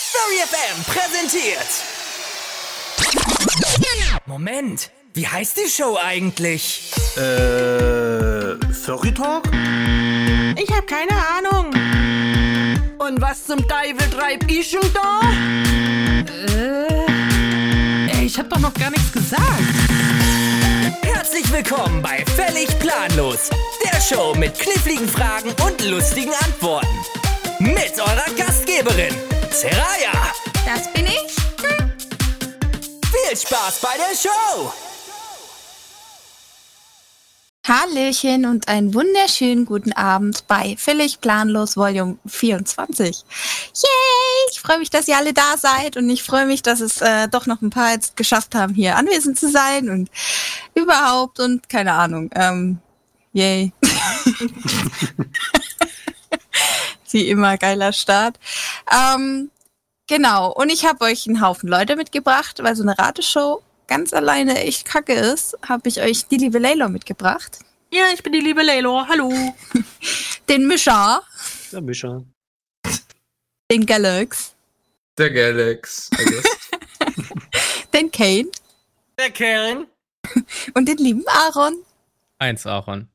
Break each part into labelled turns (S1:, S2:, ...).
S1: Story FM präsentiert. Moment, wie heißt die Show eigentlich?
S2: Äh, Furry Talk?
S3: Ich hab keine Ahnung.
S4: Und was zum Teufel treib ich schon da?
S3: Äh, ey, ich hab doch noch gar nichts gesagt.
S1: Herzlich willkommen bei Völlig Planlos, der Show mit kniffligen Fragen und lustigen Antworten. Mit eurer Gastgeberin, Seraya.
S5: Das bin ich.
S1: Viel Spaß bei der Show!
S5: Hallöchen und einen wunderschönen guten Abend bei Völlig Planlos Volume 24. Yay! Ich freue mich, dass ihr alle da seid und ich freue mich, dass es äh, doch noch ein paar jetzt geschafft haben, hier anwesend zu sein und überhaupt und keine Ahnung. Ähm, yay. Wie immer, geiler Start. Ähm, genau, und ich habe euch einen Haufen Leute mitgebracht, weil so eine Rateshow ganz alleine echt kacke ist, habe ich euch die liebe Laylo mitgebracht.
S3: Ja, ich bin die liebe Laylo. Hallo.
S5: Den Mischer.
S6: Der Mischer.
S5: Den Galax.
S7: Der Galax.
S5: den Kane.
S8: Der Karen.
S5: Und den lieben Aaron.
S9: Eins Aaron.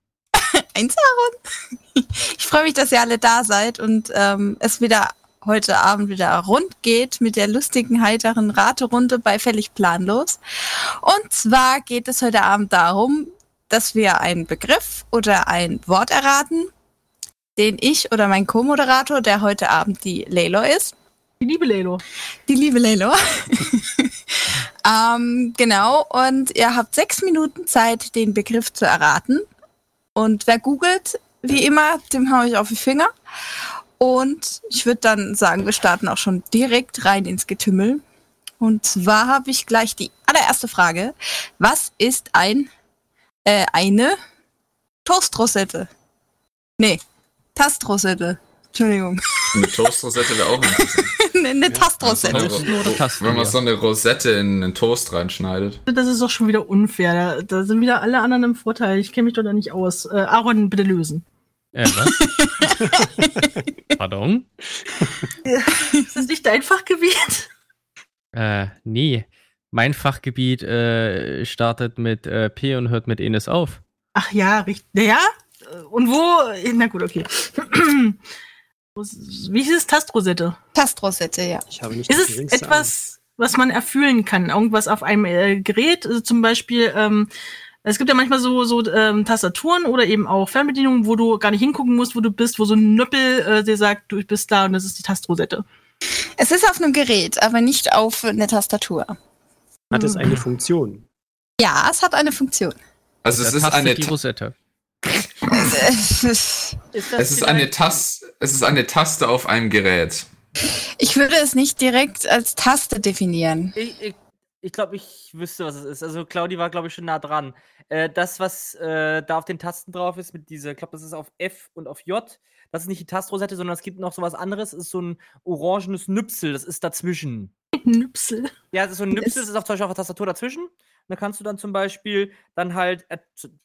S5: Eins Aaron. Ich freue mich, dass ihr alle da seid und ähm, es wieder heute Abend wieder rund geht mit der lustigen, heiteren Raterunde bei Fällig Planlos. Und zwar geht es heute Abend darum, dass wir einen Begriff oder ein Wort erraten, den ich oder mein Co-Moderator, der heute Abend die Lelo ist.
S3: Die liebe Lelo.
S5: Die liebe Lelo. ähm, genau, und ihr habt sechs Minuten Zeit, den Begriff zu erraten. Und wer googelt, wie immer, dem haue ich auf die Finger. Und ich würde dann sagen, wir starten auch schon direkt rein ins Getümmel. Und zwar habe ich gleich die allererste Frage. Was ist ein, äh, eine Toastrosette? Nee, Tastrosette. Entschuldigung.
S7: Eine Toastrosette wäre auch interessant.
S5: eine eine ja. Tastrosette.
S7: Wenn man, so eine, wenn man so eine Rosette in einen Toast reinschneidet.
S3: Das ist doch schon wieder unfair. Da, da sind wieder alle anderen im Vorteil. Ich kenne mich doch da nicht aus. Äh, Aaron, bitte lösen.
S9: Äh, was? Pardon?
S3: Ist das nicht dein Fachgebiet?
S9: Äh, nee. Mein Fachgebiet äh, startet mit äh, P und hört mit Enes auf.
S3: Ach ja, richtig. Ja? Und wo? Na gut, okay. Wie ist es? Tastrosette?
S5: Tastrosette, ja.
S3: ist es etwas, was man erfüllen kann? Irgendwas auf einem äh, Gerät? Also zum Beispiel, ähm, es gibt ja manchmal so, so ähm, Tastaturen oder eben auch Fernbedienungen, wo du gar nicht hingucken musst, wo du bist, wo so ein Nöppel äh, dir sagt, du bist da und das ist die Tastrosette.
S5: Es ist auf einem Gerät, aber nicht auf einer Tastatur.
S6: Hat es eine Funktion?
S5: Ja, es hat eine Funktion.
S7: Also es ist Taste eine Ta
S9: Rosette.
S7: es ist eine Taste, es ist eine Taste auf einem Gerät.
S5: Ich würde es nicht direkt als Taste definieren.
S8: Ich, ich ich glaube, ich wüsste, was es ist. Also Claudi war, glaube ich, schon nah dran. Äh, das, was äh, da auf den Tasten drauf ist, mit dieser, ich glaube, das ist auf F und auf J, das ist nicht die Tastrosette, sondern es gibt noch so was anderes, das ist so ein orangenes Nüpsel, das ist dazwischen.
S3: Nüpsel?
S8: Ja, das ist so ein Nüpsel, das ist auch zum Beispiel auf der Tastatur dazwischen. Und da kannst du dann zum Beispiel dann halt,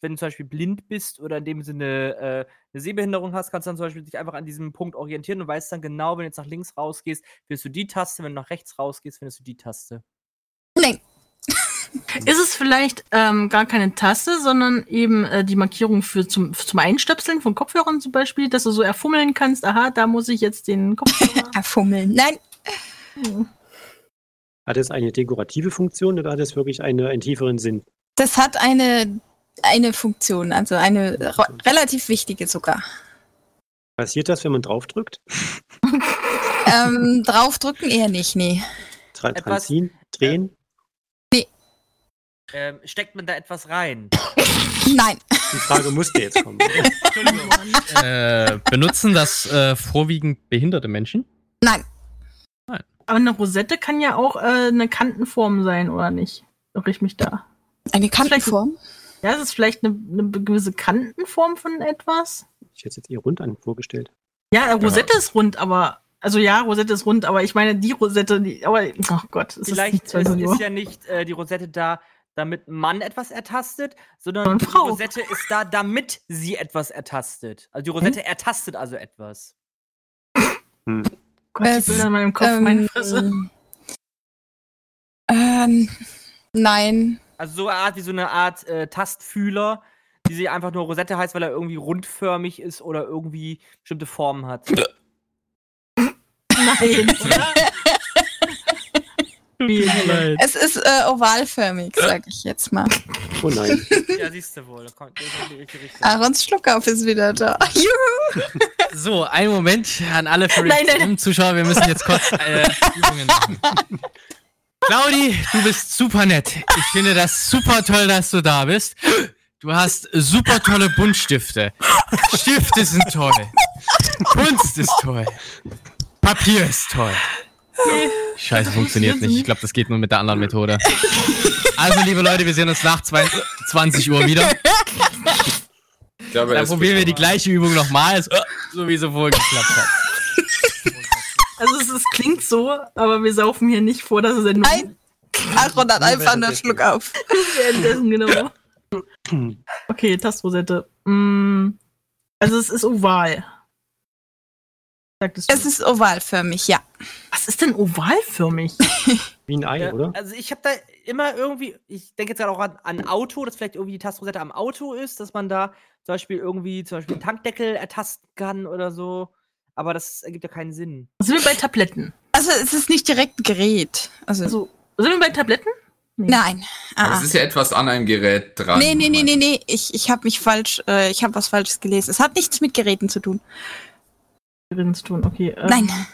S8: wenn du zum Beispiel blind bist oder in dem Sinne äh, eine Sehbehinderung hast, kannst du dann zum Beispiel dich einfach an diesem Punkt orientieren und weißt dann genau, wenn du jetzt nach links rausgehst, findest du die Taste, wenn du nach rechts rausgehst, findest du die Taste.
S5: Nee.
S3: Ist es vielleicht ähm, gar keine Taste, sondern eben äh, die Markierung für zum, zum Einstöpseln von Kopfhörern zum Beispiel, dass du so erfummeln kannst, aha, da muss ich jetzt den Kopfhörer.
S5: erfummeln, äh, nein. Hm.
S6: Hat es eine dekorative Funktion oder hat es wirklich eine, einen tieferen Sinn?
S5: Das hat eine, eine Funktion, also eine relativ wichtige sogar.
S6: Passiert das, wenn man draufdrückt?
S5: ähm, draufdrücken eher nicht, nee.
S6: Tra Etwas, dran ziehen, drehen? Äh,
S8: ähm, steckt man da etwas rein?
S5: Nein.
S6: Die Frage musste jetzt kommen.
S9: äh, benutzen das äh, vorwiegend behinderte Menschen?
S5: Nein.
S3: Nein. Aber eine Rosette kann ja auch äh, eine Kantenform sein, oder nicht? Irre ich mich da?
S5: Eine Kantenform?
S3: Vielleicht, ja, ist es vielleicht eine, eine, gewisse Kantenform von etwas?
S6: Ich hätte es jetzt eher rund an vorgestellt.
S3: Ja, äh, Rosette ja. ist rund, aber also ja, Rosette ist rund, aber ich meine die Rosette, die, aber ach oh Gott,
S8: es vielleicht ist, es ist ja nicht äh, die Rosette da, damit man etwas ertastet, sondern die Frau. Rosette ist da, damit sie etwas ertastet. Also die Rosette hm? ertastet also etwas.
S6: Hm.
S3: Gott, die
S5: Es,
S3: Bilder in meinem Kopf, meine Fresse.
S5: Ähm, nein.
S8: Also so eine Art wie so eine Art äh, Tastfühler, die sie einfach nur Rosette heißt, weil er irgendwie rundförmig ist oder irgendwie bestimmte Formen hat.
S3: Nein.
S9: Nein.
S5: Es ist äh, ovalförmig, sag ich jetzt mal.
S6: Oh nein.
S8: ja, siehst du wohl. da kommt- das ist die richtige Richtung.
S5: Aarons Schluckauf ist wieder da. Juhu.
S9: So, einen Moment an alle für
S3: Nein, nein,
S9: die Zuschauer. Wir müssen jetzt kurz äh, Übungen machen. Claudi, du bist super nett. Ich finde das super toll, dass du da bist. Du hast super tolle Buntstifte. Stifte sind toll. Kunst ist toll. Papier ist toll. Scheiße, funktioniert nicht. Ich glaube, das geht nur mit der anderen Methode. Also, liebe Leute, wir sehen uns nach 20 Uhr wieder.
S7: Ich glaube, er
S9: Dann
S7: ist
S9: probieren wir die gleiche Übung nochmal, so wie sie vorher geklappt hat.
S3: Also es, es klingt so, aber wir saufen hier nicht vor, dass es ein
S5: Nein. Aaron hat einfach nur Schluckauf.
S3: Währenddessen, genau. Okay, Tastrosette. Mm, also es ist oval. Sagtest du.
S5: Es ist ovalförmig, ja.
S3: Was ist denn ovalförmig?
S6: Wie ein Ei,
S8: Ja,
S6: oder?
S8: Also ich habe da immer irgendwie, ich denke jetzt gerade auch an, an Auto, dass vielleicht irgendwie die Tastrosette am Auto ist, dass man da zum Beispiel irgendwie zum Beispiel einen Tankdeckel ertasten kann oder so. Aber das ergibt ja keinen Sinn.
S3: Sind wir bei Tabletten?
S5: Also es ist nicht direkt ein Gerät. Also,
S3: Also, sind wir bei Tabletten?
S5: nein.
S7: Aber
S5: Ah,
S7: es ist ja etwas an einem Gerät
S5: ah.
S7: dran.
S5: Nee, nee, nee, nee, nee. Ich, ich habe mich falsch, äh, ich habe was Falsches gelesen. Es hat nichts mit Geräten zu tun.
S3: Drin zu tun, okay.
S7: Ah.
S3: ähm,
S5: Nein.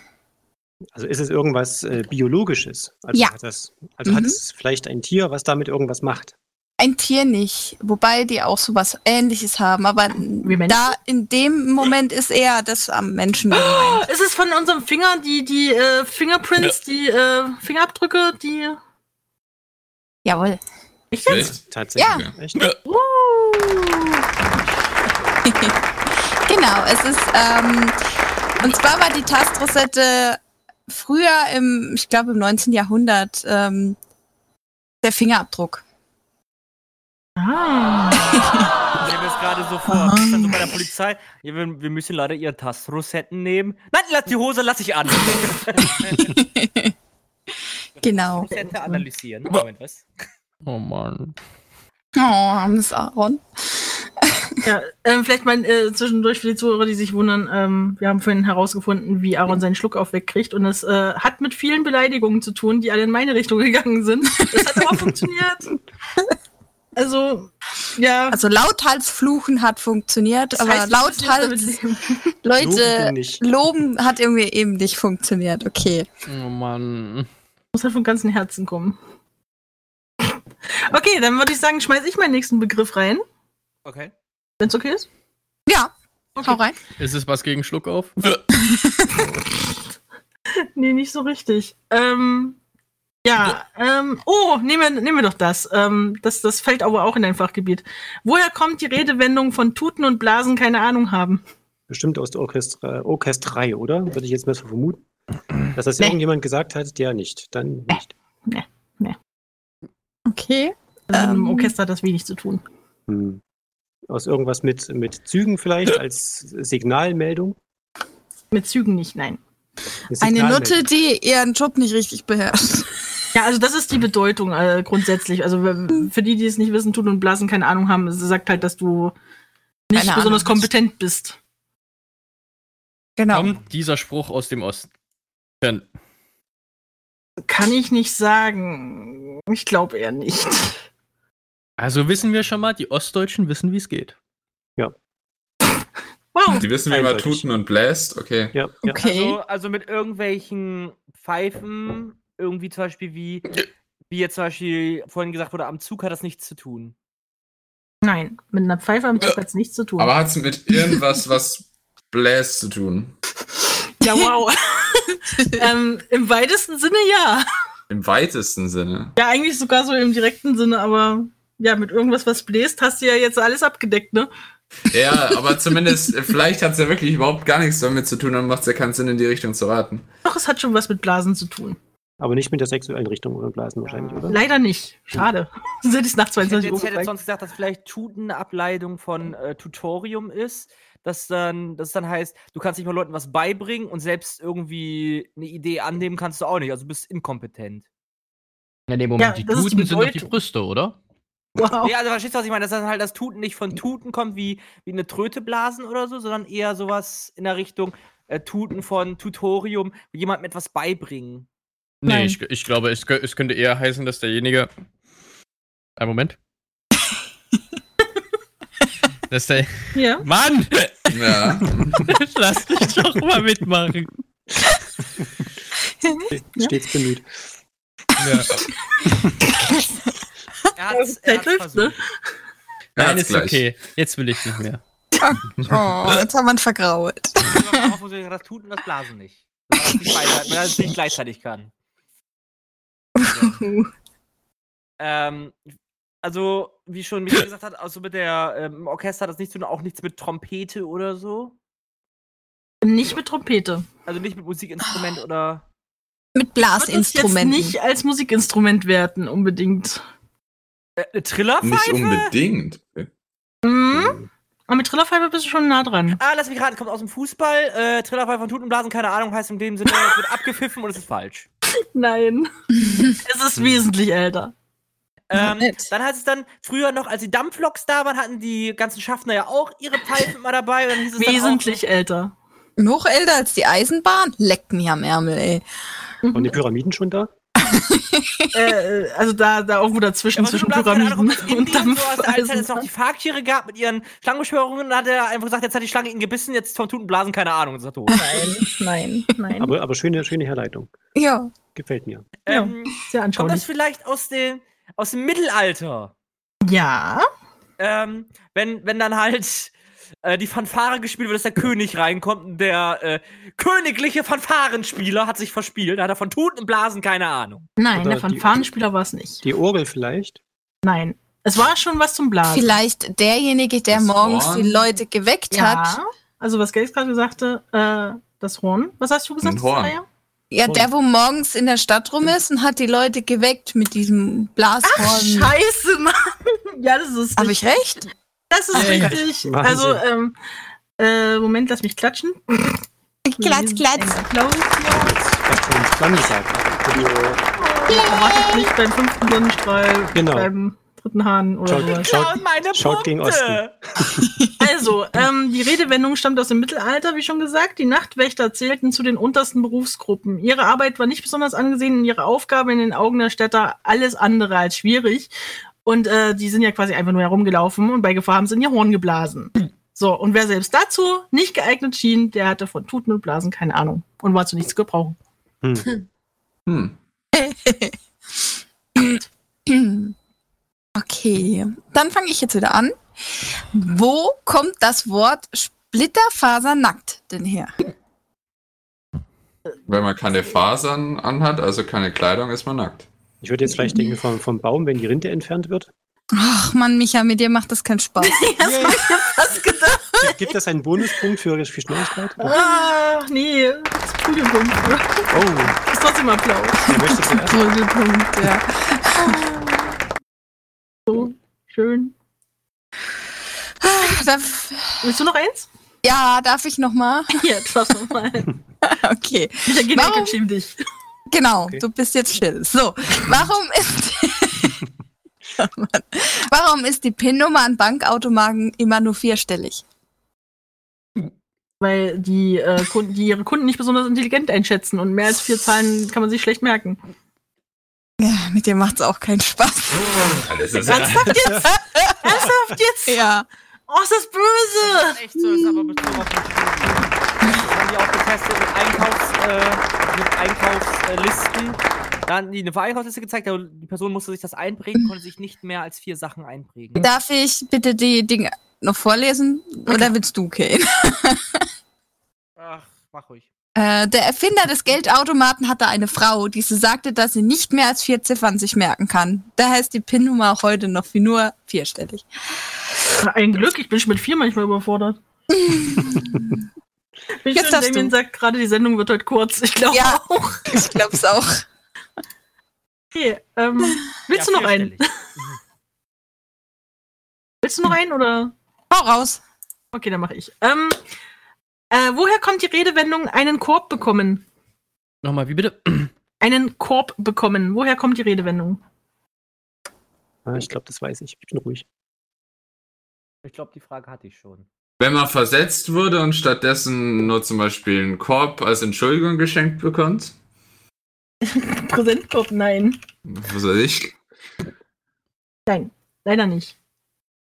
S6: Also ist es irgendwas äh, Biologisches? Also
S5: Ja.
S6: Hat das, also hat
S5: Mhm.
S6: es vielleicht ein Tier, was damit irgendwas macht?
S5: Ein Tier nicht, wobei die auch sowas ähnliches haben, aber
S3: Menschen?
S5: da in dem Moment ist eher das am Menschen gemeint.
S3: Oh, Ist es von unserem Finger, die, die äh, Fingerprints, die äh, Fingerabdrücke, die.
S5: Jawohl.
S3: Ich jetzt?
S7: Echt?
S6: Tatsächlich. Echt?
S5: Äh, Genau, es ist, ähm, und zwar war die Tastrosette früher im, ich glaube im 19. Jahrhundert, ähm, der Fingerabdruck.
S3: Ah.
S8: Ich stelle mir das gerade so vor. Ich dann so bei der Polizei. Ja, wir, wir müssen leider ihr Tastrosetten nehmen. Nein, lass die Hose, lass ich an.
S5: Genau.
S8: Tastrosette analysieren. Moment, was?
S9: Oh Mann.
S5: Oh, armes Aaron.
S3: Ja, ähm, vielleicht mal äh, zwischendurch für die Zuhörer, die sich wundern, ähm, wir haben vorhin herausgefunden, wie Aaron seinen Schluck aufwegkriegt und das äh, hat mit vielen Beleidigungen zu tun, die alle in meine Richtung gegangen sind. Das hat aber funktioniert. Also, ja.
S5: Also lauthals fluchen hat funktioniert,
S3: das
S5: aber
S3: heißt, wir müssen jetzt damit leben.
S5: lauthals Leute
S6: Loben nicht.
S5: loben hat irgendwie eben nicht funktioniert. Okay.
S9: Oh Mann.
S3: Muss halt vom ganzen Herzen kommen. Okay, dann würde ich sagen, schmeiße ich meinen nächsten Begriff rein,
S8: Okay.
S3: wenn es okay ist.
S5: Ja, hau rein.
S9: Ist es was gegen Schluck auf?
S3: Nee, nicht so richtig. Ähm, ja, ähm, oh, nehmen wir, nehmen wir doch das. Ähm, das. Das fällt aber auch in dein Fachgebiet. Woher kommt die Redewendung von Tuten und Blasen keine Ahnung haben?
S6: Bestimmt aus der Orchestra, Orchestrei, oder? Würde ich jetzt mal so vermuten. Dass das irgendjemand gesagt hat, der nicht. Dann nicht.
S5: Okay.
S3: Also mit einem
S5: Ähm.
S3: Orchester hat das wenig zu tun.
S6: Hm. Aus irgendwas mit, mit Zügen vielleicht, als Signalmeldung.
S3: Mit Zügen nicht, nein.
S5: Eine
S6: Signalmeldung.
S5: Nutte, die ihren Job nicht richtig beherrscht.
S3: Ja, also das ist die Bedeutung äh, grundsätzlich. Also w- für die, die es nicht wissen, Tuten und Blasen keine Ahnung haben, es sagt halt, dass du nicht
S5: Keine Ahnung
S3: besonders
S5: hast.
S3: kompetent bist.
S5: Genau.
S9: Kommt dieser Spruch aus dem Osten? Dann
S3: Kann ich nicht sagen. Ich glaube eher nicht.
S9: Also wissen wir schon mal, die Ostdeutschen wissen, wie es geht.
S3: Wow.
S7: Die wissen, wie man
S6: Eindeutig.
S7: tuten und bläst. Okay.
S6: Ja, ja.
S5: Okay.
S8: Also, also mit irgendwelchen Pfeifen, irgendwie zum Beispiel wie, wie jetzt zum Beispiel vorhin gesagt wurde, am Zug hat das nichts zu tun.
S3: Nein, mit einer Pfeife am Zug hat es nichts zu tun.
S7: Aber hat es mit irgendwas, was bläst, zu tun?
S3: Ja, wow. ähm, Im weitesten Sinne ja.
S7: Im weitesten Sinne.
S3: Ja, eigentlich sogar so im direkten Sinne, aber ja, mit irgendwas, was bläst, hast du ja jetzt alles abgedeckt, ne?
S7: Ja, aber zumindest, äh, vielleicht hat es ja wirklich überhaupt gar nichts damit zu tun, dann macht es ja keinen Sinn, in die Richtung zu raten.
S3: Doch, es hat schon was mit Blasen zu tun.
S6: Aber nicht mit der sexuellen Richtung oder Blasen wahrscheinlich, oder?
S3: Leider nicht. Schade. Sonst hätte ich es nach
S8: Ich hätte,
S3: 22 Uhr
S8: jetzt hätte
S3: gefragt.
S8: sonst gesagt, dass vielleicht Tuten eine Ableitung von äh, Tutorium ist. dass dann, dass dann heißt, du kannst nicht mal Leuten was beibringen und selbst irgendwie eine Idee annehmen kannst du auch nicht. Also du bist inkompetent.
S9: In dem Moment,
S3: Ja, genau.
S9: die
S3: das ist die
S9: Tuten sind doch die
S3: Bedeutung.
S9: Brüste, oder?
S3: Wow.
S8: Ja, also verstehst du, was ich meine? Dass dann halt das Tuten nicht von Tuten kommt, wie, wie eine Tröte blasen oder so, sondern eher sowas in der Richtung äh, Tuten von Tutorium, jemandem etwas beibringen.
S3: Nein.
S9: Nee, ich, ich glaube, es, kö- es könnte eher heißen, dass derjenige. Ein Moment. dass der.
S3: Ja.
S9: Mann!
S7: Ja.
S9: Lass dich doch mal mitmachen.
S6: Stets bemüht.
S9: Ja.
S8: Er
S3: hat's- er Zeit hat's läuft, ne?
S9: Nein,
S7: hat's
S9: ist
S7: gleich.
S9: okay. Jetzt will ich nicht mehr.
S5: Oh, jetzt haben wir ihn vergrault.
S8: Das Tuten, das Blasen nicht. Das ist nicht beidseitig, Weil er es nicht gleichzeitig kann. Ähm, also, wie schon Michael gesagt hat, also mit der ähm, im Orchester hat das nichts zu tun, auch nichts mit Trompete oder so.
S3: Nicht mit Trompete.
S8: Also nicht mit Musikinstrument oder.
S5: Mit
S3: Ich würde es jetzt
S5: Blasinstrumenten.
S3: nicht als Musikinstrument werten, unbedingt.
S8: Äh, eine Trillerpfeife?
S7: Nicht unbedingt.
S3: Mhm. Aber mit Trillerpfeife bist du schon nah dran.
S8: Ah, lass mich raten, kommt aus dem Fußball. Äh, Trillerpfeife von Tutenblasen, keine Ahnung, heißt in dem Sinne, es wird abgepfiffen und es ist falsch.
S3: Nein. es ist wesentlich älter.
S8: Ähm,
S5: Nett.
S8: dann heißt es dann, früher noch, als die Dampfloks da waren, hatten die ganzen Schaffner ja auch ihre Pfeifen mal dabei. Und dann hieß es
S3: Wesentlich älter.
S5: Noch älter als die Eisenbahn? Leckt mich am Ärmel, ey.
S6: Waren
S5: Mhm.
S6: die Pyramiden schon da?
S3: äh, also da, da irgendwo dazwischen,
S8: Dann auch,
S3: zwischen
S8: Ja, aber Tutenblasen, keine Ahnung, ob
S3: Pyramiden
S8: das
S3: und
S8: Indien so aus der Altzeit, als es
S3: Dampfeisen.
S8: noch die Fahrkirche gab mit ihren Schlangenbeschwörungen, und dann hat er einfach gesagt, jetzt hat die Schlange ihn gebissen, jetzt von Tutenblasen, keine Ahnung, und ist er tot.
S5: Nein, nein.
S6: Aber, aber schöne, schöne Herleitung.
S5: Ja.
S6: Gefällt mir.
S3: Ja.
S8: ähm,
S3: Sehr
S8: kommt das
S3: anschaulich.
S8: vielleicht aus dem, aus dem Mittelalter?
S3: Ja.
S8: ähm, wenn, wenn dann halt äh, die Fanfare gespielt wird, dass der König reinkommt und der äh, königliche Fanfarenspieler hat sich verspielt, hat er von Tuten und Blasen keine Ahnung.
S3: Nein, ne,
S6: Oder
S3: der
S6: die-
S3: Fanfarenspieler war es nicht.
S6: Die Orgel vielleicht.
S3: Nein. Es war schon was zum Blasen.
S5: Vielleicht derjenige, der
S7: Das
S5: morgens
S7: Horn?
S5: die Leute geweckt
S3: Ja.
S5: hat.
S3: Also was Gates gerade sagte, äh, das Horn. Was hast du gesagt?
S7: Ein Horn.
S3: Saya?
S5: Ja, der, wo morgens in der Stadt rum ist und hat die Leute geweckt mit diesem Blashorn.
S3: Scheiße, Mann. ja, das ist
S5: Habe ich recht?
S3: Das ist
S9: Ja.
S3: richtig.
S6: Wahnsinn.
S3: Also, ähm, äh, Moment, lass mich klatschen.
S5: Klatsch, klatsch.
S3: Applaus.
S6: Was schon Mann gesagt.
S3: Erwartet nicht beim fünften Sonnenstrahl,
S6: Genau.
S3: beim dritten Hahn oder
S6: Schaut,
S3: sowas.
S6: schaut,
S8: meine
S6: schaut gegen Osten.
S3: Also, ähm, die Redewendung stammt aus dem Mittelalter, wie schon gesagt. Die Nachtwächter zählten zu den untersten Berufsgruppen. Ihre Arbeit war nicht besonders angesehen und ihre Aufgabe in den Augen der Städter alles andere als schwierig. Und äh, die sind ja quasi einfach nur herumgelaufen und bei Gefahr haben sie in ihr Horn geblasen. So, und wer selbst dazu nicht geeignet schien, der hatte von Tuten und Blasen keine Ahnung und war zu nichts gebrauchen.
S6: Hm.
S7: Hm.
S5: Okay, dann fange ich jetzt wieder an. Wo kommt das Wort Splitterfasernackt denn her?
S7: Wenn man keine Fasern anhat, also keine Kleidung, ist man nackt.
S6: Ich würde jetzt vielleicht denken, vom, vom Baum, wenn die Rinde entfernt wird.
S5: Ach Mann, Micha, mit dir macht das keinen Spaß.
S6: Gibt das einen Bonuspunkt für, für Schnelligkeit? Oh,
S3: Ah, nee, das ist Pudelpunkt.
S6: wer
S3: Ist trotzdem Applaus.
S6: Oh, möchte zuerst?
S5: Brügelpunkt, ja.
S3: Schön.
S5: Darf,
S3: Willst du noch eins?
S5: ja, darf ich nochmal?
S3: Hier, das nochmal.
S5: Okay,
S3: Ich ergebe
S5: Warum?
S3: dich und dich.
S5: genau,
S6: Okay.
S5: du bist jetzt still. So, warum ist, oh Mann. warum ist die PIN-Nummer an Bankautomaten immer nur vierstellig?
S3: Weil die, äh, Kunden, die ihre Kunden nicht besonders intelligent einschätzen und mehr als vier Zahlen kann man sich schlecht merken.
S5: Ja, mit dir macht's auch keinen Spaß.
S7: Alles ist ja.
S3: Ernsthaft jetzt?
S5: Ja.
S3: Oh, ist das
S8: Das
S3: böse!
S8: ist echt so, ist aber bezogen auf die Schule. Das haben die auch getestet mit Einkaufs, äh, mit Einkaufslisten. Da hatten die eine Einkaufsliste gezeigt, aber die Person musste sich das einprägen, konnte sich nicht mehr als vier Sachen einprägen.
S5: Darf ich bitte die Dinge noch vorlesen? Oder willst du, Kane?
S8: Ach, mach ruhig.
S5: Äh, der Erfinder des Geldautomaten hatte eine Frau, die sie sagte, dass sie nicht mehr als vier Ziffern sich merken kann. Daher ist die PIN-Nummer auch heute noch wie nur vierstellig.
S3: Ein Glück, ich bin schon mit vier manchmal überfordert. Bin
S5: Jetzt
S3: schön,
S5: darfst
S3: Damien
S5: du.
S3: sagt gerade, die Sendung wird heute kurz. Ich glaube
S5: Ja.
S3: auch.
S5: Ich glaub's auch.
S3: Okay, ähm, willst
S8: Ja,
S3: du noch einen?
S8: vierstellig.
S3: Willst du noch einen oder?
S5: Hau raus.
S3: Okay, dann mache ich. Ähm, äh, woher kommt die Redewendung einen Korb bekommen?
S9: Nochmal, wie bitte?
S3: Einen Korb bekommen. Woher kommt die Redewendung?
S6: Ah, ich glaube, das weiß ich. Ich bin ruhig.
S8: Ich glaube, die Frage hatte ich schon.
S7: Wenn man versetzt wurde und stattdessen nur zum Beispiel einen Korb als Entschuldigung geschenkt bekommt?
S3: Präsentkorb? Nein.
S7: Was weiß ich?
S3: Nein, leider nicht.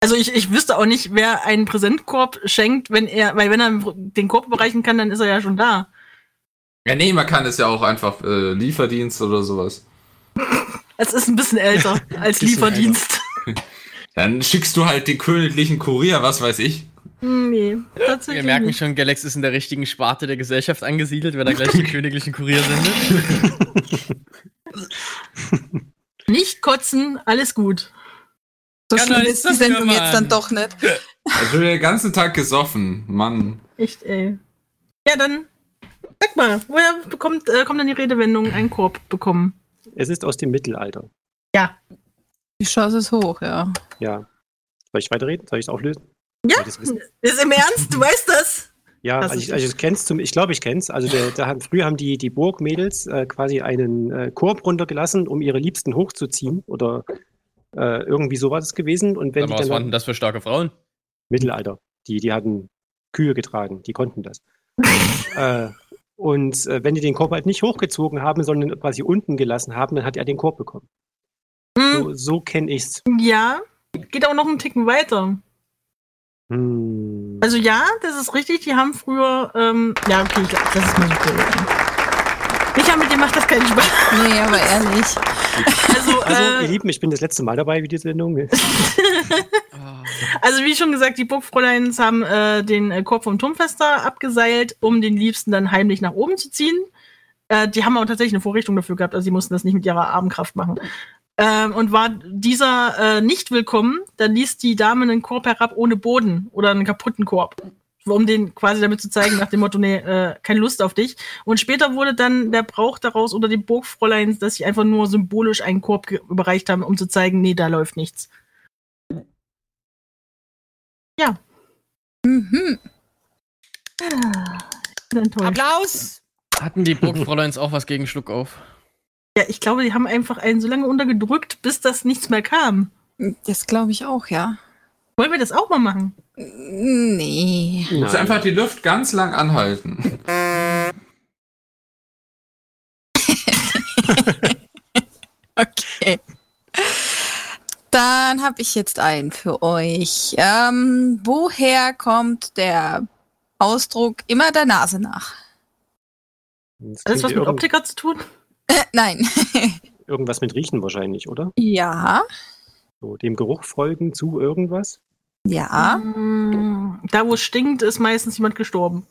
S3: Also ich, ich wüsste auch nicht, wer einen Präsentkorb schenkt, wenn er, weil wenn er den Korb bereichen kann, dann ist er ja schon da.
S7: Ja, nee, man kann es ja auch einfach äh, Lieferdienst oder sowas.
S3: Es ist ein bisschen älter als Lieferdienst.
S7: Dann schickst du halt den königlichen Kurier, was weiß ich.
S3: Hm, nee,
S9: Wir
S3: tatsächlich.
S9: merken
S3: nicht.
S9: schon, Galax ist in der richtigen Sparte der Gesellschaft angesiedelt, wenn er gleich den königlichen Kurier sendet.
S3: Nicht kotzen, alles gut.
S5: So
S9: Ja,
S5: schlimm
S9: dann
S5: ist
S9: ist
S5: die
S9: das
S5: Sendung
S9: ja,
S5: jetzt dann
S9: Mann.
S5: doch nicht.
S7: Also den ganzen Tag gesoffen, Mann.
S3: Echt, ey. Ja, dann sag mal, woher bekommt, äh, kommt dann die Redewendung einen Korb bekommen?
S6: Es ist aus dem Mittelalter.
S5: Die Chance ist hoch, ja.
S6: Ja. Soll ich weiterreden? Soll ich es auflösen?
S3: Ja.
S6: Soll ich das wissen?
S3: Ist im Ernst? Du weißt das?
S6: Ja,
S3: Das
S6: also
S3: ist
S6: ich, also ich kenn's zum, ich glaube, ich kenn's. Also der, da haben, früher haben die, die Burgmädels äh, quasi einen äh, Korb runtergelassen, um ihre Liebsten hochzuziehen oder äh, irgendwie so war das gewesen. Und wenn
S9: Aber
S6: die
S9: was waren
S6: dann
S9: denn das für starke Frauen?
S6: Mittelalter, die, die hatten Kühe getragen, die konnten das. äh, und äh, wenn die den Korb halt nicht hochgezogen haben, sondern quasi unten gelassen haben, dann hat er den Korb bekommen.
S3: Hm,
S6: So, so kenne ich's.
S3: Ja. Geht auch noch einen Ticken weiter.
S6: Hm.
S3: Also ja, das ist richtig. Die haben früher, ähm, ja, okay, ich glaub, das ist mir nicht Ich habe mit dir macht das keinen Spaß.
S5: Nee, aber ehrlich.
S3: Also,
S6: Also, ihr
S3: äh,
S6: Lieben, ich bin das letzte Mal dabei, wie die Sendung.
S3: also wie schon gesagt, die Burgfräuleins haben äh, den äh, Korb vom Turmfester abgeseilt, um den Liebsten dann heimlich nach oben zu ziehen. Äh, die haben auch tatsächlich eine Vorrichtung dafür gehabt, also sie mussten das nicht mit ihrer Armkraft machen. Ähm, und war dieser äh, nicht willkommen, dann ließ die Dame einen Korb herab ohne Boden oder einen kaputten Korb. Um den quasi damit zu zeigen, nach dem Motto, nee, äh, keine Lust auf dich. Und später wurde dann der Brauch daraus unter den Burgfräuleins, dass sie einfach nur symbolisch einen Korb ge- überreicht haben, um zu zeigen, nee, da läuft nichts.
S5: Mhm.
S3: Enttäuscht.
S8: Applaus!
S9: Hatten die Burgfräuleins auch was gegen Schluck auf?
S3: Ja, ich glaube, die haben einfach einen so lange untergedrückt, bis das nichts mehr kam.
S5: Das glaube ich auch, ja.
S3: Wollen wir das auch mal machen?
S5: Nee.
S7: Du musst einfach die Luft ganz lang anhalten.
S5: Okay. Dann habe ich jetzt einen für euch. Ähm, woher kommt der Ausdruck immer der Nase nach?
S3: Alles was
S6: Das klingt ja
S3: Also mit
S6: irgend-
S3: Optiker zu tun?
S5: Äh, Nein.
S6: Irgendwas mit Riechen wahrscheinlich, oder?
S5: Ja.
S6: So, dem Geruch folgen zu irgendwas?
S5: Ja.
S3: Mm, Da, wo es stinkt, ist meistens jemand gestorben.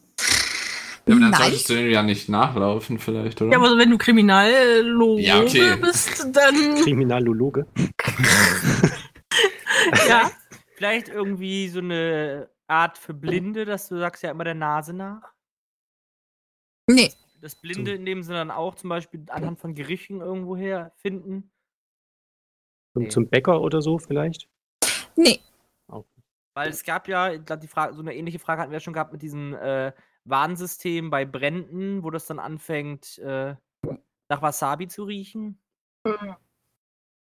S7: Ja, aber dann
S5: Nein.
S7: solltest du dem ja nicht nachlaufen, vielleicht, oder?
S3: Ja, aber wenn du Kriminalloge
S7: Ja, okay.
S3: bist, dann
S6: Kriminalologe?
S3: ja.
S8: Vielleicht irgendwie so eine Art für Blinde, dass du sagst ja immer der Nase nach.
S5: Nee.
S8: Das Blinde in dem Sinne dann auch zum Beispiel anhand von Gerüchen irgendwo her finden.
S6: Zum,
S8: Nee.
S6: zum Bäcker oder so vielleicht?
S5: Nee.
S8: Weil es gab ja, ich glaub, die Frage, so eine ähnliche Frage hatten wir ja schon gehabt mit diesem äh, Warnsystem bei Bränden, wo das dann anfängt, äh, nach Wasabi zu riechen.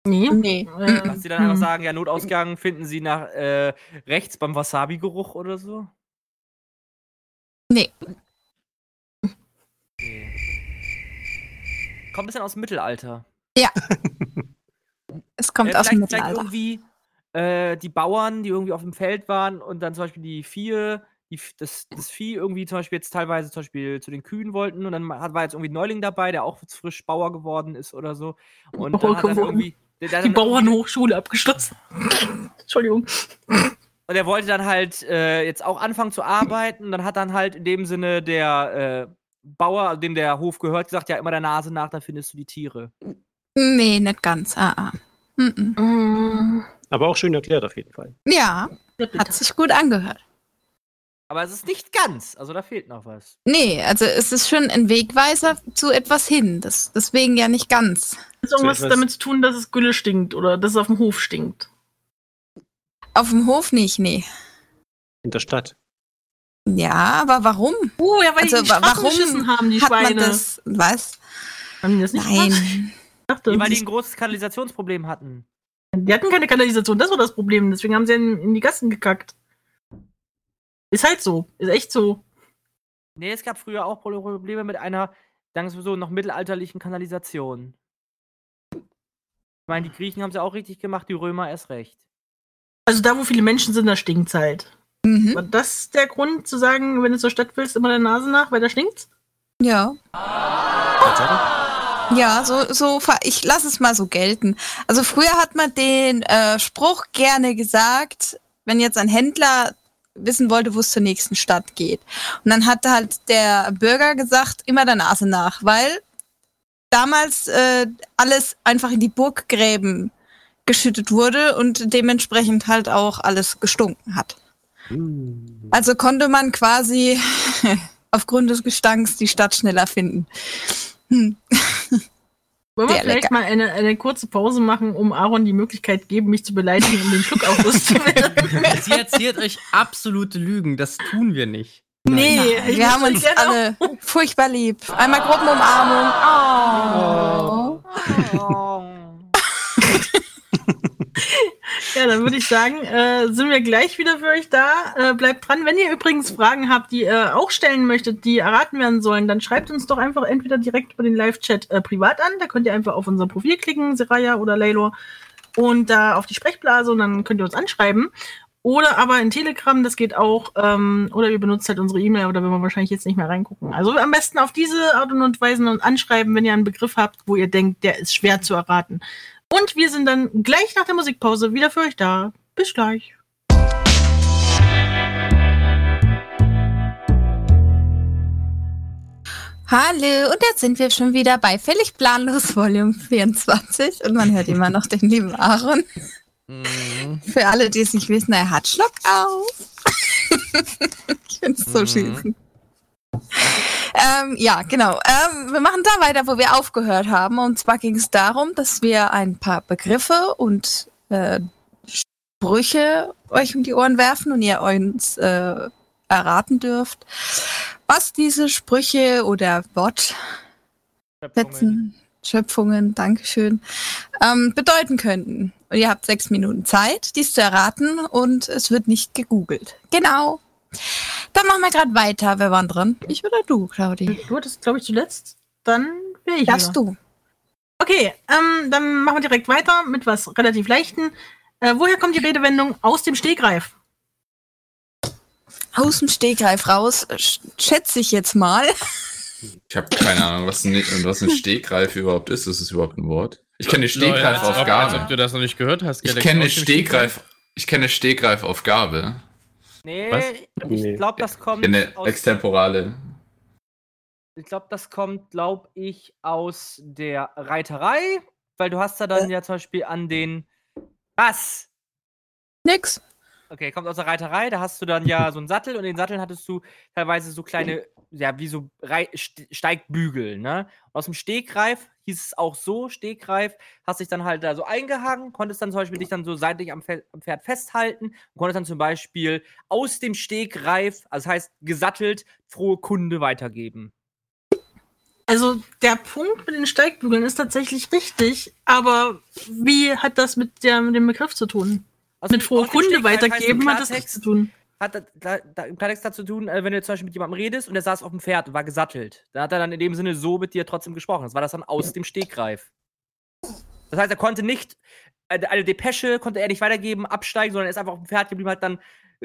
S3: Nee.
S5: Nee.
S3: Ähm,
S8: Dass sie dann einfach
S3: hm.
S8: sagen, ja, Notausgang finden sie nach äh, rechts beim Wasabi-Geruch oder so.
S5: Nee.
S8: Nee. Kommt ein bisschen aus dem Mittelalter.
S5: Es kommt
S8: Äh,
S5: aus dem
S8: vielleicht- vielleicht
S5: Mittelalter.
S8: irgendwie äh, die Bauern, die irgendwie auf dem Feld waren und dann zum Beispiel die Vieh, die, F- das, das Vieh irgendwie zum Beispiel jetzt teilweise zum Beispiel zu den Kühen wollten und dann hat, war jetzt irgendwie ein Neuling dabei, der auch jetzt frisch Bauer geworden ist oder so. Und
S3: Bauer
S8: dann hat dann
S3: geworden.
S8: irgendwie. Der, der hat
S3: Die
S8: dann irgendwie-
S3: Bauernhochschule abgeschlossen. Entschuldigung.
S8: Und er wollte dann halt äh, jetzt auch anfangen zu arbeiten. Dann hat dann halt in dem Sinne der äh, Bauer, also dem der Hof gehört, gesagt: Ja, immer der Nase nach, dann findest du die Tiere.
S5: Nee, nicht ganz. Ah, ah. Mhm.
S6: Aber auch schön erklärt auf jeden Fall.
S5: Ja, hat sich gut angehört.
S8: Aber es ist nicht ganz, also da fehlt noch was.
S5: Nee, also es ist schon ein Wegweiser zu etwas hin. Das, deswegen ja nicht ganz.
S3: Hat irgendwas
S6: etwas-
S3: damit zu tun, dass es Gülle stinkt oder dass es auf dem Hof stinkt?
S5: Auf dem Hof nicht, nee.
S6: In der Stadt.
S5: Ja, aber warum?
S3: Oh, ja, weil die die
S5: Also, wa-
S3: Straßen geschissen haben, die
S5: hat
S3: Schweine.
S5: man das? Was?
S3: Haben die das nicht gemacht?
S5: Nein.
S3: Ich dachte,
S8: weil die ein großes Kanalisationsproblem hatten.
S3: die hatten keine Kanalisation, das war das Problem. Deswegen haben sie in, in die Gassen gekackt. Ist halt so. Ist echt so.
S8: Nee, Ne, es gab früher auch Probleme mit einer, sagen wir so, noch mittelalterlichen Kanalisation. Ich meine, die Griechen haben es ja auch richtig gemacht, die Römer erst recht.
S3: Also da, wo viele Menschen sind, da stinkt's halt.
S5: Mhm.
S3: War das der Grund zu sagen, wenn du zur Stadt willst, immer der Nase nach, weil da stinkt's?
S5: Ja. Ja, so, so ver- ich lasse es mal so gelten. Also früher hat man den äh, Spruch gerne gesagt, wenn jetzt ein Händler wissen wollte, wo es zur nächsten Stadt geht. Und dann hat halt der Bürger gesagt, immer der Nase nach, weil damals äh, alles einfach in die Burggräben geschüttet wurde und dementsprechend halt auch alles gestunken hat.
S6: Hm.
S5: Also konnte man quasi aufgrund des Gestanks die Stadt schneller finden. Hm.
S3: Wollen wir
S5: Sehr
S3: vielleicht
S5: lecker.
S3: mal eine, eine kurze Pause machen, um Aaron die Möglichkeit geben, mich zu beleidigen, um den Schluck auch loszuwerden?
S9: Sie erzählt euch absolute Lügen. Das tun wir nicht.
S3: nee, ich
S5: Wir haben
S3: muss
S5: uns
S3: gerne auch-
S5: alle furchtbar lieb. Einmal Gruppenumarmung. Oh.
S3: Ja, dann würde ich sagen, äh, sind wir gleich wieder für euch da. Äh, bleibt dran. Wenn ihr übrigens Fragen habt, die ihr auch stellen möchtet, die erraten werden sollen, dann schreibt uns doch einfach entweder direkt über den Live-Chat äh, privat an. Da könnt ihr einfach auf unser Profil klicken, Seraya oder Laylor, und da auf die Sprechblase und dann könnt ihr uns anschreiben. Oder aber in Telegram, das geht auch. Ähm, oder ihr benutzt halt unsere E-Mail, aber da werden wir wahrscheinlich jetzt nicht mehr reingucken. Also am besten auf diese Art und Weise und anschreiben, wenn ihr einen Begriff habt, wo ihr denkt, der ist schwer zu erraten. Und wir sind dann gleich nach der Musikpause wieder für euch da. Bis gleich.
S5: Hallo, und jetzt sind wir schon wieder bei Völlig Planlos Volume 24 und man hört immer noch den lieben Aaron. Für alle, die es nicht wissen, er hat Schluck auf. ich finde es so schießen. Ähm, ja, genau. Ähm, wir machen da weiter, wo wir aufgehört haben. Und zwar ging es darum, dass wir ein paar Begriffe und äh, Sprüche euch um die Ohren werfen und ihr uns äh, erraten dürft, was diese Sprüche oder Wortsätzen, Schöpfungen, Dankeschön, ähm, bedeuten könnten. Und ihr habt sechs Minuten Zeit, dies zu erraten und es wird nicht gegoogelt. Genau. Dann machen wir gerade weiter. Wer war dran? Ich oder du, Claudi?
S3: Du hattest, glaube ich, zuletzt. Dann wäre ich.
S5: Darfst
S3: wieder.
S5: du?
S3: Okay, ähm, dann machen wir direkt weiter mit was relativ Leichten. Äh, woher kommt die Redewendung aus dem Stegreif?
S5: Aus dem Stegreif raus, sch- schätze ich jetzt mal.
S7: Ich habe keine Ahnung, was ein, was ein Stegreif überhaupt ist. Ist es überhaupt ein Wort? Ich kenne
S9: Als ob
S7: Stegreifaufgabe.
S9: du das noch nicht gehört hast.
S7: Ich
S9: Galaxy.
S7: kenne
S9: Aus dem
S7: Stegreif. Ich kenne Stegreifaufgabe.
S8: Nee,
S9: Was?
S6: Nee.
S8: ich glaube, das kommt
S7: Eine
S8: aus,
S7: extemporale.
S8: ich glaube, das kommt, glaube ich, aus der Reiterei, weil du hast da dann ja zum Beispiel an den was?
S5: Nix.
S8: Okay, kommt aus der Reiterei, da hast du dann ja so einen Sattel und den Sattel hattest du teilweise so kleine, ja, wie so Rei- Ste- Steigbügel, ne? Aus dem Stegreif hieß es auch so, Stegreif, hast dich dann halt da so eingehangen, konntest dann zum Beispiel dich dann so seitlich am, Fe am Pferd festhalten und konntest dann zum Beispiel aus dem Stegreif, also das heißt gesattelt, frohe Kunde weitergeben.
S3: Also der Punkt mit den Steigbügeln ist tatsächlich richtig, aber wie hat das mit, der, mit dem Begriff zu tun?
S8: Aus
S3: Mit
S8: dem-
S3: frohe
S8: Also aus dem
S3: Kunde
S8: Stegreif heißt im
S3: weitergeben hat das nichts
S8: Klartext-
S3: zu tun.
S8: hat da, da, da im Klartext dazu tun, äh, wenn du jetzt zum Beispiel mit jemandem redest und der saß auf dem Pferd und war gesattelt. Dann hat er dann in dem Sinne so mit dir trotzdem gesprochen. Das war das dann aus dem Stegreif. Das heißt, er konnte nicht, äh, eine Depesche konnte er nicht weitergeben, absteigen, sondern er ist einfach auf dem Pferd geblieben, hat dann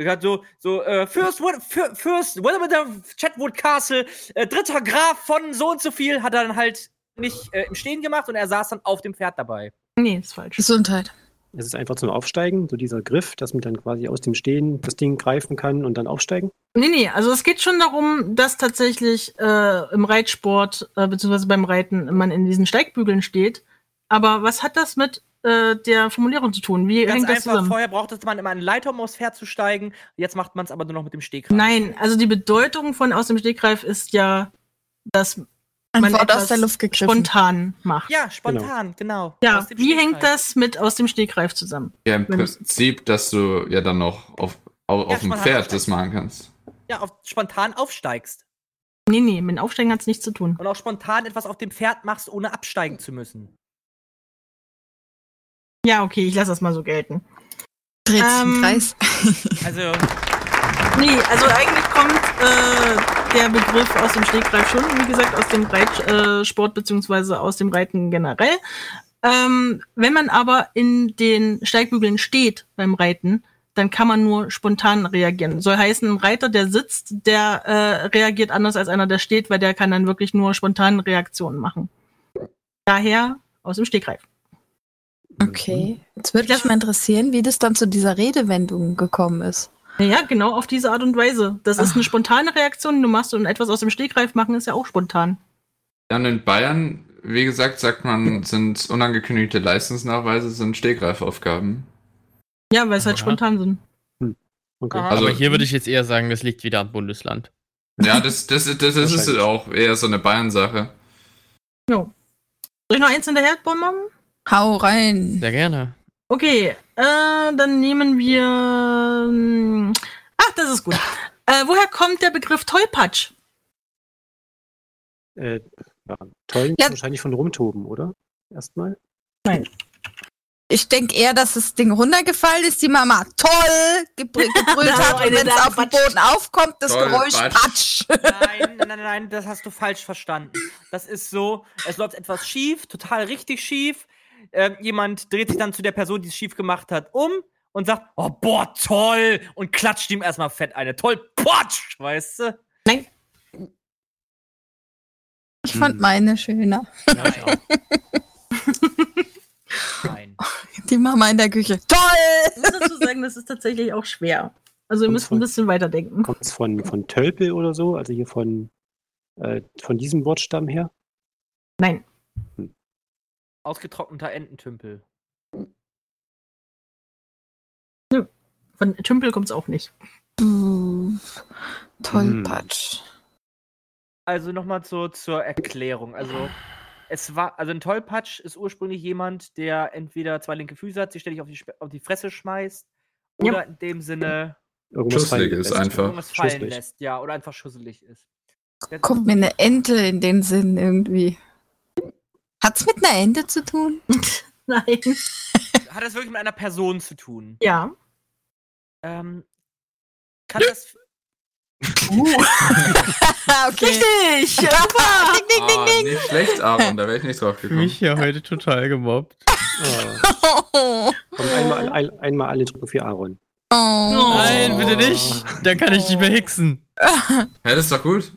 S8: hat so, so, äh, Fürst, Wood, Für, Fürst, Wilmington of Chetwood Castle, äh, dritter Graf von so und so viel, hat er dann halt nicht äh, im Stehen gemacht und er saß dann auf dem Pferd dabei.
S3: Nee, ist falsch.
S5: Gesundheit.
S6: Es ist einfach zum Aufsteigen, so dieser Griff, dass man dann quasi aus dem Stehen das Ding greifen kann und dann aufsteigen.
S3: Nee, nee, also es geht schon darum, dass tatsächlich äh, im Reitsport äh, bzw. beim Reiten man in diesen Steigbügeln steht. Aber was hat das mit äh, der Formulierung zu tun? Wie
S8: Ganz
S3: hängt das
S8: einfach,
S3: zusammen?
S8: vorher brauchte man immer einen Leiter, um aufs Pferd zu steigen, jetzt macht man es aber nur noch mit dem Stegreif.
S3: Nein, also die Bedeutung von aus dem Stegreif ist ja, dass
S5: Ein
S3: Man
S5: Wort
S3: etwas
S5: aus der Luft gegriffen.
S3: spontan macht.
S8: Ja, spontan, genau.
S3: Ja,
S8: Aus dem
S3: wie hängt
S8: Stegreif.
S3: das mit aus dem Stegreif zusammen?
S7: Ja, im
S3: Wenn-
S7: Prinzip, dass du ja dann noch auf, auf, auf dem
S8: man hat
S7: Pferd
S8: auch-
S7: das machen kannst.
S8: ja, auf, spontan aufsteigst.
S3: Nee, nee, mit dem Aufsteigen hat's nichts zu tun.
S8: Und auch spontan etwas auf dem Pferd machst, ohne absteigen zu müssen.
S3: Ja, okay, ich lasse das mal so gelten.
S5: Dreht sich
S3: Ähm,
S5: im Kreis.
S8: Also,
S3: Nee, also eigentlich kommt äh, der Begriff aus dem Stegreif schon, wie gesagt, aus dem Reitsport beziehungsweise aus dem Reiten generell. Ähm, wenn man aber in den Steigbügeln steht beim Reiten, dann kann man nur spontan reagieren. Soll heißen, ein Reiter, der sitzt, der äh, reagiert anders als einer, der steht, weil der kann dann wirklich nur spontane Reaktionen machen. Daher aus dem Stegreif.
S5: Okay. Jetzt würde mich mal interessieren, wie das dann zu dieser Redewendung gekommen ist.
S3: Ja, genau auf diese Art und Weise. Das ist
S5: Ah.
S3: eine spontane Reaktion, die du machst und etwas aus dem Stegreif machen ist ja auch spontan.
S7: Dann in Bayern, wie gesagt, sagt man, sind unangekündigte Leistungsnachweise sind Stehgreifaufgaben.
S3: Ja, weil es halt
S9: Ja.
S3: spontan sind.
S6: Mhm. Okay.
S8: Aha.
S7: Also-
S9: Ah, Aber hier würde ich jetzt eher sagen, das liegt wieder am Bundesland.
S7: Ja, das, das, das, das ist
S6: Wahrscheinlich.
S7: auch eher so eine Bayern-Sache.
S3: Soll ich noch eins hinterher bomben?
S5: Hau rein.
S9: Sehr gerne.
S3: Okay, äh, dann nehmen wir. ähm, Ach, das ist gut. Äh, woher kommt der Begriff Tollpatsch?
S6: Äh, ja, toll,
S5: Ja.
S6: wahrscheinlich von rumtoben, oder? Erstmal.
S5: Ich denke eher, dass das Ding runtergefallen ist, die Mama toll gebr gebrüllt hat und
S3: Eine
S5: wenn es
S3: da
S5: auf dem Boden aufkommt, das
S7: Toll,
S5: Geräusch patsch.
S7: Patsch.
S8: nein, nein, nein, nein, das hast du falsch verstanden. Das ist so, es läuft etwas schief, total richtig schief. Ähm, jemand dreht sich dann zu der Person, die es schief gemacht hat, um und sagt, oh, boah, toll! Und klatscht ihm erstmal fett eine. Toll, potsch! Weißt du?
S5: Ich
S9: Hm.
S5: fand meine schöner.
S8: Nein. nein.
S5: Die Mama in der Küche. Toll!
S3: Ich muss dazu sagen, das ist tatsächlich auch schwer. Also ihr müsst ein bisschen weiterdenken.
S6: Kommt es von, von Tölpel oder so? Also hier von, äh, von diesem Wortstamm her?
S3: Nein.
S8: Ausgetrockneter Ententümpel.
S3: Von Tümpel kommt es auch nicht.
S6: Hm.
S9: Hm.
S5: Toll, Patsch.
S8: Also nochmal zu, zur Erklärung. Also, es war, also ein Tollpatsch ist ursprünglich jemand, der entweder zwei linke Füße hat, sich ständig auf die, Sp- auf die Fresse schmeißt
S3: Ja.
S8: oder in dem Sinne
S6: Irgendwas
S7: Schusslig
S6: fallen
S7: ist
S6: lässt.
S7: einfach.
S8: irgendwas fallen
S6: Schusselig.
S8: lässt, ja, oder einfach schusselig ist. Jetzt-
S5: Kommt mir eine Ente in den Sinn irgendwie. Hat's mit einer Ente zu tun?
S3: Nein.
S8: Hat das wirklich mit einer Person zu tun?
S3: Ja.
S8: Ähm, kann das.
S5: okay.
S3: Richtig!
S5: Ah.
S3: Papa!
S7: Ding, ding, ding. Ah, Nicht schlecht, Aaron, da wäre ich nicht drauf gekommen.
S9: ja heute total gemobbt.
S6: Ah, komm, einmal,
S3: Äh.
S6: ein, einmal alle drücken für Aaron.
S5: Oh.
S9: Nein, bitte nicht. Dann kann ich nicht mehr hexen.
S7: Ja, das ist doch gut.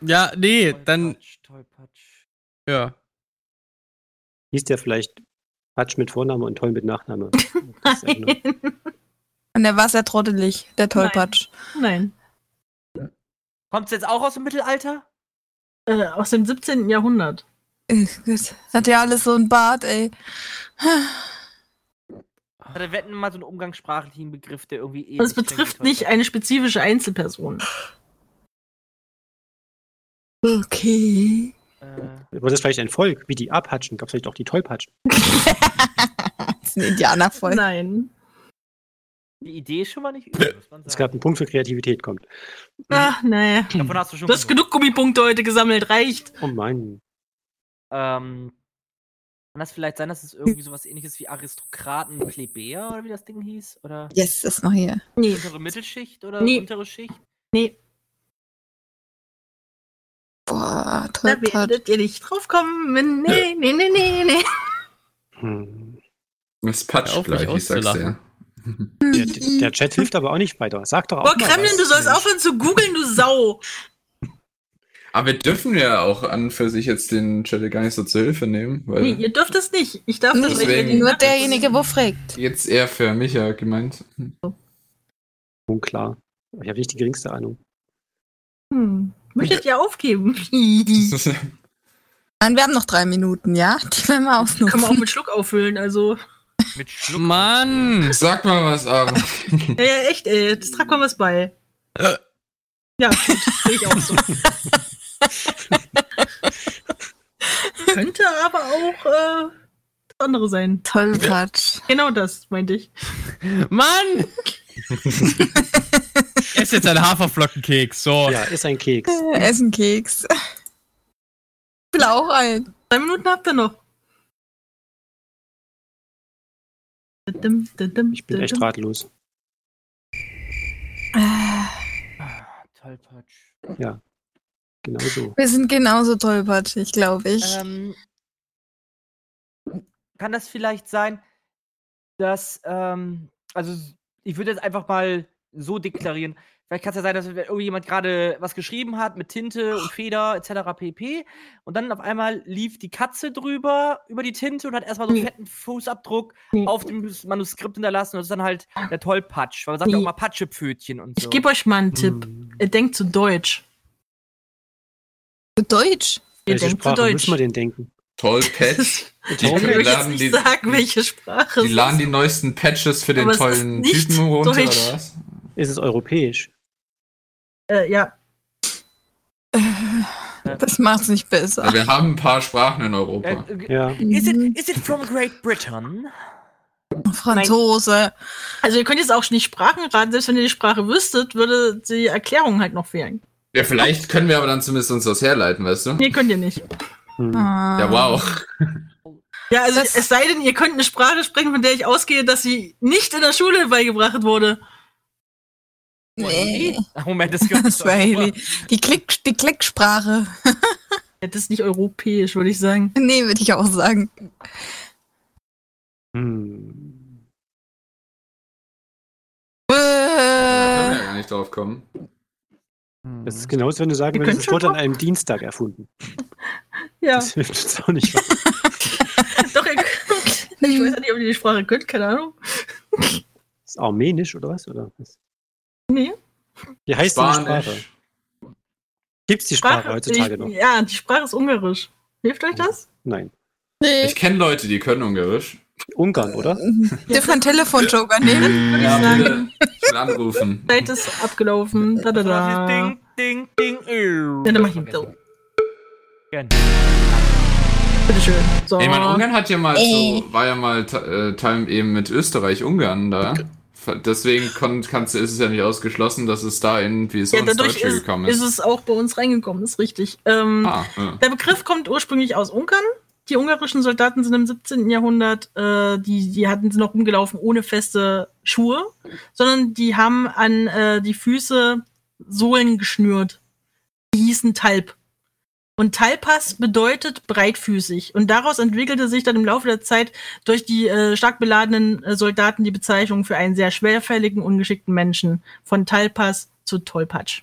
S9: Ja, nee, dann.
S8: Tollpatsch, Tollpatsch.
S9: Ja.
S6: Hieß der vielleicht Patsch mit Vorname und Toll mit Nachname? Das ist ja genau. nur-
S5: Und der war sehr trottelig, der Tollpatsch.
S3: Nein.
S8: Kommt's jetzt auch aus dem Mittelalter?
S3: Äh, aus dem 17. Jahrhundert.
S5: Äh, gut. Hat ja alles so einen Bart, ey.
S3: Oh.
S8: Oder wir hätten mal so einen umgangssprachlichen Begriff, der irgendwie eh.
S3: Und es
S8: nicht klingt wie
S3: betrifft nicht
S8: Tollpatsch.
S3: eine spezifische Einzelperson.
S5: Okay.
S8: Äh,
S6: War das vielleicht ein Volk, wie die Abhatschen? Gab es vielleicht auch die Tollpatschen?
S5: Das ist ein Indianervolk.
S3: Nein.
S8: die Idee ist schon mal nicht übel, muss man
S6: Es
S8: sagen.
S6: gab einen Punkt für Kreativität, kommt.
S3: Ach, naja.
S8: Davon hast du schon
S3: Du hast
S8: genug.
S3: genug Gummipunkte heute gesammelt, reicht.
S6: Oh mein.
S8: Ähm, kann das vielleicht sein,
S3: Hm.
S8: dass es irgendwie sowas ähnliches wie Aristokraten Plebejer oder wie das Ding hieß? Oder
S5: Yes, ist noch hier.
S3: Nee.
S8: untere Mittelschicht oder
S3: Nee.
S8: untere Schicht?
S3: Da
S5: Boah, Tollpatsch.
S3: werdet ihr nicht draufkommen. wenn- Nee, nee, nee, nee, nee.
S6: Hm.
S7: Das
S9: Hör
S7: patsch
S9: auf, mich
S7: gleich, ich sag's dir.
S9: auszulachen.
S6: Der, der Chat hilft aber auch nicht weiter. Sag doch auch
S3: Boah,
S6: mal
S3: Kremlin,
S6: was.
S3: du sollst aufhören zu googeln, du Sau.
S7: Aber wir dürfen ja auch an für sich jetzt den Chat gar nicht so zur Hilfe nehmen, weil
S3: Nee, ihr dürft das nicht. Ich darf das
S7: Äh. Deswegen-
S3: nicht.
S5: Nur derjenige, wo fragt.
S7: jetzt eher für Micha gemeint.
S6: Nun klar. Ich habe nicht die geringste Ahnung.
S3: Hm. Möchtet ihr aufgeben?
S5: Nein, wir haben noch drei Minuten, ja? Die werden
S3: Kann
S5: wir
S3: man auch
S5: ausnutzen.
S3: mit Schluck auffüllen, also.
S8: Mit Schluck.
S9: Mann!
S7: Sag mal was, Aaron.
S3: Ja, ja, echt, ey. Das tragt man was bei. Ja, gut, sehe ich auch so. Könnte aber auch äh, das andere sein.
S5: Tollpatsch.
S3: Genau das, meinte ich.
S9: Mann! es ist jetzt ein Haferflockenkeks. So.
S6: Ja, ist ein Keks.
S5: Äh, Essen Keks. Ich will auch ein.
S3: Zwei Minuten habt ihr noch.
S6: Ich bin echt ratlos.
S8: Tollpatsch.
S6: Genau so.
S5: Wir sind genauso tollpatschig, glaube ich.
S8: Ähm, kann das vielleicht sein, dass, ähm, also s- ich würde jetzt einfach mal so deklarieren, vielleicht kann es ja sein, dass irgendjemand gerade was geschrieben hat mit Tinte und Feder etc. pp. Und dann auf einmal lief die Katze drüber über die Tinte und hat erstmal so einen
S3: Nee.
S8: fetten Fußabdruck
S3: Nee. Ah.
S8: auf dem Manus- Manuskript hinterlassen. Und das ist dann halt der Tollpatsch, weil man sagt ja auch
S3: Nee.
S8: mal Patschepfötchen und so.
S3: Ich gebe euch mal einen Tipp.
S6: Hm.
S3: Ihr denkt zu Deutsch.
S5: Deutsch.
S3: Ihr
S6: Welche
S3: denkt zu
S6: Sprache
S3: Deutsch.
S6: müssen wir denn denken?
S7: Tollpatch.
S3: Ich
S7: Warum
S3: will euch jetzt
S7: laden
S3: nicht
S7: die-
S3: sagen, welche Sprache
S7: Die
S3: es
S7: laden
S3: ist.
S7: die neuesten Patches für den
S3: Aber es
S7: tollen
S3: ist nicht
S7: Typen runter,
S3: deutsch.
S7: oder was?
S6: Ist es europäisch?
S3: Äh, ja.
S5: Das macht's nicht
S7: Ja,
S5: besser.
S7: wir haben ein paar Sprachen in
S8: Äh,
S7: Europa.
S8: äh,
S6: Ja.
S8: is, it,
S5: Mhm.
S8: is it from Great Britain?
S5: Franzose.
S3: Also ihr könnt jetzt auch nicht Sprachen raten. Selbst wenn ihr die Sprache wüsstet, würde die Erklärung halt noch fehlen.
S7: Ja, vielleicht können wir aber dann zumindest uns das herleiten, weißt du?
S3: Nee, könnt ihr nicht.
S6: Hm.
S5: Ah.
S7: Ja, wow.
S3: Ja, also
S5: Das-
S3: es sei denn, ihr könnt eine Sprache sprechen, von der ich ausgehe, dass sie nicht in der Schule beigebracht wurde.
S5: Nee.
S8: Ach, Moment, das gehört zu
S5: Swahili.
S8: Europa.
S5: Die, Klick, die Klicksprache.
S3: Ja, Das ist nicht europäisch, würde ich sagen.
S5: Nee, würde ich auch sagen.
S6: Hm.
S7: Da können wir
S5: Äh,
S7: ja gar nicht drauf kommen.
S6: Das ist genauso, wenn du sagen
S3: Wir
S6: würdest,
S3: können
S6: es
S3: schon
S6: wurde an einem Dienstag erfunden.
S3: Ja,
S6: Das hilft uns auch nicht. weiter.
S3: doch, ihr könnt, ich weiß ja nicht, ob ihr die Sprache könnt, keine Ahnung.
S6: Ist Armenisch oder was? Oder was?
S3: Nee.
S6: Wie heißt denn die Sprache?
S7: Spanisch.
S6: Gibt es die Sprache heutzutage
S3: ich,
S6: noch?
S3: Ja, die Sprache ist ungarisch. Hilft euch das?
S6: Nein.
S7: Ich kenne Leute, die können Ungarisch.
S6: Ungarn, oder?
S5: Äh, dürfen wir einen Telefonjoker nehmen?
S3: Würde
S7: Ja,
S3: ich sagen,
S7: bitte. Schnell anrufen.
S3: Zeit ist abgelaufen. Da, da,
S8: So,
S3: da.
S8: dieses Ding, ding, ding. ew.
S3: Ja, dann mach ich ihn so.
S8: Gern.
S3: Bitteschön. So.
S7: Ey, man, Ungarn hat ja mal so, war ja mal te- äh, Teil eben mit Österreich, Ungarn da. Ver- Deswegen kon, kannst, du- ist es ja nicht ausgeschlossen, dass es da irgendwie so
S3: ja,
S7: ins
S3: dadurch
S7: Deutsche
S3: ist,
S7: gekommen
S3: ist
S7: ist.
S3: es auch bei uns reingekommen, ist richtig. Ähm,
S7: ah, ja.
S3: Der Begriff kommt ursprünglich aus Ungarn. Die ungarischen Soldaten sind im 17. Jahrhundert, äh, die, die hatten sie noch rumgelaufen ohne feste Schuhe, sondern die haben an äh, die Füße Sohlen geschnürt. Die hießen Talp. Und Talpas bedeutet breitfüßig. Und daraus entwickelte sich dann im Laufe der Zeit durch die äh, stark beladenen äh, Soldaten die Bezeichnung für einen sehr schwerfälligen, ungeschickten Menschen. Von Talpas zu Tollpatsch.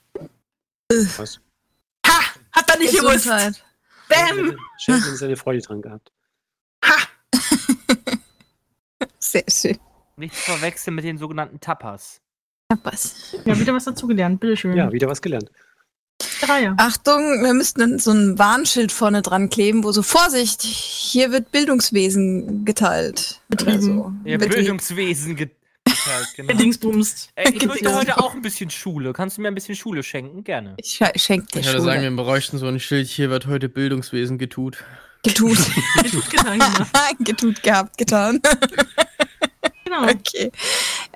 S6: Was?
S3: Ha! Hat er nicht gewusst!
S5: Gesundheit.
S3: Bäm!
S6: Schämt uns seine Freude dran gehabt.
S5: Sehr schön.
S8: Nicht zu verwechseln mit den sogenannten Tapas.
S5: Tapas.
S3: Ja, wieder was dazugelernt, bitteschön.
S5: Mhm.
S6: Ja, wieder was gelernt.
S3: Dreier.
S5: Achtung, wir müssten dann so ein Warnschild vorne dran kleben, wo so Vorsicht, hier wird Bildungswesen geteilt. Also, Oder so.
S8: Ja,
S5: Betrieb.
S8: Bildungswesen ge geteilt,
S3: Äh,
S8: genau.
S3: Dingsbumst.
S8: Ey, ich möchte heute auch ein bisschen Schule. Kannst du mir ein bisschen Schule schenken? Gerne.
S5: Ich sch- schenk dir
S9: Ich würde
S5: Schule.
S9: sagen, wir bräuchten so ein Schild. Hier wird heute Bildungswesen getut.
S5: Getut.
S3: Gut getan gemacht.
S5: Getut gehabt, getan.
S3: Genau.
S5: Okay.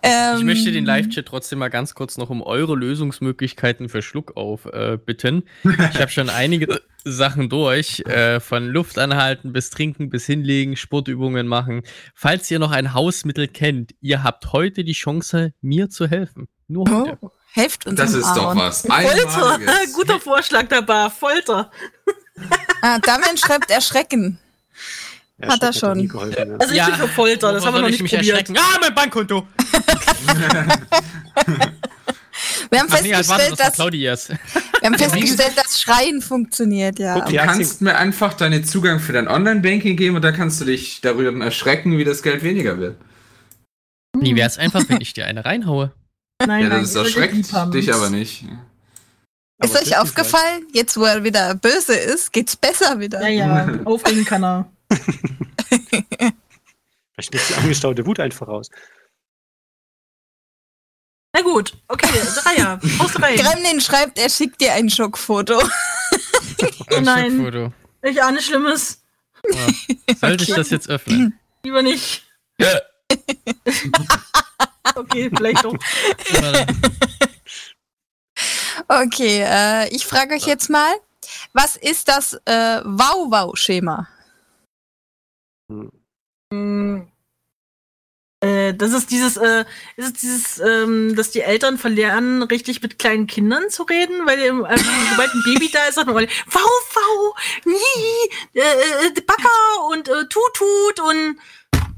S5: Ähm,
S9: Ich möchte den Live-Chat trotzdem mal ganz kurz noch um eure Lösungsmöglichkeiten für Schluck auf äh, bitten. Ich habe schon einige Sachen durch, äh, von Luft anhalten bis trinken bis hinlegen, Sportübungen machen. Falls ihr noch ein Hausmittel kennt, ihr habt heute die Chance, mir zu helfen. Nur heute.
S5: Oh, helft uns.
S7: Das ist doch
S5: Aaron.
S7: was.
S3: Folter. Äh,
S7: Einmaliges.
S3: Guter Vorschlag dabei. Folter.
S5: Ah, Damien schreibt erschrecken. Hat er
S6: Schreck
S5: schon.
S6: noch nie geholfen, ja.
S3: Also ich bin für Folter. Das haben
S9: worüber
S3: wir noch
S9: soll
S3: nicht
S9: ich mich
S3: probiert.
S9: erschrecken. Ah, mein Bankkonto!
S5: Wir haben
S9: Ach nee, halt, warte,
S5: festgestellt,
S9: das war
S5: dass, wir
S9: Claudias.
S5: haben festgestellt dass Schreien funktioniert, ja.
S6: Guck,
S7: Du
S6: die hat
S7: kannst mir einfach deinen Zugang für dein Online-Banking geben und da kannst du dich darüber erschrecken, wie das Geld weniger wird.
S9: Wie wär's einfach, wenn ich dir eine reinhaue?
S3: Nein,
S7: Ja, das ist
S3: wir sind
S7: erschreckt
S3: lieb haben.
S7: dich aber nicht.
S6: aber
S5: ist euch
S6: wirklich
S5: aufgefallen, jetzt wo er wieder böse ist, geht's besser wieder.
S3: Ja, ja. Aufregen kann er.
S6: Vielleicht muss die angestaute Wut einfach raus.
S3: Na gut. Okay, Dreier. Aus drei.
S5: Gremlin schreibt, er schickt dir ein Schockfoto.
S3: Oh nein.
S9: Foto.
S3: Ich ahne Schlimmes.
S9: Sollte ich das jetzt öffnen?
S3: Lieber nicht.
S9: Ja.
S3: Okay, vielleicht doch.
S9: Warte.
S5: Okay, äh, ich frage euch jetzt mal, was ist das äh, Wow-Wow-Schema?
S6: Hm,
S3: Äh, das ist dieses, äh, ist es dieses, ähm, dass die Eltern verlernen, richtig mit kleinen Kindern zu reden, weil ähm, also, sobald ein Baby da ist, sagt man, alle, wow, wow, nie, äh, äh, Backer und äh, tut, tut und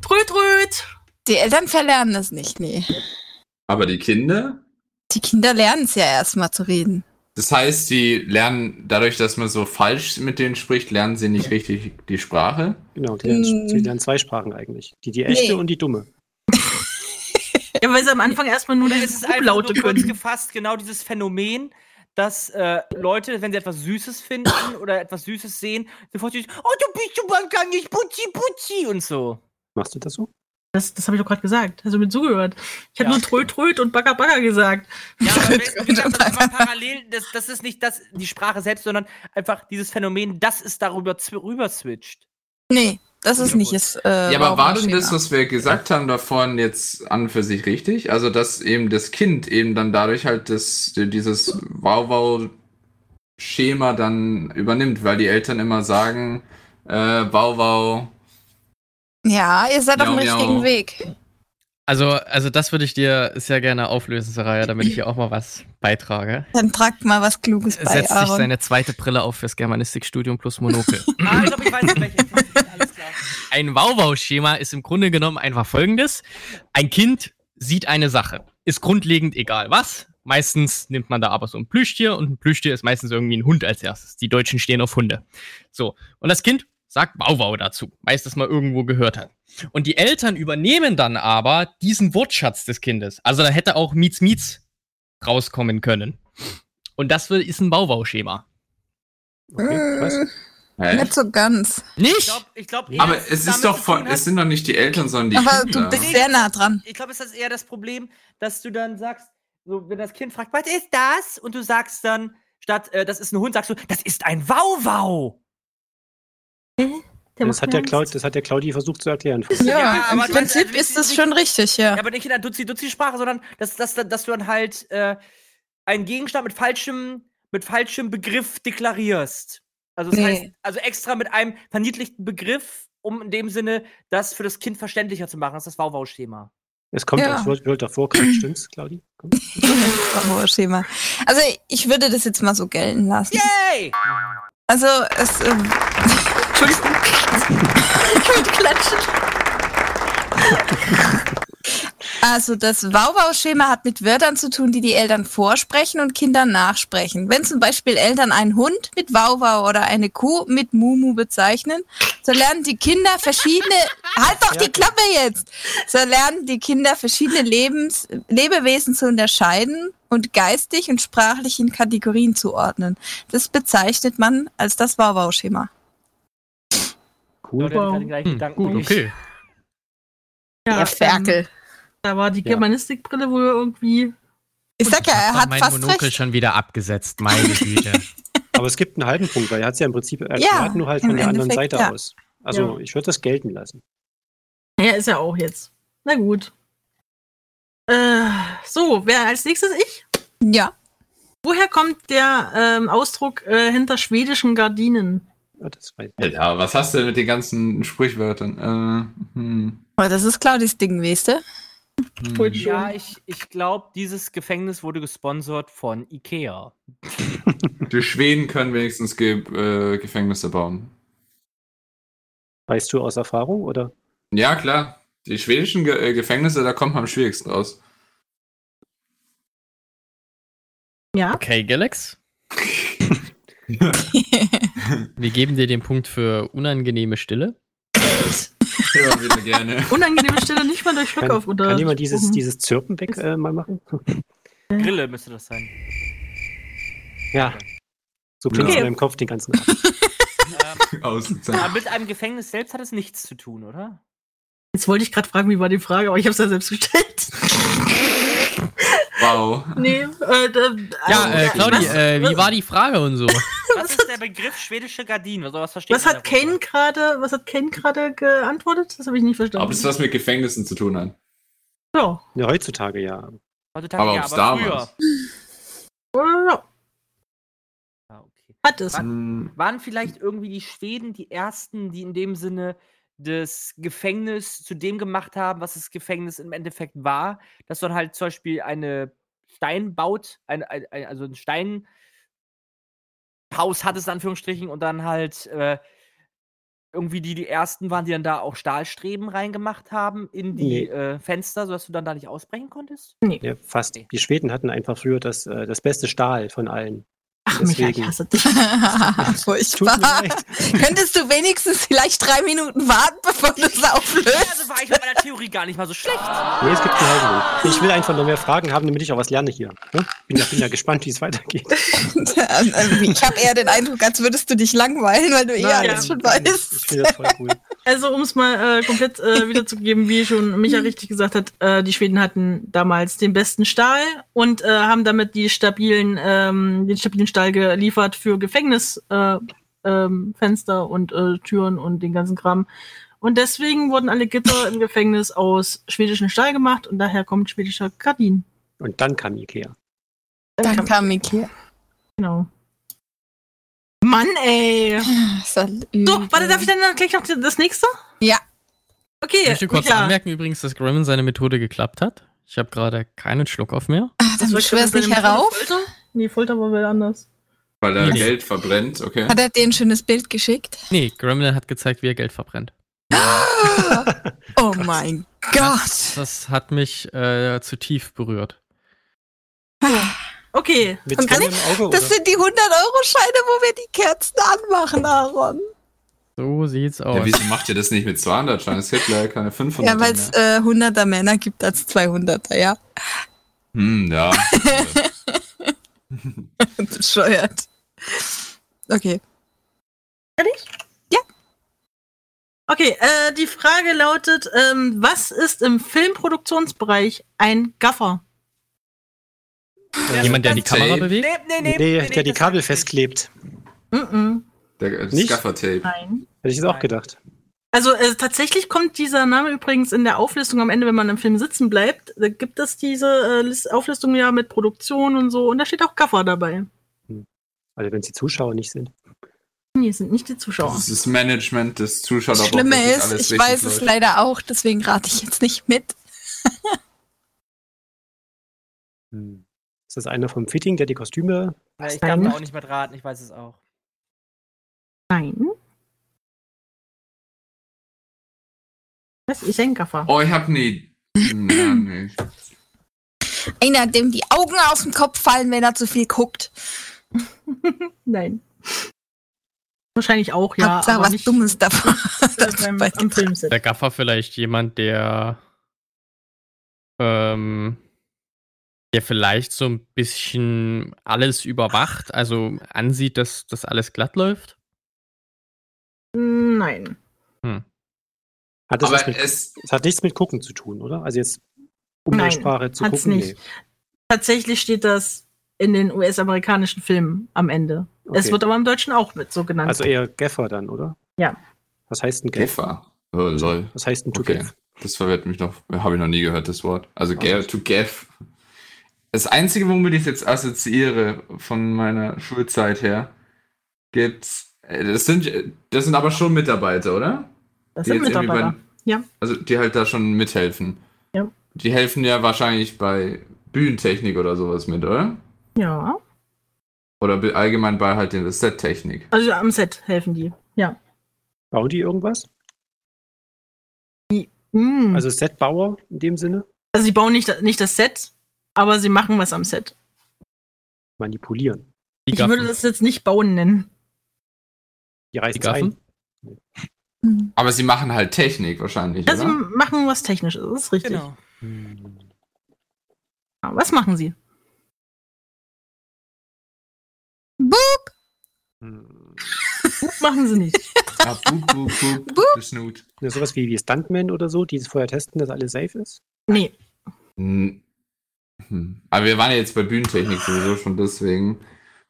S3: tröd, tröd.
S5: Die Eltern verlernen das nicht, nee.
S7: Aber die Kinder?
S5: Die Kinder lernen es ja erstmal zu reden.
S7: Das heißt, die lernen, dadurch, dass man so falsch mit denen spricht, lernen sie nicht richtig die Sprache.
S6: Genau, die lernen, die
S5: Mm.
S6: lernen zwei Sprachen eigentlich. Die, die echte
S5: Nee.
S6: und die dumme.
S3: Ja, weil sie am Anfang erstmal nur
S8: Oder
S3: dieses
S8: ist es einfach
S3: Umlaute
S8: nur kurz
S3: können.
S8: gefasst genau dieses Phänomen, dass äh, Leute, wenn sie etwas Süßes finden oder etwas Süßes sehen, sofort dieses, oh, du bist du mal gar nicht putzi putzi und so.
S6: Machst du das so?
S3: Das, das habe ich doch gerade gesagt. Hast du mir zugehört? Ich habe
S8: Ja.
S3: nur Tröd, Tröd und Bagger, Bagger gesagt.
S8: Ja, aber wenn- wie gesagt, das ist immer parallel, das, das ist nicht das, die Sprache selbst, sondern einfach dieses Phänomen, dass es darüber zw- rüber switcht.
S5: Nee, das ist nicht
S8: Jawohl.
S5: das. Äh,
S7: ja, aber war denn
S5: Wow-Wow-Schema.
S7: das, was wir gesagt haben davon, jetzt an und für sich richtig? Also, dass eben das Kind eben dann dadurch halt das, dieses Wow-Wow-Schema dann übernimmt, weil die Eltern immer sagen, äh, Wow-Wow.
S5: Ja, ihr seid auf dem
S7: Miau, miau.
S5: richtigen Weg.
S9: Also, also das würde ich dir sehr gerne auflösen, Saraya, damit ich hier auch mal was beitrage.
S5: Dann tragt mal was Kluges bei,
S9: Setzt sich
S5: Aaron.
S9: seine zweite Brille auf fürs Germanistikstudium plus Monokel.
S8: Ah, ich glaube, ich weiß nicht, welche. Alles klar.
S9: Ein Wow-Wow-Schema ist im Grunde genommen einfach folgendes. Ein Kind sieht eine Sache. Ist grundlegend egal was. Meistens nimmt man da aber so ein Plüschtier und ein Plüschtier ist meistens irgendwie ein Hund als erstes. Die Deutschen stehen auf Hunde. So. Und das Kind sagt Wow-Wow dazu, weil es das mal irgendwo gehört hat. Und die Eltern übernehmen dann aber diesen Wortschatz des Kindes. Also da hätte auch Mietz Mietz rauskommen können. Und das wird- ist ein Wow-Wow-Schema.
S5: Äh,
S6: Okay, was?
S7: Hä?
S5: Nicht so ganz.
S8: Ich
S9: Nicht?
S8: glaube, ich glaub, eher,
S7: Aber
S8: dass
S7: es
S8: damit
S7: ist doch
S8: zu
S7: von,
S8: tun hat-
S7: es sind doch nicht die Eltern, sondern die
S5: Aber du
S7: Kinder.
S5: bist sehr nah dran.
S8: Ich glaube, es ist eher das Problem, dass du dann sagst, so, wenn das Kind fragt, was ist das? Und du sagst dann, statt äh, das ist ein Hund, sagst du, das ist ein Wauwau.
S3: Der
S6: Das
S3: macht
S6: hat,
S3: mir
S6: der
S3: Angst.
S6: Claudi, das hat der Claudi versucht zu erklären.
S5: Ja,
S8: Ja,
S5: im
S8: aber du weißt,
S5: Prinzip
S8: also
S5: ist das
S8: ich-
S5: schon richtig, ja.
S8: Ja, aber nicht in der Duzi-Duzi-Sprache, sondern dass, dass, dass du dann halt äh, einen Gegenstand mit falschem, mit falschem Begriff deklarierst. Also, das
S5: Nee.
S8: heißt, also extra mit einem verniedlichten Begriff, um in dem Sinne das für das Kind verständlicher zu machen. Das ist das Wauwau-Schema.
S6: Es kommt,
S5: Ja.
S6: es wird, wird davor, kommt, stimmt's, Claudi? Kommt.
S5: Schema. Also ich würde das jetzt mal so gelten lassen.
S8: Yay!
S5: Also es. Ähm, Entschuldigung. ich wollte klatschen. Also das Wauwau-Schema hat mit Wörtern zu tun, die die Eltern vorsprechen und Kindern nachsprechen. Wenn zum Beispiel Eltern einen Hund mit Wauwau oder eine Kuh mit Mumu bezeichnen, so lernen die Kinder verschiedene... halt doch die Klappe jetzt! So lernen die Kinder verschiedene Lebens Lebewesen zu unterscheiden und geistig und sprachlich in Kategorien zu ordnen. Das bezeichnet man als das Wauwau-Schema.
S6: Cool.
S8: Leute, ich hatte
S3: Wow.
S8: den gleichen
S9: Hm,
S8: Gedanken.
S9: gut, okay.
S3: Ja,
S5: Der Ferkel.
S3: Da war die
S6: Ja.
S3: Germanistikbrille wohl irgendwie.
S5: Ich sag ja, er
S9: Hab
S5: hat
S9: mein
S5: fast
S9: Monokel
S5: recht.
S9: schon wieder abgesetzt, meine Güte.
S6: Aber es gibt einen halben Punkt, weil er hat es ja im Prinzip erklärt, nur halt
S5: im
S6: von der anderen
S5: Endeffekt,
S6: Seite
S5: ja.
S6: aus. Also ich würde das gelten lassen.
S3: Ja, ist ja auch jetzt. Na gut. Äh, so, wer als nächstes ich?
S5: Ja.
S3: Woher kommt der ähm, Ausdruck äh, hinter schwedischen Gardinen?
S6: Ja, das weiß ich.
S7: Ja, was hast du denn mit den ganzen Sprichwörtern? Äh, hm,
S5: Aber das ist Claudis Ding, weißt du?
S7: hm.
S3: Voll
S8: Ja, ich, ich glaube, dieses Gefängnis wurde gesponsert von Ikea.
S7: Die Schweden können wenigstens Ge äh, Gefängnisse bauen.
S6: Weißt du aus Erfahrung oder?
S7: Ja, klar. Die schwedischen Ge äh, Gefängnisse, da kommt man am schwierigsten raus.
S3: Ja,
S9: Okay, Galax. Wir geben dir den Punkt für unangenehme Stille.
S7: Immer wieder gerne.
S3: unangenehme Stille nicht mal durch
S6: Kann,
S3: Schluckauf oder. Mhm.
S6: kann jemand dieses,
S3: gesprochen.
S6: dieses Zirpen weg äh, mal machen?
S8: Grille müsste das sein.
S6: Ja. So klingt es
S3: Okay.
S6: in meinem Kopf den ganzen Abend.
S7: Ausgezeichnet.
S8: Ähm, Aber mit einem Gefängnis selbst hat es nichts zu tun, oder?
S3: Jetzt wollte ich gerade fragen, wie war die Frage, aber ich habe es ja selbst gestellt.
S7: Wow.
S3: nee, äh, da,
S9: Ja,
S5: Also,
S9: äh, Claudi,
S3: was,
S9: äh, wie war die Frage und so?
S8: Was ist der Begriff schwedische Gardinen? Also, was versteht
S3: was
S8: man
S3: hat
S8: darunter?
S3: Kane gerade, was hat Kane gerade geantwortet? Das habe ich nicht verstanden.
S7: Ob es was mit Gefängnissen zu tun hat.
S3: ja.
S6: Ja, heutzutage ja.
S8: Heutzutage
S7: Aber
S8: ja,
S7: ob's
S8: aber
S7: damals-
S8: früher.
S3: Ja,
S8: Ah, okay.
S3: Hat es.
S7: Dann
S8: Waren vielleicht irgendwie die Schweden die ersten, die in dem Sinne das Gefängnis zu dem gemacht haben, was das Gefängnis im Endeffekt war, dass man halt zum Beispiel eine Stein baut, ein, ein, ein- also ein Steinhaus hat es in Anführungsstrichen und dann halt äh, irgendwie die, die ersten waren, die dann da auch Stahlstreben reingemacht haben in die
S6: Nee.
S8: äh, Fenster, sodass du dann da nicht ausbrechen konntest?
S6: Ja, fast. Die Schweden hatten einfach früher das, äh, das beste Stahl von allen.
S3: Ach, Michael, ich
S6: Deswegen.
S3: hasse dich.
S6: Tut mir
S5: Furchtbar.
S6: leid.
S5: Könntest du wenigstens vielleicht drei Minuten warten, bevor du es auflöst?
S8: Also war ich mit meiner Theorie gar nicht mal so schlecht.
S6: Nee, es gibt keinen halben Weg. Ich will einfach nur mehr Fragen haben, damit ich auch was lerne hier. ne? Bin ja, bin ja gespannt, wie es weitergeht.
S5: Ähm, ich habe eher den Eindruck, als würdest du dich langweilen, weil du eh
S6: Nein,
S5: alles schon
S6: nein, Ich
S5: weißt.
S6: finde das voll cool.
S3: Also, um es mal äh, komplett äh, wiederzugeben, wie schon Micha richtig gesagt hat, äh, die Schweden hatten damals den besten Stahl und äh, haben damit die stabilen, ähm, den stabilen Stahl geliefert für Gefängnisfenster äh, ähm, Fenster und äh, Türen und den ganzen Kram. Und deswegen wurden alle Gitter im Gefängnis aus schwedischem Stahl gemacht und daher kommt schwedischer Gardin.
S6: Und dann kam Ikea.
S5: Dann kam Miki.
S3: Genau. Mann, ey! So, warte, darf ich dann gleich noch das nächste?
S5: Ja.
S3: Okay,
S9: Ich möchte kurz
S3: Micha.
S9: anmerken übrigens, dass Gremlin seine Methode geklappt hat. Ich habe gerade keinen Schluck auf mehr.
S5: Ach, dann
S3: Soll ich
S5: schwör es
S3: mit
S5: nicht
S3: seinem
S5: herauf.
S3: Folter? Nee, Folter war wieder anders.
S7: weil er
S9: Nee.
S7: Geld verbrennt, okay.
S5: Hat er dir ein schönes Bild geschickt?
S9: Nee, Gremlin hat gezeigt, wie er Geld verbrennt.
S5: Oh mein Gott.
S9: Das hat mich äh, zutiefst berührt.
S3: Okay,
S6: Mit
S5: Und kann
S6: Tränen im Auge,
S5: Das
S6: oder?
S5: sind die 100-Euro-Scheine, wo wir die Kerzen anmachen, Aaron.
S9: So sieht's aus.
S7: Ja, wieso macht ihr das nicht mit 200 Scheinen? Es gibt leider keine 500.
S5: Ja, weil es
S7: mehr.
S5: äh, 100er Männer gibt als 200er, ja.
S7: Hm, ja.
S5: Bescheuert. Okay.
S3: okay. Äh, die Frage lautet, ähm, was ist im Filmproduktionsbereich ein Gaffer?
S9: Jemand, der die
S7: Tape.
S9: Kamera bewegt?
S8: nee,
S6: Nee, der die
S8: das-
S6: Kabel festklebt.
S3: Mm -mm,
S7: Der, das
S6: Nicht?
S7: Gaffertape.
S3: nein.
S6: Hätte ich jetzt auch gedacht.
S3: Also äh, tatsächlich kommt dieser Name übrigens in der Auflistung am Ende, wenn man im Film sitzen bleibt, da gibt es diese äh, Lis- Auflistung ja mit Produktion und so und da steht auch Gaffer dabei.
S6: Also wenn es die Zuschauer nicht sind.
S3: Nee, es sind nicht die Zuschauer.
S7: Das ist das Management des Zuschauers.
S5: Das Schlimme ist, ich weiß es leider auch, deswegen rate ich jetzt nicht mit.
S6: Hm. Ist das einer vom Fitting, der die Kostüme
S8: Ja, ich
S3: Nein.
S8: darf da auch nicht mit raten, ich weiß es auch.
S3: Nein. Das ist ein Gaffer.
S7: Oh, ich hab nie. Ja, nee.
S5: Einer, dem die Augen aus dem Kopf fallen, wenn er zu viel guckt.
S3: Nein. Wahrscheinlich auch, ja.
S5: Hauptsache
S3: aber
S5: was
S3: nicht-
S5: Dummes davon.
S3: beim, am Filmset.
S9: Der Gaffer vielleicht jemand, der ähm, der vielleicht so ein bisschen alles überwacht, also ansieht, dass das alles glatt läuft.
S3: Nein.
S9: Hm.
S6: Hat das, was
S7: Aber
S6: mit,
S7: es,
S6: das hat nichts mit Gucken zu tun, oder? Also jetzt Umgangssprache zu
S3: hat's
S6: gucken.
S3: nicht. Tatsächlich steht das in den US-amerikanischen Filmen am Ende.
S6: Okay.
S3: Es wird aber im Deutschen auch mit so genannt.
S6: Also eher Gaffer dann, oder?
S3: Ja.
S6: Was heißt ein Gaffer?
S7: Gaffer. Oh, lol.
S6: Was heißt ein
S7: Okay.
S6: Tugaf?
S7: Das verwirrt mich noch. Habe ich noch nie gehört, das Wort.
S3: Ah,
S7: Also ga- to gaff. Das Einzige, womit ich es jetzt assoziiere von meiner Schulzeit her, gibt's. äh, Das sind, das sind aber schon Mitarbeiter, oder?
S3: das
S7: Die
S3: sind
S7: jetzt irgendwie
S3: Mitarbeiter.
S7: bei-
S3: Ja.
S7: Also die halt da schon mithelfen.
S3: Ja.
S7: Die helfen ja wahrscheinlich bei Bühnentechnik oder sowas mit, oder?
S3: Ja.
S7: Oder be- allgemein bei halt der Set-Technik.
S3: Also am Set helfen die. Ja.
S6: Bauen die irgendwas?
S3: Mm. Also,
S6: Also Setbauer in dem Sinne?
S3: sie bauen nicht, nicht das Set, aber sie machen was am Set.
S6: Manipulieren.
S9: Die
S3: Ich würde das jetzt nicht bauen nennen.
S6: Die
S9: die
S6: reißen
S9: Gaffen?
S6: ein.
S5: Hm,
S7: Aber sie machen halt Technik wahrscheinlich,
S3: Ja, sie
S7: oder?
S3: machen was Technisches, das ist richtig.
S8: Genau.
S6: Hm.
S3: Ja, Was machen sie?
S5: Boop!
S6: Hm.
S3: Gut machen sie nicht.
S7: Ah, boop, boop, boop, gesnoot.
S6: Ja, sowas wie, wie Stuntmen oder so, die es vorher testen, dass alles safe ist.
S3: Nee.
S7: Hm. Hm. Aber wir waren ja jetzt bei Bühnentechnik sowieso schon deswegen.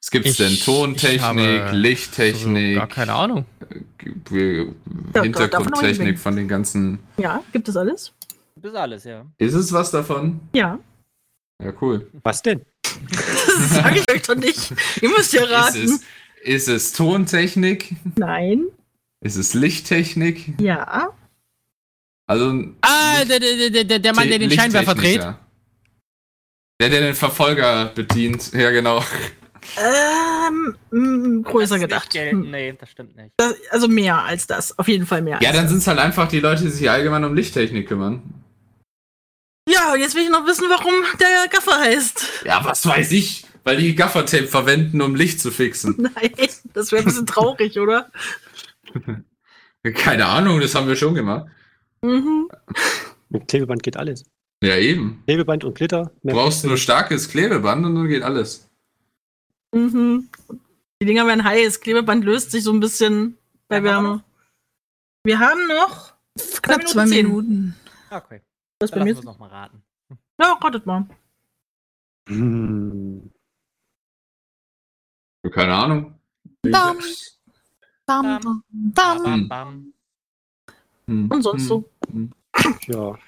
S7: Was gibt's
S9: Ich-
S7: denn?
S9: ich
S7: Tontechnik,
S9: habe
S7: Lichttechnik,
S9: Gar keine Ahnung.
S7: äh,
S3: Ja, davon noch nicht
S7: Hintergrundtechnik
S3: wenig.
S7: von den ganzen.
S3: Ja, gibt es alles?
S8: Das ist alles, ja.
S7: Ist es was davon?
S3: Ja.
S7: Ja, cool.
S6: Was denn?
S3: Das sage ich euch doch nicht. Ihr müsst ja
S7: Ist
S3: raten.
S7: es, ist es Tontechnik?
S3: Nein.
S7: Ist es Lichttechnik?
S3: Ja.
S7: Also
S9: Ah, der, der, der, der, der Mann, der den
S7: Lichttechniker.
S9: Scheinwerfer dreht.
S7: Der, der den Verfolger bedient. Ja, genau.
S3: Ähm, mm, größer
S8: Das ist
S3: gedacht. Hm.
S8: nicht gelten. Nee, das stimmt nicht.
S3: Das, also mehr als das. Auf jeden Fall mehr.
S7: Ja,
S3: als
S7: dann
S3: das.
S7: sind es halt einfach die Leute, die sich allgemein um Lichttechnik kümmern.
S3: ja, und jetzt will ich noch wissen, warum der Gaffer heißt.
S7: Ja, was weiß ich? Weil die Gaffertape verwenden, um Licht zu fixen.
S3: Nein, das wäre ein bisschen traurig, oder?
S7: Keine Ahnung, das haben wir schon gemacht.
S3: Mhm.
S6: Mit Klebeband geht alles.
S7: Ja, eben.
S6: Klebeband und Glitter.
S7: Du
S6: Mehr
S7: brauchst nur starkes Klebeband und dann geht alles.
S3: Mhm. Die Dinger werden heiß. Klebeband löst sich so ein bisschen bei
S8: Ja, haben wir
S3: Wärme. Wir haben noch.
S5: Knapp
S3: Minuten
S5: zwei
S3: zehn.
S5: Minuten.
S8: Ah, Okay.
S3: Was
S8: Dann
S3: bei mir?
S8: lassen wir noch mal raten.
S3: Ja, ratet mal.
S6: Hm.
S7: Keine Ahnung.
S5: Bam, bam, bam, bam.
S8: Bam, bam.
S7: Hm.
S3: Und sonst
S7: Hm.
S3: so.
S6: Ja.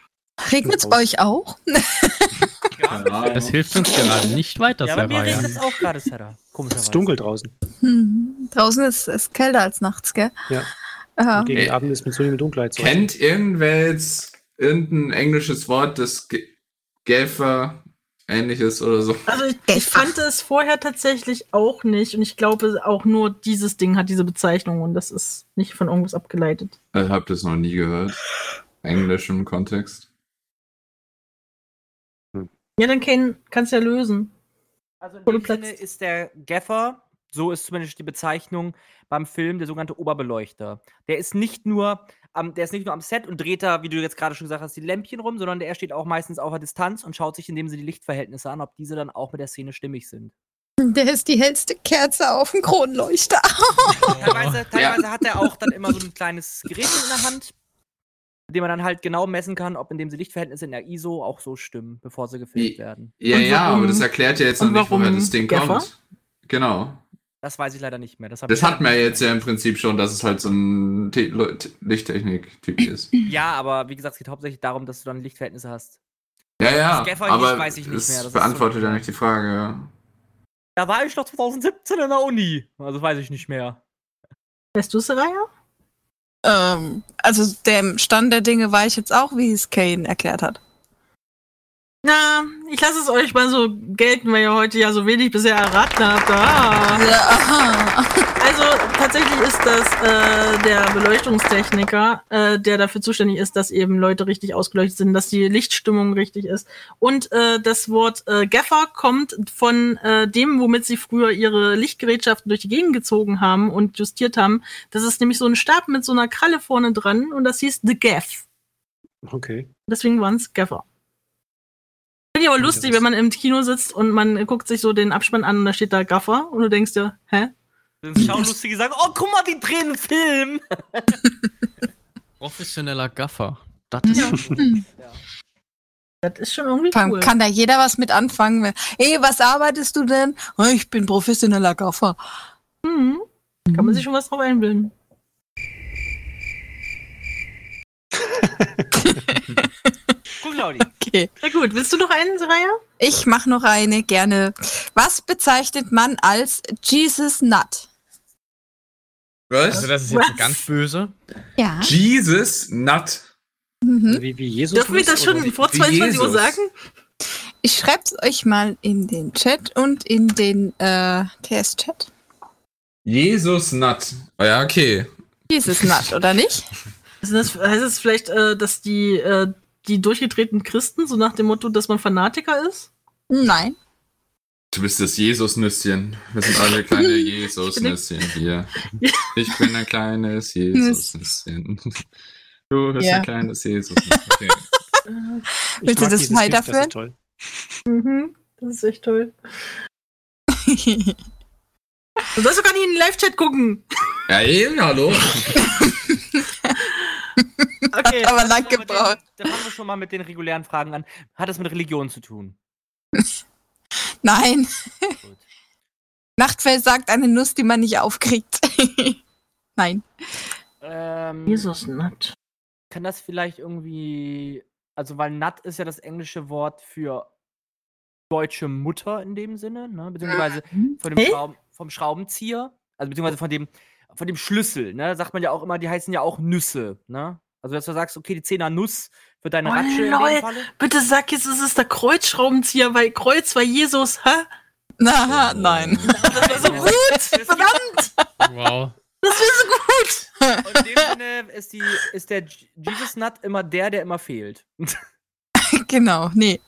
S5: Regnet's bei euch auch?
S7: Keine Ahnung.
S9: Das hilft uns gerade nicht weiter,
S8: ja, bei mir
S9: Sarah, ja.
S8: regnet es auch gerade, Sarah.
S6: Es
S8: Komischerweise.
S6: ist dunkel draußen.
S5: Hm. Draußen ist es kälter als nachts, gell?
S6: Ja.
S5: Ja.
S6: Und Gegen
S7: Ey.
S6: Abend ist mit zunehmender Dunkelheit so.
S7: Kennt irgendwer jetzt irgendein englisches Wort, das Ge- Gaffer ähnliches oder so?
S3: Also ich, ich fand es vorher tatsächlich auch nicht und ich glaube auch nur dieses Ding hat diese Bezeichnung und das ist nicht von irgendwas abgeleitet.
S7: Ich habe das Äh, noch nie gehört. Englisch im Kontext.
S3: Ja, dann Ken, kannst du ja lösen.
S8: Also in
S3: Wurde
S8: dem Sinne
S3: platzt.
S8: ist der Gaffer, so ist zumindest die Bezeichnung beim Film, der sogenannte Oberbeleuchter. Der ist nicht nur am, der ist nicht nur am Set und dreht da, wie du jetzt gerade schon gesagt hast, die Lämpchen rum, sondern der steht auch meistens auf der Distanz und schaut sich in dem Sinne die Lichtverhältnisse an, ob diese dann auch mit der Szene stimmig sind.
S5: Der ist die hellste Kerze auf dem Kronleuchter.
S8: Teilweise, teilweise hat er auch dann immer so ein kleines Gerät in der Hand, mit dem man dann halt genau messen kann, ob in dem sie Lichtverhältnisse in der ISO auch so stimmen, bevor sie
S7: Wie-
S8: gefilmt werden.
S7: Ja,
S3: Und
S7: ja,
S3: warum-
S7: aber das erklärt ja jetzt noch
S3: und
S7: nicht, woher
S3: warum
S7: das Ding
S3: Gaffer?
S7: kommt. Genau.
S8: Das weiß ich leider nicht mehr. Das, hab
S7: Das
S8: ich
S7: hatten wir
S8: leider
S7: jetzt
S8: nicht mehr.
S7: ja im Prinzip schon, dass es halt so ein Te- Le- Te- Lichttechnik-Typ ist.
S8: Ja, aber wie gesagt, es geht hauptsächlich darum, dass du dann Lichtverhältnisse hast.
S7: Ja, ja.
S8: Gaffer hieß,
S7: aber
S8: weiß ich nicht
S7: das
S8: mehr, das ist
S7: beantwortet
S8: so-
S7: ja nicht die Frage. ja.
S8: Da war ich noch 2017 in der Uni. Also weiß ich nicht mehr.
S3: Weißt du es, Raya?
S5: Ähm, also dem Stand der Dinge war ich jetzt auch, wie es Kane erklärt hat.
S3: Na, ich lasse es euch mal so gelten, weil ihr heute ja so wenig bisher erraten habt. Ah.
S5: Ja,
S3: Also tatsächlich ist das äh, der Beleuchtungstechniker, äh, der dafür zuständig ist, dass eben Leute richtig ausgeleuchtet sind, dass die Lichtstimmung richtig ist. Und äh, das Wort äh, Gaffer kommt von äh, dem, womit sie früher ihre Lichtgerätschaften durch die Gegend gezogen haben und justiert haben. Das ist nämlich so ein Stab mit so einer Kralle vorne dran und das hieß The Gaff.
S6: Okay.
S3: Deswegen waren es Gaffer. Finde ich aber lustig, wenn man im Kino sitzt und man guckt sich so den Abspann an und da steht da Gaffer und du denkst dir, hä?
S8: Sind schauen lustige sagen, oh, guck mal, die drehen einen Film.
S9: Professioneller Gaffer. Das ist
S8: Ja.
S3: Das ist schon irgendwie
S5: Kann,
S3: cool.
S5: kann da jeder was mit anfangen? wenn- Ey, was arbeitest du denn? "Oh, Ich bin professioneller Gaffer.
S3: Mhm. Kann man sich schon was drauf einbilden.
S8: Guck, Claudi.
S5: Okay.
S3: Na gut, willst du noch einen, Saraya?
S5: Ich mache noch eine gerne. Was bezeichnet man als Jesus Nut?
S9: Also
S7: Was?
S9: das ist jetzt
S3: Was?
S9: ganz böse.
S5: Ja.
S7: Jesus Nut.
S5: Mhm.
S6: Wie, wie Jesus.
S3: Dürfen wir das
S6: ist,
S3: schon
S6: oder?
S3: vor
S7: wie
S3: 22 Uhr
S7: Jesus.
S3: sagen?
S5: Ich schreib's euch mal in den Chat und in den äh, TS-Chat.
S7: Jesus Nut. Oh, ja, okay.
S5: Jesus Nut, oder nicht?
S3: Ist das, heißt das vielleicht, äh, dass die, äh, die durchgetretenen Christen, so nach dem Motto, dass man Fanatiker ist?
S5: Nein.
S7: Du bist das Jesus-Nüsschen. Wir sind alle kleine Jesus-Nüsschen hier. Ich bin ein kleines Jesus-Nüsschen. Du bist
S5: Ja.
S7: ein kleines Jesus-Nüsschen. Okay.
S6: Ich
S5: Willst du
S6: mag
S5: das
S6: dieses Bild, Das
S5: weiterführen?
S6: ist toll.
S3: Mhm, das ist echt toll. Du sollst doch gar nicht in den Live-Chat gucken.
S7: Ja, eben, hallo.
S3: Okay.
S5: Hat aber
S8: Fangen
S5: lang
S8: wir mit den-
S5: gebraucht.
S8: Dann fangen wir schon mal mit den regulären Fragen an. Hat das mit Religion zu tun?
S5: Nein.
S8: Gut.
S5: Nachtfell sagt eine Nuss, die man nicht aufkriegt. Nein.
S8: Ähm,
S3: Jesus nackt.
S8: Kann das vielleicht irgendwie. Also, weil Nut ist ja das englische Wort für deutsche Mutter in dem Sinne, ne? beziehungsweise von dem
S3: Mhm. Hä?
S8: Schraub vom Schraubenzieher, also beziehungsweise von dem, von dem Schlüssel, ne? sagt man ja auch immer, die heißen ja auch Nüsse. Ne? Also, dass du sagst, okay, die 10er Nuss für deine
S3: Oh,
S8: Ratsche in
S3: lol.
S8: dem Falle.
S3: Bitte sag jetzt, es ist der Kreuzschraubenzieher, weil Kreuz war Jesus, hä?
S9: Oh.
S5: Na, nein.
S8: Also,
S3: Gut, verdammt,
S9: Wow.
S3: das wäre so gut.
S8: in dem Sinne ist, die, ist der J- Jesus Nut immer der, der immer fehlt.
S5: genau, nee.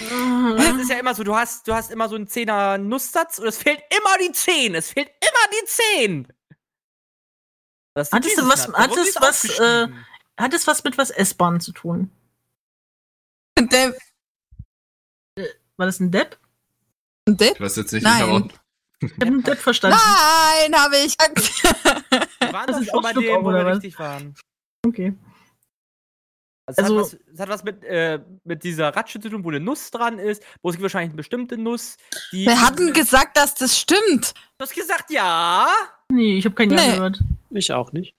S3: Mhm.
S8: Das ist ja immer so, du hast, du hast immer so einen Zehner Nusssatz und es fehlt immer die 10. Es fehlt immer die 10. Das ist die
S3: Hattest du
S8: Jesus
S3: was-
S8: Nut. Da wurde
S3: hattest
S8: die
S3: was, äh,
S8: aufgeschrieben.
S3: Hat es was mit was S-Bahn zu tun?
S5: Der,
S3: War das ein Depp?
S5: der,
S7: Du hast jetzt nicht
S5: Nein.
S7: hinterher-
S3: Ich hab einen Depp verstanden.
S5: Ah! nein, habe ich.
S8: Wir waren
S3: das
S8: doch
S3: ist
S8: schon bei
S3: Ausflug
S8: dem, wo
S3: oder
S8: wir
S3: was?
S8: richtig waren.
S3: Okay.
S8: Also, es,
S3: Also-
S8: hat was, es hat was mit, äh, mit dieser Ratsche zu tun, wo eine Nuss dran ist, wo es gibt wahrscheinlich eine bestimmte Nuss. Die
S5: Wir hatten gesagt, dass das stimmt.
S8: Du hast gesagt, ja.
S3: Nee, ich habe kein Ja
S5: Nee.
S3: gehört.
S6: Ich auch nicht.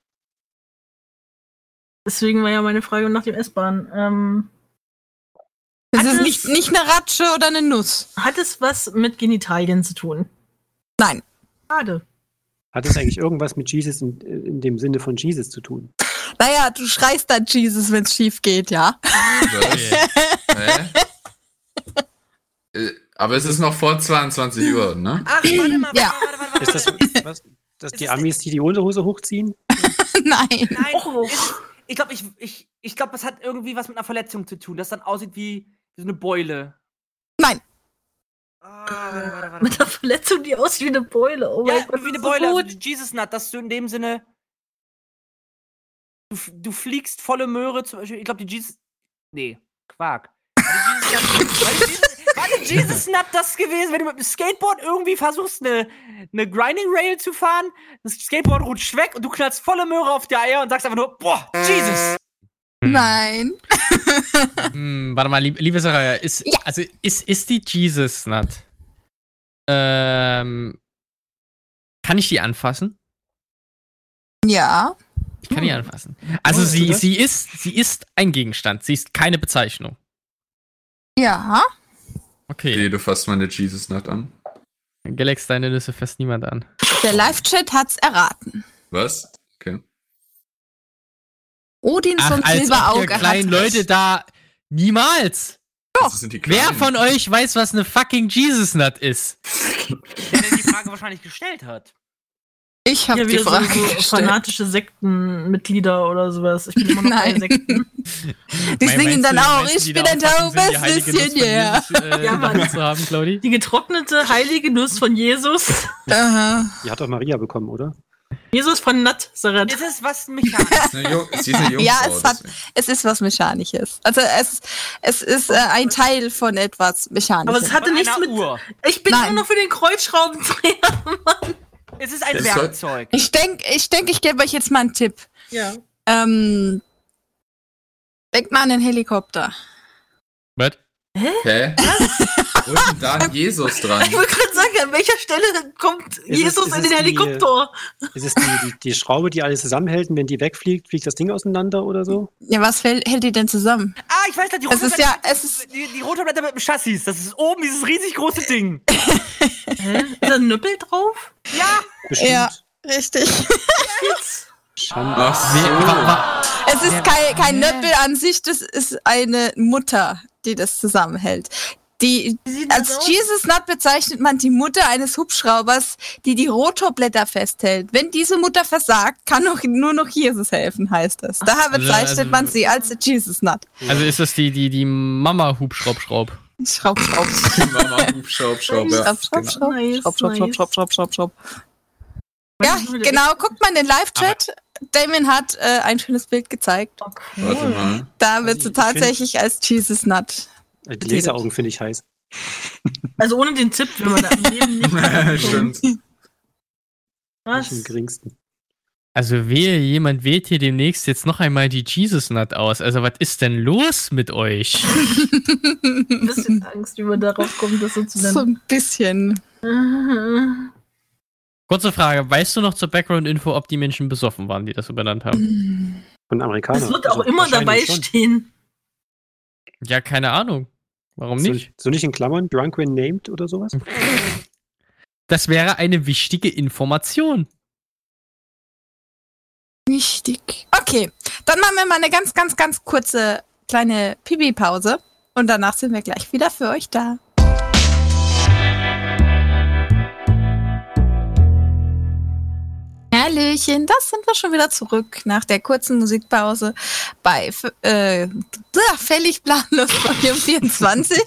S3: Deswegen war ja meine Frage nach dem S-Bahn. Ähm,
S5: Das
S3: Hat
S5: ist
S3: es-
S5: nicht, nicht eine Ratsche oder eine Nuss.
S3: hat es was mit Genitalien zu tun?
S5: Nein.
S3: Schade.
S6: Hat es eigentlich irgendwas mit Jesus in, in dem Sinne von Jesus zu tun?
S5: Naja, du schreist dann Jesus, wenn es schief geht, ja.
S7: Was? Hä? Äh, Aber es ist noch vor 22 Uhr, ne?
S8: Ach, warte mal,
S5: Ja.
S8: warte, warte, warte, warte,
S6: Ist das,
S8: warte.
S6: was, dass die Amis die, die Unterhose hochziehen?
S5: Nein.
S8: Nein,
S3: Oh.
S8: es ist, ich glaube, ich, ich, ich glaub, das hat irgendwie was mit einer Verletzung zu tun, das dann aussieht wie wie so eine Beule.
S5: Nein.
S8: Ah, warte, warte, warte,
S3: Mit
S8: warte.
S3: der Verletzung, die aussieht wie eine Beule. Oh mein
S8: Ja,
S3: Gott,
S8: wie eine
S3: das ist so
S8: Beule, also
S3: gut.
S8: die Jesus Nut, dass du in dem Sinne. Du, f- du fliegst volle Möhre zum Beispiel. Ich glaube, die Jesus. Nee, Quark. War die Jesus Nut- war die Jesus- War die Jesus Nut das gewesen, wenn du mit dem Skateboard irgendwie versuchst, eine, eine Grinding Rail zu fahren? Das Skateboard rutscht weg und du knallst volle Möhre auf die Eier und sagst einfach nur, boah, Jesus!
S5: Nein.
S9: Hm, warte mal, lieb, liebe Sarah, ist,
S5: Ja.
S9: also ist, ist die Jesus Nut? Ähm, kann ich die anfassen?
S5: Ja.
S9: Ich kann die
S5: Hm.
S9: anfassen. Also
S5: Oh,
S6: Wolltest du
S9: sie,
S6: das?
S9: sie ist, sie ist ein Gegenstand. Sie ist keine Bezeichnung.
S5: Ja.
S9: Okay.
S7: Nee, du fasst meine Jesus Nut an.
S9: Galax, deine Nüsse fasst niemand an.
S5: Der Live-Chat hat's erraten.
S7: Was? Okay.
S5: Odin
S9: Ach,
S5: vom
S9: als ob ihr
S5: Silberauge
S9: kleinen Leute da niemals.
S7: Das sind die
S9: Wer
S7: Kleinen.
S9: von euch weiß, was eine fucking Jesus Nut ist?
S8: Der dir die Frage wahrscheinlich gestellt hat.
S5: Ich habe
S3: Ja,
S5: die
S3: wieder so,
S5: Frage
S3: so
S5: gestellt.
S3: fanatische Sektenmitglieder oder sowas. Ich bin immer noch bei
S5: Nein.
S3: Sekten.
S5: Die
S9: Meinst
S5: singen
S9: du-
S5: dann auch,
S9: meinst du,
S5: ich
S9: die
S5: bin
S9: da
S5: ein
S9: auch
S5: taubes
S9: fucking sind, die heilige Nuss
S5: Nüsschen,
S9: von
S5: ja.
S9: Jesus, äh,
S3: Ja,
S9: in der
S3: Mann.
S9: Hand zu haben, Claudi?
S3: Die getrocknete heilige Nuss von Jesus.
S5: Aha.
S6: Die hat doch Maria bekommen, oder?
S3: Jesus von Nazareth.
S8: Es ist was Mechanisches.
S7: Sie ist eine Jung- Sie ist eine Jungfrau.
S5: Ja, es hat-
S7: deswegen.
S5: Es ist was Mechanisches. Also es, es ist äh, ein Teil von etwas Mechanisches.
S3: Aber es hatte
S8: Von
S3: nichts
S8: einer
S3: mit.
S8: Uhr.
S3: Ich bin
S5: Nein.
S3: immer noch für den Kreuzschraubendreher.
S8: Es ist ein
S7: Das soll-
S8: Werkzeug.
S5: ich denke, ich, denk, ich gebe euch jetzt mal einen Tipp.
S3: Ja.
S5: Ähm, denkt mal an den Helikopter.
S9: Was?
S7: Hä? Und dann Jesus dran.
S3: Ich wollte gerade sagen, an welcher Stelle kommt
S6: es-
S3: Jesus
S6: ist
S3: in
S6: es
S3: den
S6: die-
S3: Helikopter?
S6: Ist es die, die, die Schraube, die alles zusammenhält und wenn die wegfliegt, fliegt das Ding auseinander oder so?
S5: Ja, was fäll- hält die denn zusammen?
S8: Ah, ich weiß nicht, die
S5: Es
S8: rote
S5: ist
S8: Blätter,
S5: ja, es ist,
S8: die, die rote Blätter mit dem Chassis. Das ist oben dieses riesig große Ding.
S3: Hä? Ist da ein Nüppel drauf?
S8: Ja,
S6: Bestimmt.
S5: Ja. richtig.
S3: Jetzt?
S6: Schande.
S7: Ach
S9: Wer, wa,
S7: so.
S9: wa,
S5: Es ist kein, kein Nöppel an sich, das ist eine Mutter, die das zusammenhält. Die,
S3: Wie sieht
S5: als
S3: das aus?
S5: Jesus Nut bezeichnet man die Mutter eines Hubschraubers, die die Rotorblätter festhält. Wenn diese Mutter versagt, kann noch, nur noch Jesus helfen, heißt das. Daher
S9: Also-
S5: bezeichnet
S9: also-
S5: man sie als Jesus Nut.
S9: also ist das die, die, die Mama Hubschraub Schraub?
S5: Schraub, schraub,
S7: Mama, Hub, Schraub, Schraub, ja.
S5: schraub,
S6: Genau.
S5: schraub,
S3: genau.
S5: schraub,
S3: Nice,
S5: schraub, schraub, schraub,
S3: nice.
S5: schraub, schraub, schraub, schraub. Ja, genau, guckt mal in den Live-Chat. Damien hat äh, ein schönes Bild gezeigt.
S3: Oh, cool.
S7: Warte mal.
S5: Da wird
S6: Also
S5: sie
S6: ich find-
S5: tatsächlich als Jesus Nut.
S6: Äh, Die Leseaugen finde ich heiß.
S3: Also ohne den Tipp wäre man da im Leben nicht.
S7: Stimmt.
S6: Nicht im
S3: Was?
S6: geringsten.
S9: Also wehe, jemand wählt hier demnächst jetzt noch einmal die Jesus Nut aus. Also was ist denn los mit euch?
S3: Ein bisschen Angst, wie man darauf kommt, das so zu
S5: So
S3: nennen.
S5: ein bisschen.
S9: Kurze Frage, weißt du noch zur Background-Info, ob die Menschen besoffen waren, die das so benannt haben?
S6: Von Amerikanern.
S3: Das wird auch
S6: Also
S3: immer
S6: wahrscheinlich
S3: dabei
S6: schon.
S3: stehen.
S9: Ja, keine Ahnung. Warum
S6: So,
S9: nicht?
S6: so nicht in Klammern, drunk when named oder sowas?
S9: Das wäre eine wichtige Information.
S5: Richtig. Okay, dann machen wir mal eine ganz, ganz, ganz kurze kleine Pipi-Pause und danach sind wir gleich wieder für euch da. Hallöchen, das sind wir schon wieder zurück nach der kurzen Musikpause bei F- äh, da, völlig planlos Volume 24.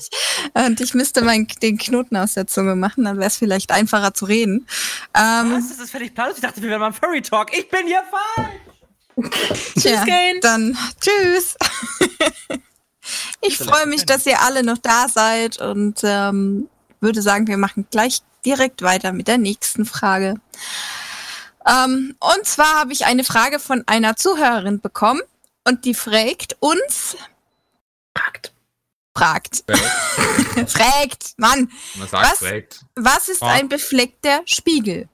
S5: Und ich müsste meinen den Knoten aus der Zunge machen, dann wäre es vielleicht einfacher zu reden. Ähm,
S8: Was? Das ist völlig planlos. Ich dachte, wir wären mal im Furry Talk. Ich bin hier falsch.
S5: Tja,
S3: Kane.
S5: Dann tschüss. ich freue mich, dass ihr alle noch da seid und ähm, würde sagen, wir machen gleich direkt weiter mit der nächsten Frage. Ähm, und zwar habe ich eine Frage von einer Zuhörerin bekommen und die fragt uns. Fragt. Fragt. fragt. Mann,
S10: Man sagt
S5: Was?
S10: direkt.
S5: was ist
S9: Fragt.
S5: ein befleckter Spiegel?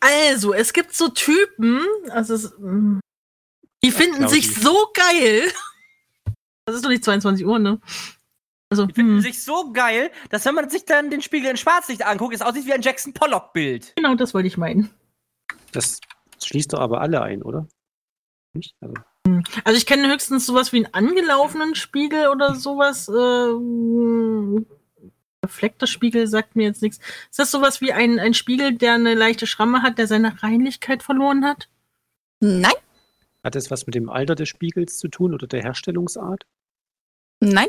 S3: Also, es gibt so Typen, also es, mm, die finden
S6: Claudi.
S3: sich so geil. Das ist doch nicht 22 Uhr, ne? Also,
S8: Die finden
S3: hm,
S8: sich so geil, dass wenn man sich dann den Spiegel in Schwarzlicht anguckt, es aussieht wie ein Jackson Pollock-Bild.
S3: genau das wollte ich meinen.
S6: Das schließt doch aber alle ein, oder? Nicht? Also,
S3: Also, ich kenne höchstens sowas wie einen angelaufenen Spiegel oder sowas. Äh, Reflekter Spiegel sagt mir jetzt nichts. Ist das sowas wie ein, ein Spiegel, der eine leichte Schramme hat, der seine Reinlichkeit verloren hat?
S5: Nein,
S6: hat das was mit dem Alter des Spiegels zu tun oder der Herstellungsart?
S5: nein.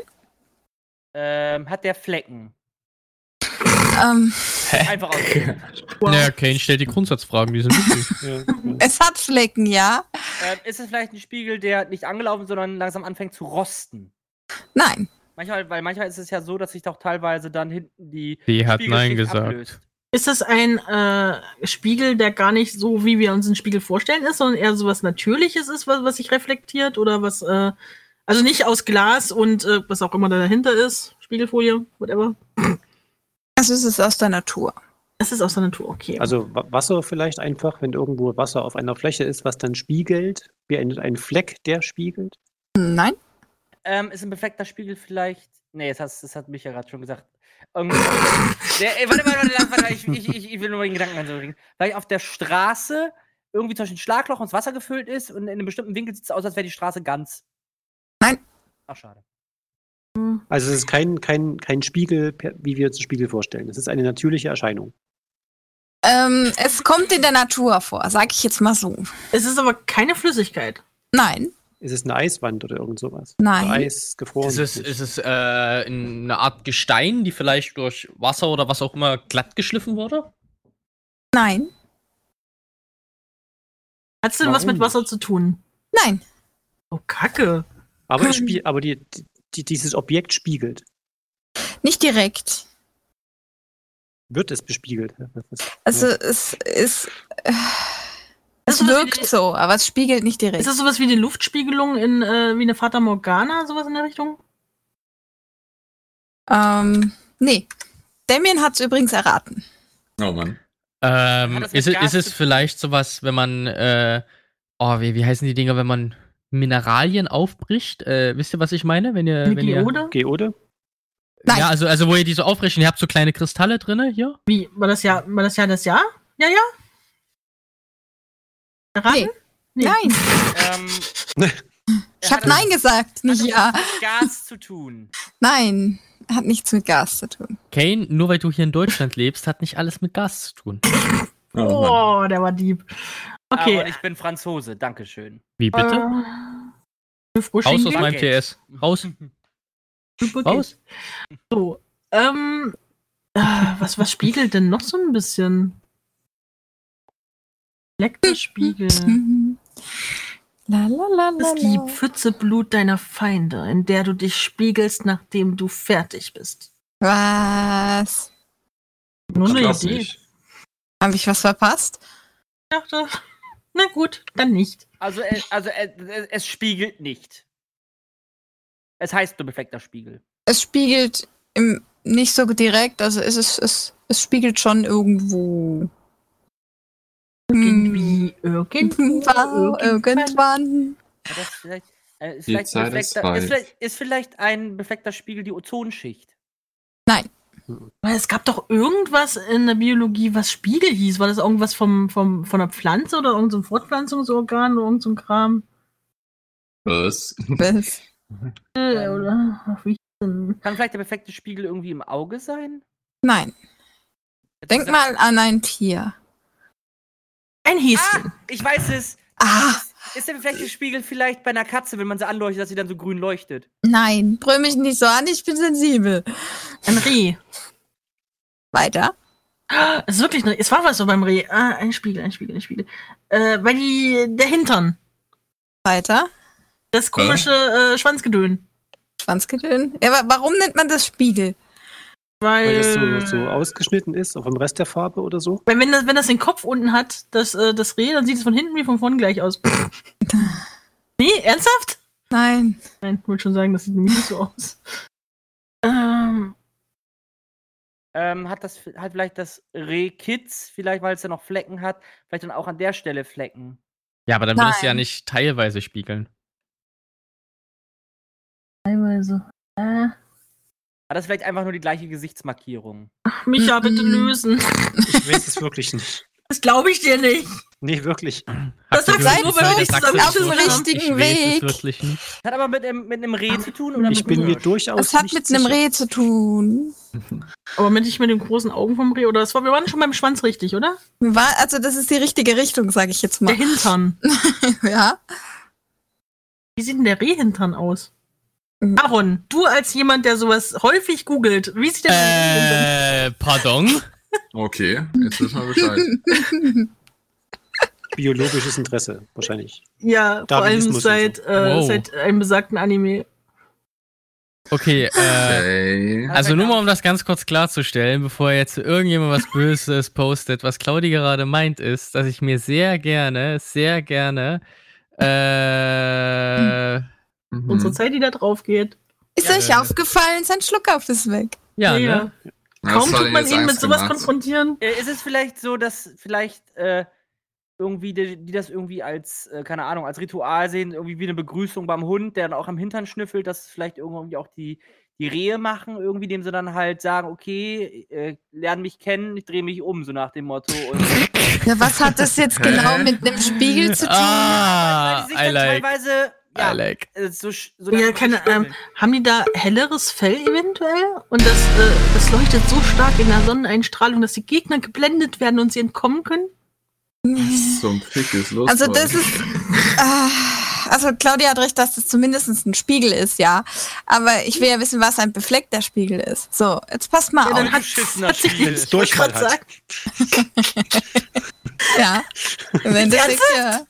S8: Ähm, hat der Flecken.
S5: Ähm,
S8: Einfach aus.
S9: Naja, Kane stellt die Grundsatzfragen, die sind wichtig.
S6: Ja,
S5: es hat Flecken, ja.
S8: ähm, ist es vielleicht ein Spiegel, der nicht angelaufen, sondern langsam anfängt zu rosten?
S5: Nein.
S8: Manchmal, weil manchmal ist es ja so, dass sich doch teilweise dann hinten die
S9: Die hat Nein
S8: Spiegelschicht
S9: gesagt.
S8: ablöst.
S3: Ist das ein äh, Spiegel, der gar nicht so, wie wir uns einen Spiegel vorstellen, ist, sondern eher so was Natürliches ist, was, was sich reflektiert oder was, äh, also nicht aus Glas und äh, was auch immer da dahinter ist, Spiegelfolie, whatever.
S5: Also es ist aus der Natur.
S3: Es ist aus der Natur, okay.
S6: Also Wa- Wasser vielleicht einfach, wenn irgendwo Wasser auf einer Fläche ist, was dann spiegelt, beendet ein Fleck, der spiegelt.
S5: Nein.
S8: Ähm, ist ein befleckter Spiegel vielleicht. Nee, das, hast, das hat mich ja gerade schon gesagt. Irgendwie- der, ey, warte, warte, warte, warte, warte ich, ich, ich, ich will nur den Gedanken anbringen. Vielleicht auf der Straße irgendwie zwischen Schlagloch und das Wasser gefüllt ist und in einem bestimmten Winkel sieht es aus, als wäre die Straße ganz.
S5: Nein.
S8: Ach, schade.
S6: Also es ist kein, kein, kein Spiegel, per- wie wir uns einen Spiegel vorstellen. Es ist eine natürliche Erscheinung.
S5: Ähm, es kommt in der Natur vor, sag ich jetzt mal so.
S3: es ist aber keine Flüssigkeit.
S5: Nein,
S6: Es ist eine Eiswand oder irgend sowas.
S5: Nein.
S6: Oder Eis gefroren.
S9: Ist es, ist es äh, eine Art Gestein, die vielleicht durch Wasser oder was auch immer glatt geschliffen wurde?
S5: nein,
S3: Hat es denn was
S6: Warum
S3: mit Wasser zu tun?
S5: nein.
S3: Oh, Kacke.
S6: aber es spie- aber die, die, dieses Objekt spiegelt.
S5: Nicht direkt.
S6: Wird es bespiegelt? Das ist-
S5: Also es ist. Äh,
S3: Das
S5: es
S3: ist so
S5: wirkt
S3: wie-
S5: so, aber es spiegelt nicht direkt.
S3: Ist das sowas wie eine Luftspiegelung in, äh, wie eine Fata Morgana, sowas in der Richtung?
S5: ähm, nee. Damien hat es übrigens erraten.
S7: Oh Mann.
S9: Ähm,
S8: Hat das mit
S9: ist, es-
S8: Gas
S9: ist es
S8: zu-
S9: vielleicht sowas, wenn man, äh, oh, wie, wie heißen die Dinger, wenn man Mineralien aufbricht? Äh, wisst ihr, was ich meine? Äh, Wenn ihr,
S3: Eine
S9: wenn ihr,
S3: Diode?
S6: Geode?
S5: Nein.
S9: ja, also, also wo ihr die so aufbrechen, ihr habt so kleine Kristalle drinne hier.
S3: Wie, war das ja, war das ja das Jahr? Ja, ja. Erraten? Nee.
S5: Nein.
S8: Ähm,
S5: Ich habe Nein gesagt, nicht ja.
S8: Mit Gas zu tun.
S5: Nein. Hat nichts mit Gas zu tun.
S9: Kane, nur weil du hier in Deutschland lebst, hat nicht alles mit Gas zu tun.
S7: Oh, Mann.
S3: Oh, der war deep. Okay.
S8: Aber ich bin Franzose, Dankeschön.
S9: Wie bitte?
S3: Äh, Frosch
S9: Raus aus
S3: hingehen?
S9: meinem TS. Raus,
S3: Super geht.
S9: raus.
S3: So, ähm, äh, was, was spiegelt denn noch so ein bisschen? Elektrospiegel.
S5: Mhm. La, la, la, la,
S3: Das ist die
S5: la.
S3: Pfütze Blut deiner Feinde, in der du dich spiegelst, nachdem du fertig bist.
S5: Was?
S3: Nur eine
S7: Glaub
S3: Idee. Ich
S7: nicht.
S5: Habe ich was verpasst?
S3: dachte, na gut, dann nicht.
S8: Also, äh, also äh, äh, es spiegelt nicht. Es heißt nur befleckter Spiegel.
S5: es spiegelt im, nicht so direkt, also es, ist, es, es spiegelt schon irgendwo.
S3: Irgendwie,
S5: Hm.
S3: irgendwo,
S5: Wow,
S3: irgendwann.
S5: irgendwann.
S8: Hat das vielleicht- Äh, ist,
S7: Die
S8: vielleicht ein
S7: Zeit ist
S8: befleckter- ist,
S7: reif.
S8: vielleicht, ist vielleicht ein befleckter Spiegel die Ozonschicht?
S3: Weil es gab doch irgendwas in der Biologie, was Spiegel hieß. War das irgendwas vom, vom, von einer Pflanze oder irgendein so Fortpflanzungsorgan oder irgendein so ein Kram?
S7: Was?
S5: Was?
S3: Äh, oder? Ach, wie hieß denn?
S8: Kann vielleicht der perfekte Spiegel irgendwie im Auge sein?
S5: Nein.
S8: Hätte
S5: Denk
S8: gesagt-
S5: mal an ein Tier.
S3: Ein Häschen.
S8: Ah, ich weiß es.
S5: Ah,
S8: Ist der perfekte Spiegel vielleicht bei einer Katze, wenn man sie anleuchtet, dass sie dann so grün leuchtet?
S5: nein. Brüll mich nicht so an, ich bin sensibel.
S3: Ein Reh.
S5: Weiter.
S3: Ah, Es ist wirklich eine, es war was so beim Reh. Ah, ein Spiegel, ein Spiegel, ein Spiegel. Äh, weil die, der Hintern.
S5: Weiter.
S3: Das komische äh, Schwanzgedön.
S5: Schwanzgedön. Ja, wa- warum nennt man das Spiegel?
S3: Weil,
S6: Weil das
S3: Ähm.
S6: so, so ausgeschnitten ist, auf dem Rest der Farbe oder so.
S3: weil wenn, das, wenn das den Kopf unten hat, das, äh, das Reh, dann sieht es von hinten wie von vorn gleich aus. nee, ernsthaft?
S5: Nein.
S3: Nein, ich wollte schon sagen, das sieht nämlich nicht so aus. Ähm,
S8: Ähm, hat das hat vielleicht das Rehkitz, vielleicht weil es ja noch Flecken hat, vielleicht dann auch an der Stelle Flecken.
S9: Ja, aber dann würde es ja
S5: Nein.
S9: nicht teilweise spiegeln.
S3: teilweise. Äh,
S8: Hat das vielleicht einfach nur die gleiche Gesichtsmarkierung?
S3: Micha, bitte
S5: Mhm.
S3: lösen.
S6: Ich weiß es wirklich nicht.
S3: Das glaube ich dir nicht.
S6: Nee, wirklich.
S9: Habt
S3: sagst
S9: ihr
S3: du
S9: gehört,
S3: nur,
S9: was
S3: weil
S9: Leute
S3: du nicht
S9: sagen?
S3: zusammen-
S9: Ich
S3: auf dem
S9: weiß
S5: richtigen Weg.
S9: Es wirklich nicht.
S8: Hat aber mit, einem- mit einem Reh zu tun oder
S6: Ich
S8: mit
S6: bin mir
S8: Gulasch?
S6: durchaus.
S5: Das hat
S6: nicht
S5: mit einem
S6: sicher.
S5: Reh zu tun.
S3: Aber mit nicht mit den großen Augen vom Reh, oder? Das war, wir waren schon beim Schwanz richtig, oder?
S5: War, also das ist die richtige Richtung, sage ich jetzt
S3: Der
S5: mal.
S3: Hintern.
S5: ja.
S3: Wie sieht denn der Rehhintern aus?
S5: Mhm.
S3: Aaron, du als jemand, der sowas häufig googelt, wie sieht denn dein Rehhintern aus?
S9: Äh, pardon?
S7: Okay, jetzt wissen wir Bescheid.
S6: Biologisches Interesse, wahrscheinlich.
S3: Ja, vor allem
S6: Darwinismus und
S3: seit, äh,
S9: Wow.
S3: seit einem besagten Anime.
S9: Okay, äh,
S7: Okay.
S9: also nur mal um das ganz kurz klarzustellen, bevor jetzt irgendjemand was Böses postet, was Claudi gerade meint ist, dass ich mir sehr gerne, sehr gerne äh,
S7: Mhm.
S3: Unsere Zeit, die da drauf geht.
S5: Ist
S9: Ja,
S5: euch
S9: äh.
S5: aufgefallen, sein Schluckauf ist weg.
S9: ja, ne?
S3: Kaum tut man ihn mit sowas konfrontieren.
S8: Äh, Ist es vielleicht so, dass vielleicht äh, irgendwie die, die das irgendwie als äh, keine Ahnung als Ritual sehen, irgendwie wie eine Begrüßung beim Hund, der dann auch am Hintern schnüffelt, dass vielleicht irgendwie auch die die Rehe machen, irgendwie dem sie dann halt sagen, okay, äh, lern mich kennen, ich drehe mich um, so nach dem Motto. Und
S5: Ja, was hat das jetzt
S7: Hä?
S5: genau mit einem Spiegel zu tun?
S9: Ah,
S8: sich
S9: I
S8: dann
S9: like,
S8: teilweise ja,
S9: I like.
S8: äh, so, sch- so
S3: Ja,
S8: nach-
S3: keine ähm, Ahnung. Haben die da helleres Fell eventuell? Und das, äh, das leuchtet so stark in der Sonneneinstrahlung, dass die Gegner geblendet werden und sie entkommen können?
S7: Zum Fick ist los.
S5: Also das
S7: Leute.
S5: ist. Äh, also Claudia hat recht, dass das zumindest ein Spiegel ist, ja. Aber ich will ja wissen, was ein befleckter Spiegel ist. So, jetzt passt mal
S3: Ja, dann
S5: auf.
S3: hat,
S8: Beschissener
S3: hat sich
S8: Spiegel.
S6: Wenn's
S3: Ich wollte
S6: Durchfall
S3: gerade
S6: hat.
S3: sagen,
S5: Ja. Im Endeffekt, ja.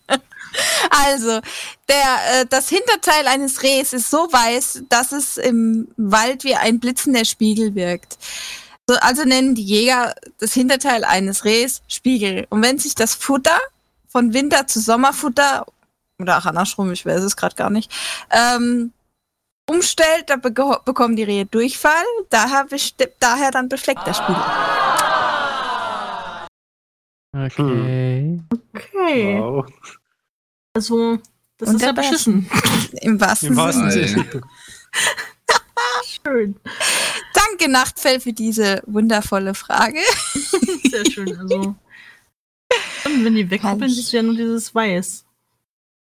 S5: Also, der, äh, das Hinterteil eines Rehs ist so weiß, dass es im Wald wie ein blitzender Spiegel wirkt. So, also nennen die Jäger das Hinterteil eines Rehs Spiegel. Und wenn sich das Futter von Winter zu Sommerfutter oder auch andersrum, ich weiß es gerade gar nicht, ähm, umstellt, dann bege- bekommen die Rehe Durchfall, daher, beste- daher dann befleckter Spiegel.
S9: Okay.
S3: okay.
S6: Wow.
S3: Also, das
S5: Und
S3: ist ja
S5: der Bär.
S3: beschissen.
S5: Im wahrsten
S6: Im
S5: Sinne.
S6: wahrsten Sinne.
S3: Schön.
S5: Danke, Nachtfell, für diese wundervolle Frage.
S3: Sehr schön. Also, und wenn die wegkuppeln,
S5: Herrlich.
S3: siehst du ja nur dieses Weiß.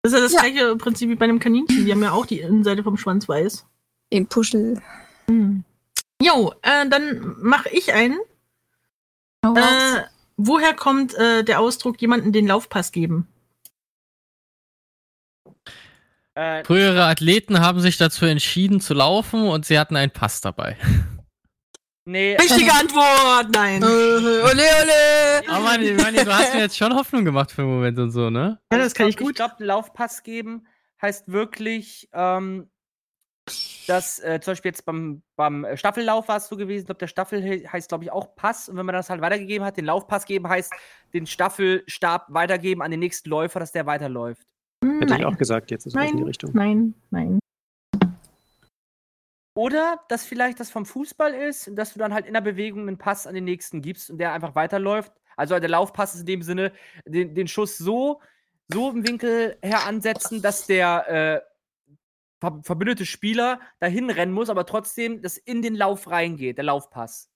S3: Das ist ja das
S5: Ja.
S3: gleiche Prinzip wie bei einem Kaninchen. Die haben ja auch die Innenseite vom Schwanz weiß.
S5: Den Puschel.
S3: Jo, äh, dann mache ich einen.
S5: Hau raus.
S3: Äh, woher kommt äh, der Ausdruck, jemanden den Laufpass geben?
S8: Äh,
S9: Frühere Athleten haben sich dazu entschieden zu laufen und sie hatten einen Pass dabei.
S8: nee,
S3: Richtige Antwort! Nein!
S5: Äh, ole, ole.
S9: Aber Manni, Manni, du hast mir jetzt schon Hoffnung gemacht für einen Moment und so, ne?
S3: Ja, das kann ich
S8: Ich
S3: gut.
S8: glaube, einen Laufpass geben heißt wirklich, ähm, dass äh, zum Beispiel jetzt beim, beim äh, Staffellauf warst du gewesen. Ich glaube, der Staffel he- heißt, glaube ich, auch Pass. Und wenn man das halt weitergegeben hat, den Laufpass geben heißt, den Staffelstab weitergeben an den nächsten Läufer, dass der weiterläuft.
S6: Hätte ich
S3: Hm, Nein,
S6: auch gesagt, jetzt ist was in die
S3: nein,
S6: Richtung.
S3: nein, nein.
S8: Oder dass vielleicht das vom Fußball ist, und dass du dann halt in der Bewegung einen Pass an den nächsten gibst und der einfach weiterläuft. Also der Laufpass ist in dem Sinne, den, den Schuss so, so im Winkel her ansetzen, dass der, äh, ver verbündete Spieler dahin rennen muss, aber trotzdem das in den Lauf reingeht, der Laufpass.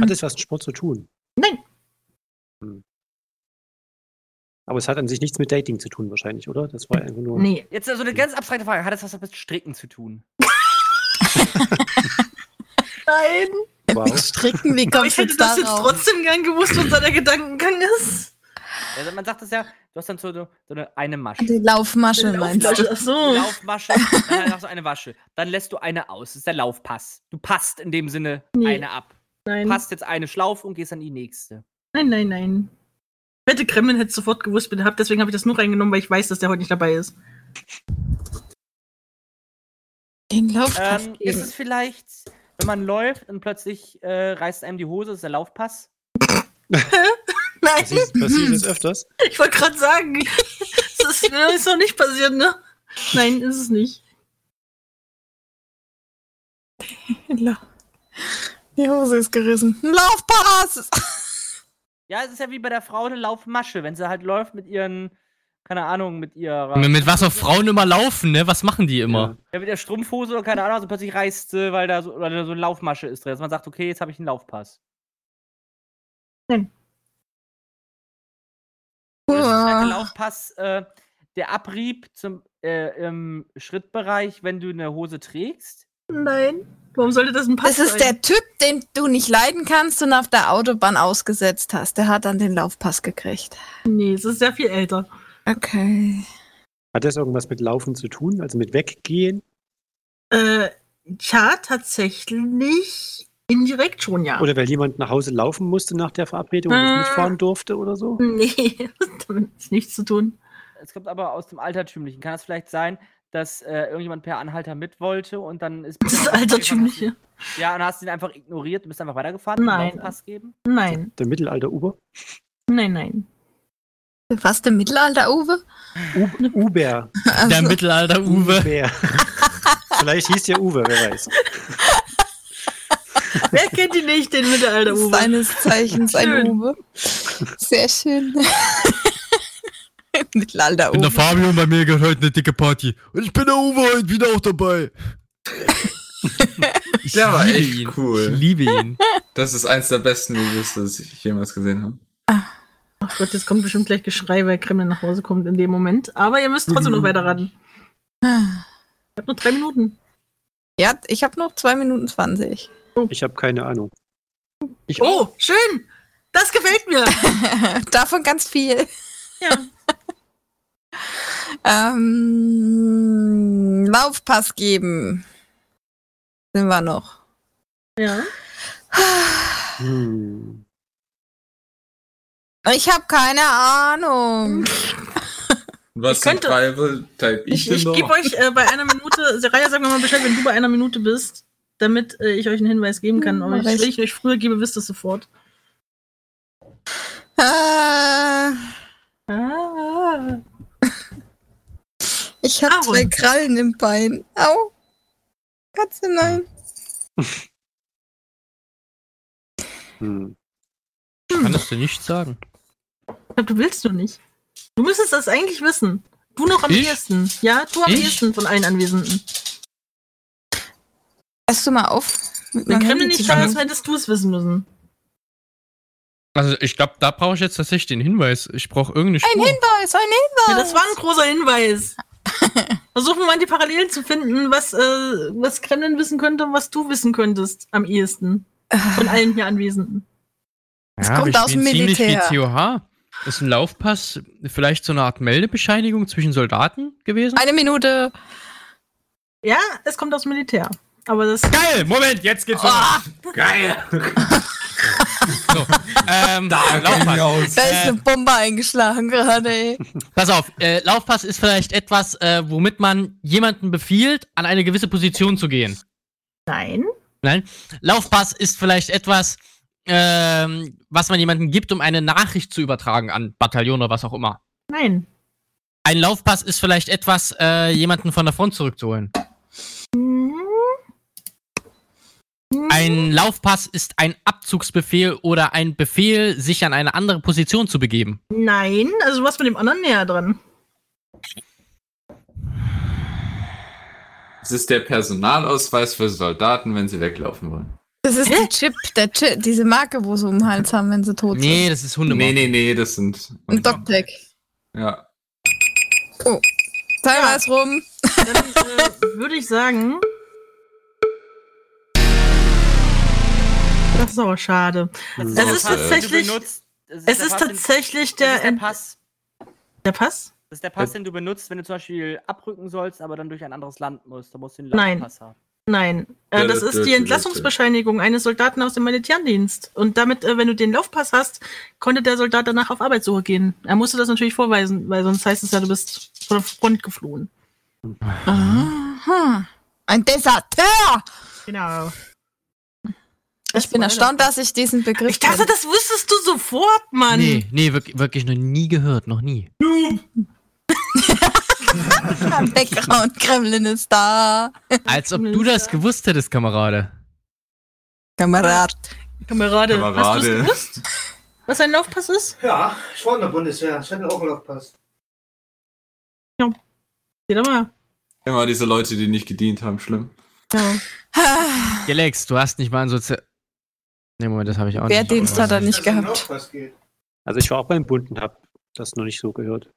S6: Hat es was mit Sport zu tun?
S3: Mhm. Nein.
S6: Hm. Aber es hat an sich nichts mit Dating zu tun wahrscheinlich, oder? Das war einfach nur.
S3: Nee.
S8: Jetzt also eine ganz abstrakte Frage. Hat das was mit Stricken zu tun?
S3: Nein.
S5: Mit
S6: Wow.
S5: Stricken, wie
S3: Aber ich
S5: kommst du
S3: hätte
S5: jetzt
S3: das jetzt
S5: darauf?
S3: trotzdem gern gewusst, was da der Gedankengang ist.
S8: Also man sagt das ja, du hast dann so, so so eine, eine Masche.
S5: Die Laufmasche meinst du?
S3: Ach so.
S8: Laufmasche, dann halt noch so eine Wasche. Dann lässt du eine aus. Das ist der Laufpass. Du passt in dem Sinne
S3: Nee.
S8: eine ab.
S3: Nein.
S8: Passt jetzt eine Schlaufe und gehst an die nächste.
S3: Nein, nein, nein. Wette Kremlin hätte sofort gewusst, bitte habt, deswegen habe ich das nur reingenommen, weil ich weiß, dass der heute nicht dabei ist.
S5: Den Laufpass
S8: Ähm, ist
S5: geben.
S8: es vielleicht, wenn man läuft und plötzlich äh, reißt einem die Hose, ist der Laufpass?
S3: Nein,
S6: Passiert passiert das öfters?
S3: ich wollte gerade sagen, das ist, das ist noch nicht passiert, ne? Nein, ist es nicht.
S5: La- Die Hose ist gerissen. Ein Laufpass!
S8: Ja, es ist ja wie bei der Frau eine Laufmasche, wenn sie halt läuft mit ihren, keine Ahnung, mit ihrer.
S9: Mit, mit was auch Frauen immer laufen, ne? Was machen die immer?
S8: Ja, mit der Strumpfhose oder keine Ahnung, also plötzlich reißt sie, weil da so, weil da so eine Laufmasche ist drin. Dass man sagt, okay, jetzt habe ich einen Laufpass. Das ist halt
S5: Oh.
S8: der Laufpass, äh, der Abrieb zum, äh, im Schrittbereich, wenn du eine Hose trägst.
S3: Nein. Warum sollte das ein Pass
S5: Das ist
S3: sein?
S5: der Typ, den du nicht leiden kannst und auf der Autobahn ausgesetzt hast. Der hat dann den Laufpass gekriegt.
S3: Nee, es ist sehr viel älter.
S5: Okay.
S6: Hat das irgendwas mit Laufen zu tun? Also mit Weggehen?
S3: Äh, ja, tatsächlich. Indirekt schon, ja.
S6: Oder weil jemand nach Hause laufen musste nach der Verabredung und
S3: Äh.
S6: nicht mitfahren durfte oder so?
S3: nee, damit ist nichts zu tun.
S8: Es kommt aber aus dem Altertümlichen. Kann es vielleicht sein, dass äh, irgendjemand per Anhalter mit wollte und dann ist.
S3: Das ist altertümliche.
S8: Ja, und hast ihn einfach ignoriert und bist einfach weitergefahren?
S3: Nein.
S8: einen Laufpass geben?
S3: Nein,
S6: Der Mittelalter-Uber?
S3: nein, nein.
S5: Was, der Mittelalter-Uwe?
S6: U- Uber.
S9: Der Mittelalter-Uwe.
S6: Uber. Vielleicht hieß der Uwe, wer weiß.
S3: Wer kennt ihn nicht, den Mittelalter-Uwe?
S5: Seines Zeichens ein
S3: Schön.
S5: Uwe. Sehr schön.
S9: Ich bin der
S5: Mittelalter-Uwe.
S9: Fabio und bei mir gehört heute eine dicke Party. Und ich bin der Uwe heute wieder auch dabei. ich
S7: Der war
S9: liebe
S7: echt
S9: ihn.
S7: cool.
S9: Ich liebe ihn.
S7: Das ist eins der besten Videos, das ich jemals gesehen habe.
S3: Ach Gott, jetzt kommt bestimmt gleich Geschrei, weil Kreml nach Hause kommt in dem Moment. Aber ihr müsst trotzdem noch weiter ran. Ah. Ich hab nur drei Minuten.
S5: Ja, ich habe noch 2 Minuten 20.
S6: Ich habe keine Ahnung. Ich
S3: Oh, schön! Das gefällt mir!
S5: Davon ganz viel.
S3: Ja.
S5: Ähm, Laufpass geben. Sind wir noch.
S3: ja.
S6: Hm.
S5: Ich habe keine Ahnung.
S7: Was
S3: Ich könnte-
S7: zum Teufel type ich,
S3: Ich,
S7: denn
S3: ich
S7: da?
S3: gebe euch äh, bei einer Minute, Seraya, sag mir mal Bescheid, wenn du bei einer Minute bist, damit äh, ich euch einen Hinweis geben kann.
S5: Hm,
S3: Aber
S5: mach
S3: wenn
S5: ich.
S3: ich euch früher gebe, wisst ihr es sofort.
S5: Äh,
S3: Ah.
S5: ich habe
S3: Aaron.
S5: zwei Krallen im Bein. Au. Katze, nein.
S6: Hm.
S9: Kann das denn nicht sagen?
S3: Ich glaub, du willst du nicht. Du müsstest das eigentlich wissen. Du noch am
S9: Ich?
S3: ehesten. Ja, du am
S9: Ich?
S3: ehesten von allen Anwesenden.
S5: Passt du mal auf. mit
S3: Wenn
S5: meinem
S3: Kreml
S5: Handy
S3: nicht
S5: zu
S3: da ist,
S5: spielen.
S3: hättest du es wissen müssen.
S9: Also ich glaube, da brauche ich jetzt tatsächlich den Hinweis. Ich brauche irgendeine Spur.
S5: Ein Hinweis, ein Hinweis.
S3: Ja, das war ein großer Hinweis. Versuchen wir mal die Parallelen zu finden, was, äh, was Kremlin wissen könnte und was du wissen könntest am ehesten.
S5: Ah.
S3: Von allen hier Anwesenden.
S5: Es kommt
S9: wir
S5: aus dem
S9: spielen ziemlich
S5: Militär.
S9: Wie COH. Ist ein Laufpass vielleicht so eine Art Meldebescheinigung zwischen Soldaten gewesen?
S5: Eine Minute.
S3: Ja, es kommt aus dem Militär. Aber das.
S9: Geil! Moment, jetzt geht's
S5: Ah.
S9: weiter.
S7: Geil!
S9: So, ähm, Laufpass. Äh,
S5: Da ist
S6: Äh.
S5: eine Bombe eingeschlagen gerade. ey.
S9: Pass auf, äh, Laufpass ist vielleicht etwas, äh, womit man jemanden befiehlt, an eine gewisse Position zu gehen.
S3: Nein.
S9: Laufpass ist vielleicht etwas, ähm, was man jemandem gibt, um eine Nachricht zu übertragen an Bataillon oder was auch immer.
S3: Nein.
S9: Ein Laufpass ist vielleicht etwas, äh, jemanden von der Front zurückzuholen.
S3: Hm.
S9: Ein Laufpass ist ein Abzugsbefehl oder ein Befehl, sich an eine andere Position zu begeben.
S3: Nein, also du warst mit dem anderen näher dran.
S7: Es ist der Personalausweis für Soldaten, wenn sie weglaufen wollen.
S5: Das ist der Chip, der Chip, diese Marke, wo sie um den Hals haben, wenn sie tot
S9: Nee, das ist Hundemann.
S7: Nee, nee, nee, das sind.
S5: sind. Ein Doc-Tag.
S7: Ja.
S5: Timer ist rum.
S3: Dann äh, würde ich sagen. Das ist aber schade. Das ist
S7: Äh,
S3: tatsächlich. Es ist tatsächlich der,
S8: Das ist der
S3: Ent-
S8: Pass.
S3: der Pass.
S8: Das ist der Pass, den du benutzt, wenn du zum Beispiel abrücken sollst, aber dann durch ein anderes Land musst. Da musst du den
S3: Nein.
S8: Landpass haben.
S3: Nein, äh,
S7: Ja,
S3: das
S7: das-
S3: ist
S7: das-
S3: die
S7: das-
S3: Entlassungsbescheinigung eines Soldaten aus dem Militärdienst. Und damit, äh, wenn du den Laufpass hast, konnte der Soldat danach auf Arbeitssuche gehen. Er musste das natürlich vorweisen, weil sonst heißt es ja, du bist von der Front geflohen.
S5: Aha. Ein Deserteur!
S3: Genau.
S5: Ich bin erstaunt, dass ich diesen Begriff.
S3: Ich dachte,
S5: kenne.
S3: das wüsstest du sofort, Mann.
S9: Nee, nee, wirklich, wirklich noch nie gehört, noch nie.
S5: Am Background, Kremlin ist da.
S9: Als ob du das gewusst hättest, Kamerade.
S5: Kamerad.
S3: Kamerade, hast du
S7: Kamerade.
S3: es gewusst? Was ein Laufpass ist?
S10: Ja, ich war in der Bundeswehr. Ich hatte auch einen Laufpass.
S3: Seht ihr mal.
S7: Immer diese Leute, die nicht gedient haben, schlimm.
S9: Gelex, du hast nicht mal einen Sozial... Nee, Moment, das habe ich auch nicht.
S5: Wehrdienst hat er nicht
S10: Dass es um
S5: gehabt.
S10: Laufpass geht.
S6: Also ich war auch beim Bund und habe das noch nicht so gehört.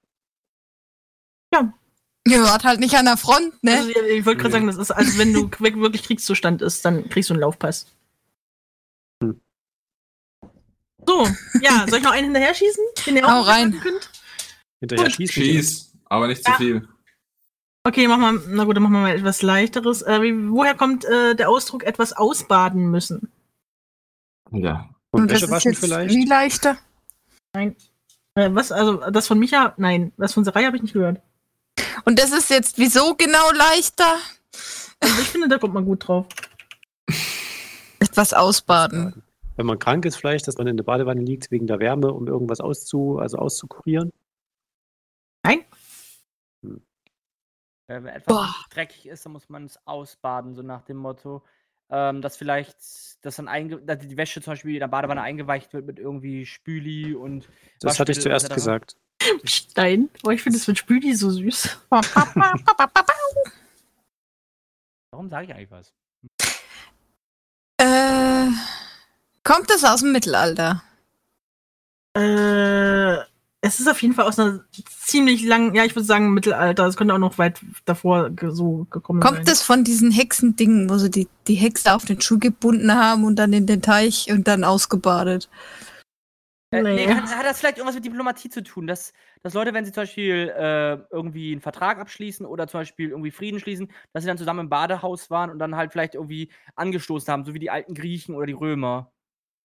S5: Ihr wart halt nicht an der Front,
S3: Also,
S5: ne?
S3: ich ich wollte gerade
S6: Nee.
S3: sagen, das ist, also wenn du wirklich wirklich Kriegszustand ist, dann kriegst du einen Laufpass.
S6: Hm.
S3: So, ja, soll ich noch einen hinterher schießen? Den ihr auch
S5: Hau
S3: noch sagen
S5: rein.
S3: Könnt?
S6: Hinterher schießt mich
S7: Schieß, aber nicht zu
S3: Ja.
S7: viel.
S3: Okay, mach mal, na gut, dann machen wir mal etwas leichteres. Äh, wie, woher kommt äh, der Ausdruck etwas ausbaden müssen?
S7: Ja.
S6: Und
S5: das
S6: Wäsche
S5: ist
S6: waschen
S5: jetzt
S6: vielleicht?
S5: Wie leichter?
S3: Äh, was, also das von Micha? Nein, das von Sarai habe ich nicht gehört.
S5: Und das ist jetzt wieso genau leichter?
S3: Also ich finde, da kommt man gut drauf.
S5: Etwas ausbaden.
S6: Wenn man krank ist vielleicht, dass man in der Badewanne liegt wegen der Wärme, um irgendwas auszu, also auszukurieren.
S8: Äh, Wenn etwas
S5: Boah.
S8: dreckig ist, dann muss man es ausbaden, so nach dem Motto. Ähm, dass vielleicht, dass dann einge dass die Wäsche zum Beispiel in der Badewanne eingeweicht wird mit irgendwie Spüli und.
S6: Das hatte ich
S8: Waschmittel
S6: zuerst
S8: etc.
S6: gesagt.
S3: Stein. Boah, ich finde das mit Spüli so süß.
S8: Warum sage ich eigentlich was?
S5: Äh, kommt das aus dem Mittelalter?
S3: Äh, es ist auf jeden Fall aus einer ziemlich langen, ja, ich würde sagen Mittelalter. Es könnte auch noch weit davor ge so gekommen sein.
S5: Kommt das von diesen Hexendingen, wo sie die, die Hexe auf den Schuh gebunden haben und dann in den Teich und dann ausgebadet?
S8: Äh, nee.
S3: Nee.
S8: kann, hat das vielleicht irgendwas mit Diplomatie zu tun? Dass, dass Leute, wenn sie zum Beispiel äh, irgendwie einen Vertrag abschließen oder zum Beispiel irgendwie Frieden schließen, dass sie dann zusammen im Badehaus waren und dann halt vielleicht irgendwie angestoßen haben, so wie die alten Griechen oder die Römer.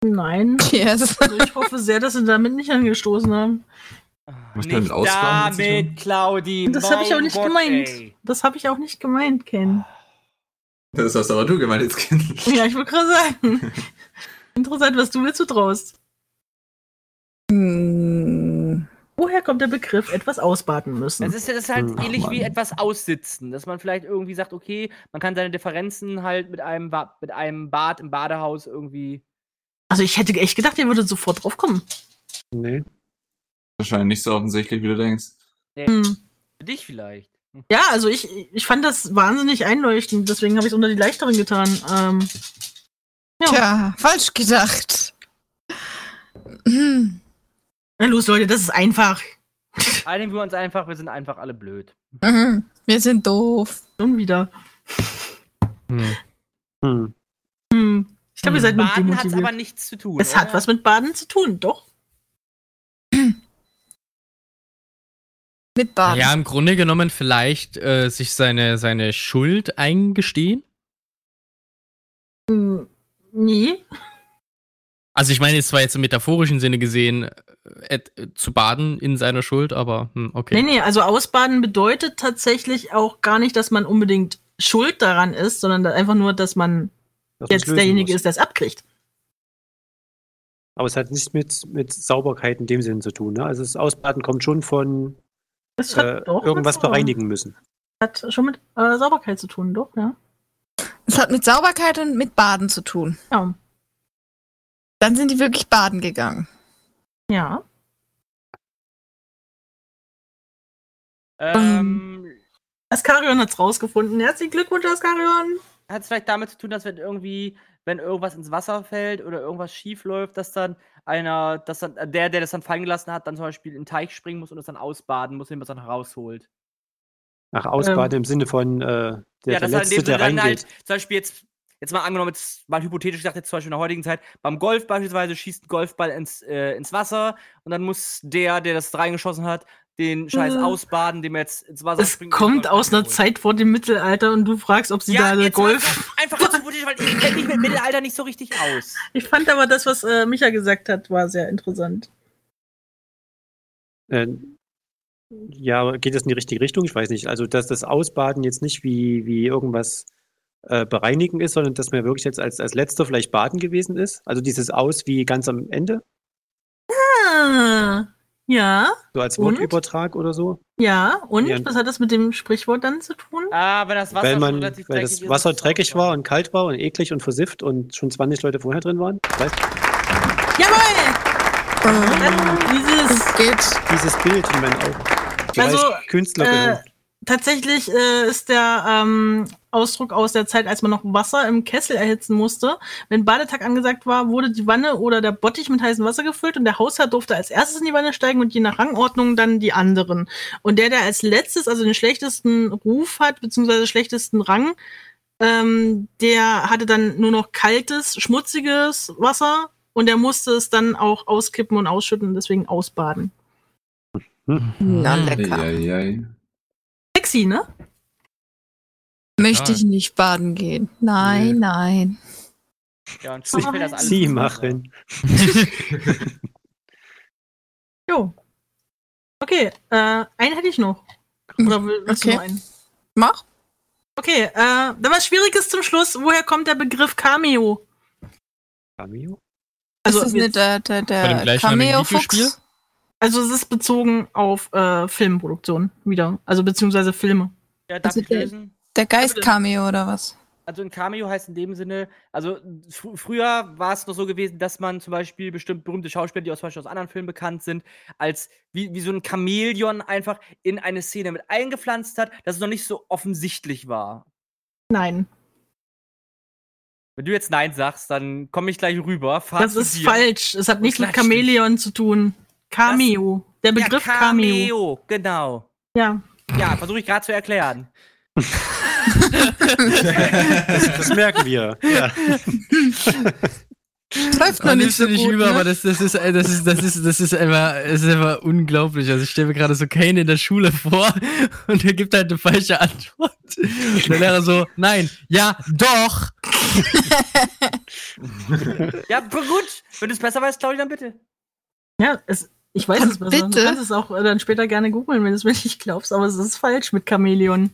S3: Nein.
S5: Yes.
S3: Also ich hoffe sehr, dass sie damit nicht angestoßen haben.
S8: Ah,
S7: Was
S8: Nicht
S7: denn mit Ausgaben jetzt
S8: damit, Claudi.
S3: Das habe ich auch
S8: mein
S3: nicht
S8: Gott,
S3: gemeint.
S8: ey.
S3: Das habe ich auch nicht gemeint, Ken.
S7: Das hast aber du gemeint, jetzt Kind.
S3: Ja, ich wollte gerade sagen. Interessant, was du mir zutraust.
S5: Hm.
S3: Woher kommt der Begriff etwas ausbaden müssen?
S8: Das ist, ja- das ist halt
S6: Ach,
S8: ähnlich wie
S7: Mann.
S8: etwas aussitzen, dass man vielleicht irgendwie sagt, okay, man kann seine Differenzen halt mit einem, Wa- mit einem Bad im Badehaus irgendwie.
S3: Also ich hätte echt gedacht, ihr würdet sofort drauf kommen.
S6: Nee.
S7: Wahrscheinlich nicht so offensichtlich, wie du denkst.
S3: Hm.
S8: Für dich vielleicht. Hm.
S3: Ja, also ich, ich fand das wahnsinnig einleuchtend, deswegen habe ich es unter die leichteren getan. Ähm,
S5: Tja, falsch gedacht. Hm.
S3: na los, Leute, das ist einfach.
S8: Einigen wir uns einfach, wir sind einfach alle blöd.
S5: Mhm. Wir sind doof.
S3: Nun wieder.
S9: Hm.
S6: Hm.
S3: Hm. Ich glaube, ihr seid nur
S8: Baden hat aber
S3: demotiviert.
S8: nichts zu tun.
S3: Es hat
S8: oder?
S3: was mit Baden zu tun, doch.
S5: Mit Baden.
S9: Ja, im Grunde genommen vielleicht äh, sich seine, seine Schuld eingestehen.
S3: Hm. Nee.
S9: Also ich meine, es war jetzt im metaphorischen Sinne gesehen, äh, äh, zu baden in seiner Schuld, aber hm,
S3: Nee,
S9: okay.
S3: nee, also ausbaden bedeutet tatsächlich auch gar nicht, dass man unbedingt schuld daran ist, sondern da- einfach nur, dass man
S6: dass man's
S3: jetzt
S6: lösen
S3: derjenige
S6: muss.
S3: ist, der es abkriegt.
S6: Aber es hat nichts mit, mit Sauberkeit in dem Sinne zu tun. Ne? Also das Ausbaden kommt schon von
S3: Das hat
S6: äh,
S3: doch mit
S6: irgendwas
S3: Sauber-
S6: bereinigen müssen.
S3: Hat schon mit äh, Sauberkeit zu tun, doch, ja.
S5: Es hat mit Sauberkeit und mit Baden zu tun.
S3: Ja.
S5: Dann sind die wirklich baden gegangen.
S3: Ja.
S8: Ähm,
S3: Askarion hat's rausgefunden. Herzlichen Glückwunsch, Askarion.
S8: Hat es vielleicht damit zu tun, dass wenn irgendwie, wenn irgendwas ins Wasser fällt oder irgendwas schief läuft, dass dann einer, dass dann äh, der, der das dann fallen gelassen hat, dann zum Beispiel in den Teich springen muss und das dann ausbaden muss, indem er es dann rausholt.
S6: Nach
S3: Ähm.
S6: Ausbaden im Sinne von äh, der
S8: ja, dass er in
S6: Verletzte,
S8: dem Sinne
S6: der
S8: dann
S6: reingeht.
S8: halt zum Beispiel jetzt, jetzt mal angenommen, jetzt mal hypothetisch gesagt, jetzt zum Beispiel in der heutigen Zeit, beim Golf beispielsweise schießt ein Golfball ins, äh, ins Wasser und dann muss der, der das reingeschossen hat, den Scheiß
S3: Äh.
S8: ausbaden, dem er jetzt ins Wasser
S3: Es
S8: springt und den
S3: kommt
S8: Golfball
S3: aus einer
S8: holt.
S3: Zeit vor dem Mittelalter und du fragst, ob sie
S8: Ja,
S3: da
S8: jetzt mal
S3: Golf.
S8: Einfach jetzt hypothetisch, weil ich kenne mich mit Mittelalter nicht so richtig aus.
S3: Ich fand aber das, was äh, Micha gesagt hat, war sehr interessant.
S6: Äh, ja, geht das in die richtige Richtung? Ich weiß nicht. Also, dass das Ausbaden jetzt nicht wie, wie irgendwas äh, bereinigen ist, sondern dass man wirklich jetzt als, als letzter vielleicht baden gewesen ist. Also dieses Aus wie ganz am Ende,
S3: Ah, ja,
S6: so als
S3: Und?
S6: Wortübertrag oder so.
S3: ja. Und
S6: Ja.
S3: was hat das mit dem Sprichwort dann zu tun?
S8: Ah, wenn das Wasser
S6: weil
S8: schon
S6: man,
S8: relativ
S6: weil
S8: dreckig
S6: das
S8: ist,
S6: Wasser
S8: ist es
S6: dreckig
S8: auch
S6: war und kalt war und eklig und versifft und schon 20 Leute vorher drin waren. Weißt du,
S3: Jawohl!
S9: Äh,
S3: Dieses.
S5: Es geht.
S6: dieses Bild in meinen Augen. Vielleicht
S3: Also,
S6: Künstlerin.
S3: äh, Tatsächlich äh, ist der ähm, Ausdruck aus der Zeit, als man noch Wasser im Kessel erhitzen musste. Wenn Badetag angesagt war, wurde die Wanne oder der Bottich mit heißem Wasser gefüllt und der Hausherr durfte als erstes in die Wanne steigen und je nach Rangordnung dann die anderen. Und der, der als letztes, also den schlechtesten Ruf hat, beziehungsweise schlechtesten Rang, ähm, der hatte dann nur noch kaltes, schmutziges Wasser und der musste es dann auch auskippen und ausschütten und deswegen ausbaden.
S9: Hm.
S5: Na lecker.
S7: Eieiei.
S3: Sexy, ne?
S5: Möchte
S9: Ja.
S5: ich nicht baden gehen. Nein, nein.
S8: so. Ja, und ich will das alles
S6: Sie
S8: ins Wasser.
S6: machen.
S3: Jo. Okay, äh, einen hätte ich noch. Oder will- willst
S5: Okay.
S3: du noch einen?
S5: Mach.
S3: Okay, äh, dann was Schwieriges zum Schluss. Woher kommt der Begriff Cameo?
S6: Cameo?
S3: Also,
S5: ist das
S3: jetzt-
S5: nicht der, der,
S9: Bei dem
S5: der
S9: gleichnamigen
S5: Cameo-Fuchs?
S9: Videospiel?
S3: also es ist bezogen auf äh, Filmproduktion wieder. Also beziehungsweise Filme.
S8: Ja, darf
S5: Also
S8: ich
S5: der-
S8: lösen?
S5: Der Geist-Cameo oder was?
S8: Also ein Cameo heißt in dem Sinne, also fr früher war es noch so gewesen, dass man zum Beispiel bestimmt berühmte Schauspieler, die aus, zum Beispiel aus anderen Filmen bekannt sind, als wie, wie so ein Chamäleon einfach in eine Szene mit eingepflanzt hat, dass es noch nicht so offensichtlich war.
S3: Nein,
S8: Wenn du jetzt Nein sagst, dann komme ich gleich rüber. fahr
S3: das
S8: zu
S3: ist
S8: dir.
S3: falsch. Es hat nichts mit
S8: gleich
S3: Chamäleon zu tun. Cameo. Der Begriff
S8: ja,
S3: Cameo.
S8: Cameo. Genau.
S3: Ja.
S8: Ja, versuche ich gerade zu erklären.
S6: Das merken wir. Ja.
S5: Läuft noch
S9: Man
S5: nicht
S9: nimmst du
S5: so
S9: nicht
S5: gut,
S9: über,
S5: ne?
S9: aber das, das ist, das ist, das ist, das ist einfach, das ist einfach unglaublich. Also ich stelle mir gerade so Kane in der Schule vor und er gibt halt eine falsche Antwort. Und der Lehrer so, nein, ja, doch.
S8: Ja, gut. Wenn du es besser weißt, Claudia, dann bitte.
S3: Ja, es, ich weiß es besser. Du
S5: Bitte?
S3: kannst es auch äh, dann später gerne googeln, wenn du es mir nicht glaubst, aber es ist falsch mit Chamäleon.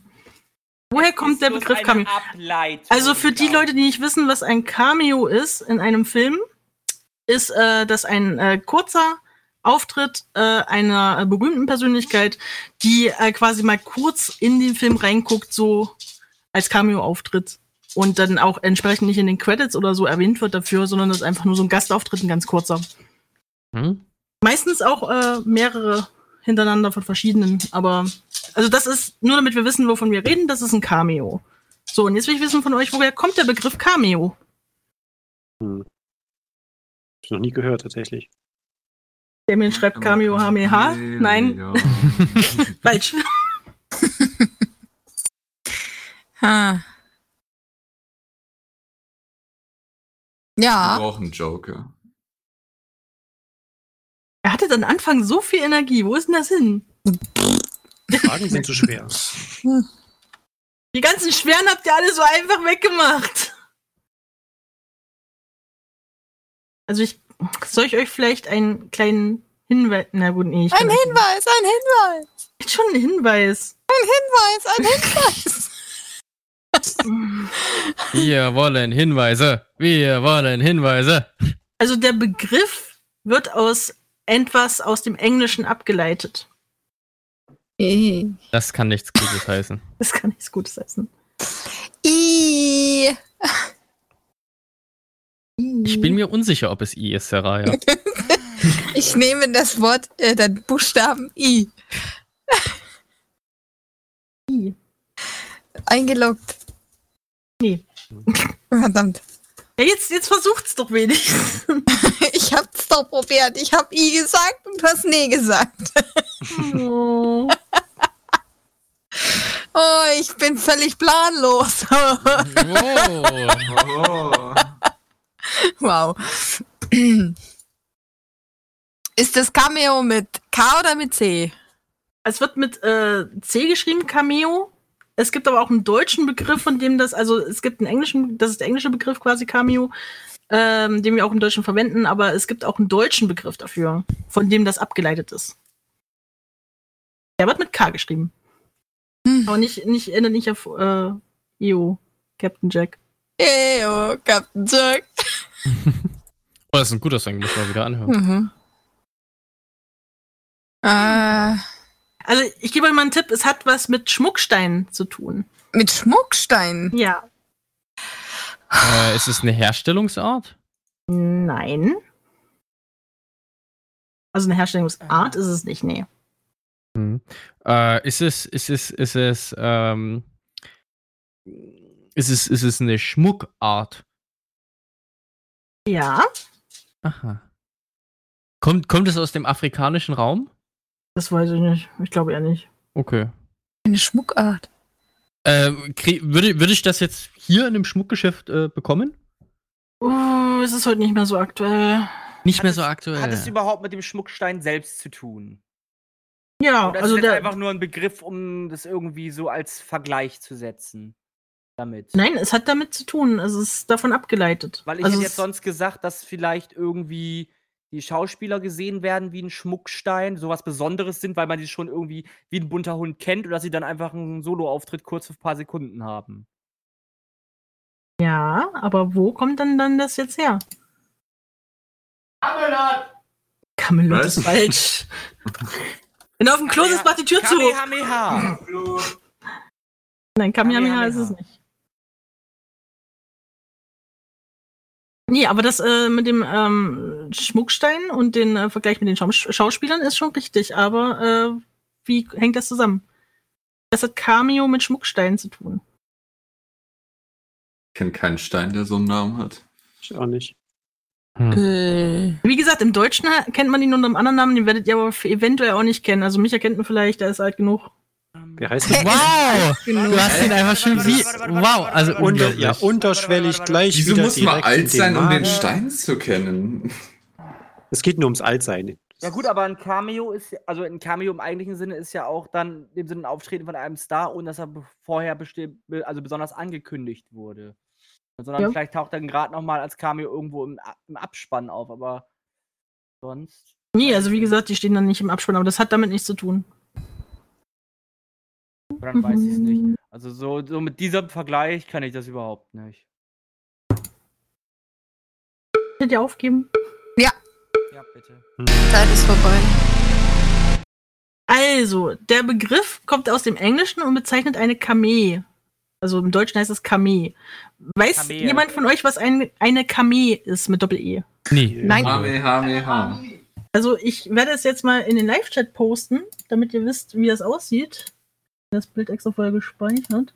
S3: Woher kommt
S8: Ist
S3: der
S8: bloß
S3: Begriff
S8: eine
S3: Cameo?
S8: Ableitung, genau.
S3: Also für die
S8: Claudia.
S3: Leute, die nicht wissen, was ein Cameo ist in einem Film, ist, äh, dass ein äh, kurzer Auftritt äh, einer äh, berühmten Persönlichkeit, die äh, quasi mal kurz in den Film reinguckt, so als Cameo-Auftritt und dann auch entsprechend nicht in den Credits oder so erwähnt wird dafür, sondern das ist einfach nur so ein Gastauftritt, ein ganz kurzer.
S9: Hm?
S3: Meistens auch äh, mehrere hintereinander von verschiedenen, aber also das ist, nur damit wir wissen, wovon wir reden, das ist ein Cameo. So, und jetzt will ich wissen von euch, woher kommt der Begriff Cameo?
S6: Ich noch nie gehört tatsächlich.
S3: Damien schreibt Cameo HMH. Nein,
S7: Ja.
S3: falsch.
S5: Ha.
S7: Wir
S5: Ja,
S7: brauchen einen Joker.
S3: Er hatte dann Anfang so viel Energie. Wo ist denn das hin?
S6: Fragen sind zu schwer.
S3: Die ganzen Schweren habt ihr alle so einfach weggemacht. Also ich. Soll ich euch vielleicht einen kleinen Hinweis. Na gut, nee, ich
S5: ein
S3: kann euch-
S5: Hinweis, ein Hinweis,
S3: Jetzt schon ein Hinweis.
S5: Hinweis, ein Hinweis.
S9: Wir wollen Hinweise. Wir wollen Hinweise.
S3: Also der Begriff wird aus etwas aus dem Englischen abgeleitet.
S5: I.
S9: Das kann nichts Gutes heißen.
S3: Das kann nichts Gutes heißen.
S5: I.
S9: Ich bin mir unsicher, ob es I ist, Herr Raya.
S5: Ich nehme das Wort, äh, den Buchstaben I.
S3: I.
S5: Eingeloggt.
S3: Nee.
S5: Verdammt.
S3: Ja, jetzt, jetzt versucht's doch wenigstens.
S5: Ich hab's doch probiert. Ich hab I gesagt und du hast Nee gesagt.
S3: Oh.
S5: Oh, ich bin völlig planlos.
S9: Wow.
S7: Oh.
S5: wow. Ist das Cameo mit K oder mit C?
S3: Es wird mit äh, C geschrieben, Cameo. Es gibt aber auch einen deutschen Begriff, von dem das, also es gibt einen englischen, das ist der englische Begriff quasi Cameo, ähm, den wir auch im Deutschen verwenden, aber es gibt auch einen deutschen Begriff dafür, von dem das abgeleitet ist. Der wird mit K geschrieben.
S5: Hm.
S3: Aber nicht, nicht, erinnert nicht auf äh, EO, Captain Jack.
S5: Eyo, Captain Jack.
S9: Oh, das ist ein guter Song, muss man wieder anhören.
S5: Mhm. Äh,
S3: Also ich gebe euch mal einen Tipp, es hat was mit Schmucksteinen zu tun.
S5: mit Schmucksteinen.
S3: Ja.
S9: Äh, ist es eine Herstellungsart?
S3: Nein. Also eine Herstellungsart ist es nicht, nee.
S9: Äh, ist es, ist es, ist es, ähm, ist es, ist es eine Schmuckart?
S3: Ja,
S9: Aha. Kommt, kommt es aus dem afrikanischen Raum?
S3: das weiß ich nicht. Ich glaube eher nicht.
S9: Okay.
S5: Eine Schmuckart.
S9: Ähm, krie- würde, würde ich das jetzt hier in einem Schmuckgeschäft äh, bekommen?
S3: Uh, es ist heute nicht mehr so aktuell.
S9: Nicht
S8: Hat
S9: mehr
S8: es-
S9: so aktuell.
S8: Hat es überhaupt mit dem Schmuckstein selbst zu tun?
S3: Ja,
S8: Oder
S3: also
S8: ist Oh, das
S3: der.
S8: einfach nur ein Begriff, um das irgendwie so als Vergleich zu setzen? Damit.
S3: nein, es hat damit zu tun. Es ist davon abgeleitet.
S8: Weil ich
S3: also
S8: hätte
S3: es-
S8: jetzt sonst gesagt, dass vielleicht irgendwie die Schauspieler gesehen werden wie ein Schmuckstein, sowas Besonderes sind, weil man die schon irgendwie wie ein bunter Hund kennt oder dass sie dann einfach einen Soloauftritt kurz für ein paar Sekunden haben.
S3: Ja, aber wo kommt dann, dann das jetzt her? Camelot
S2: Was?
S3: ist falsch. Wenn du auf dem Klo sitzt, mach die Tür zu.
S8: Kamehameha!
S3: Nein, Kamehameha ist es nicht. Nee, aber das äh, mit dem ähm, Schmuckstein und den äh, Vergleich mit den Schaum Schauspielern ist schon richtig, aber äh, wie hängt das zusammen? Das hat Cameo mit Schmuckstein zu tun.
S7: Ich kenne keinen Stein, der so einen Namen hat.
S6: Ich auch nicht.
S5: Äh,
S3: Wie gesagt, im Deutschen ha- kennt man ihn unter einem anderen Namen, den werdet ihr aber f- eventuell auch nicht kennen. Also mich erkennt man vielleicht, der ist alt genug.
S6: Wie heißt das?
S9: Wow!
S6: Genau.
S9: Du hast ihn einfach schon wie. Wow, also
S6: Unter,
S9: unglaublich.
S6: ja, unterschwellig gleich
S7: Wieso
S6: wieder
S7: muss man
S6: direkt in
S7: alt sein, um den
S6: Markt.
S7: Stein zu kennen?
S6: Es geht nur ums Altsein. Hm.
S8: Ja gut, aber ein Cameo ist, also ein Cameo im eigentlichen Sinne ist ja auch dann im Sinne ein Auftreten von einem Star, ohne dass er be- vorher beste- be- also besonders angekündigt wurde. Sondern
S3: Ja.
S8: vielleicht taucht er gerade nochmal als Cameo irgendwo im, A- im Abspann auf, aber sonst.
S3: Nee, also wie gesagt, die stehen dann nicht im Abspann, aber das hat damit nichts zu tun.
S8: Dann weiß ich es nicht. Also so, so mit diesem Vergleich kann ich das überhaupt nicht.
S3: Könnt ihr aufgeben?
S8: Ja, bitte.
S5: Zeit ist vorbei.
S3: Also, der Begriff kommt aus dem Englischen und bezeichnet eine Kamee. Also im Deutschen heißt es Kamee. Weiß
S8: Kamee.
S3: jemand von euch, was ein, eine Kamee ist mit Doppel-E?
S9: Nee.
S5: Nein.
S7: Kamehameha.
S3: Also ich werde es jetzt mal in den Live-Chat posten, damit ihr wisst, wie das aussieht. Das Bild extra vorher gespeichert.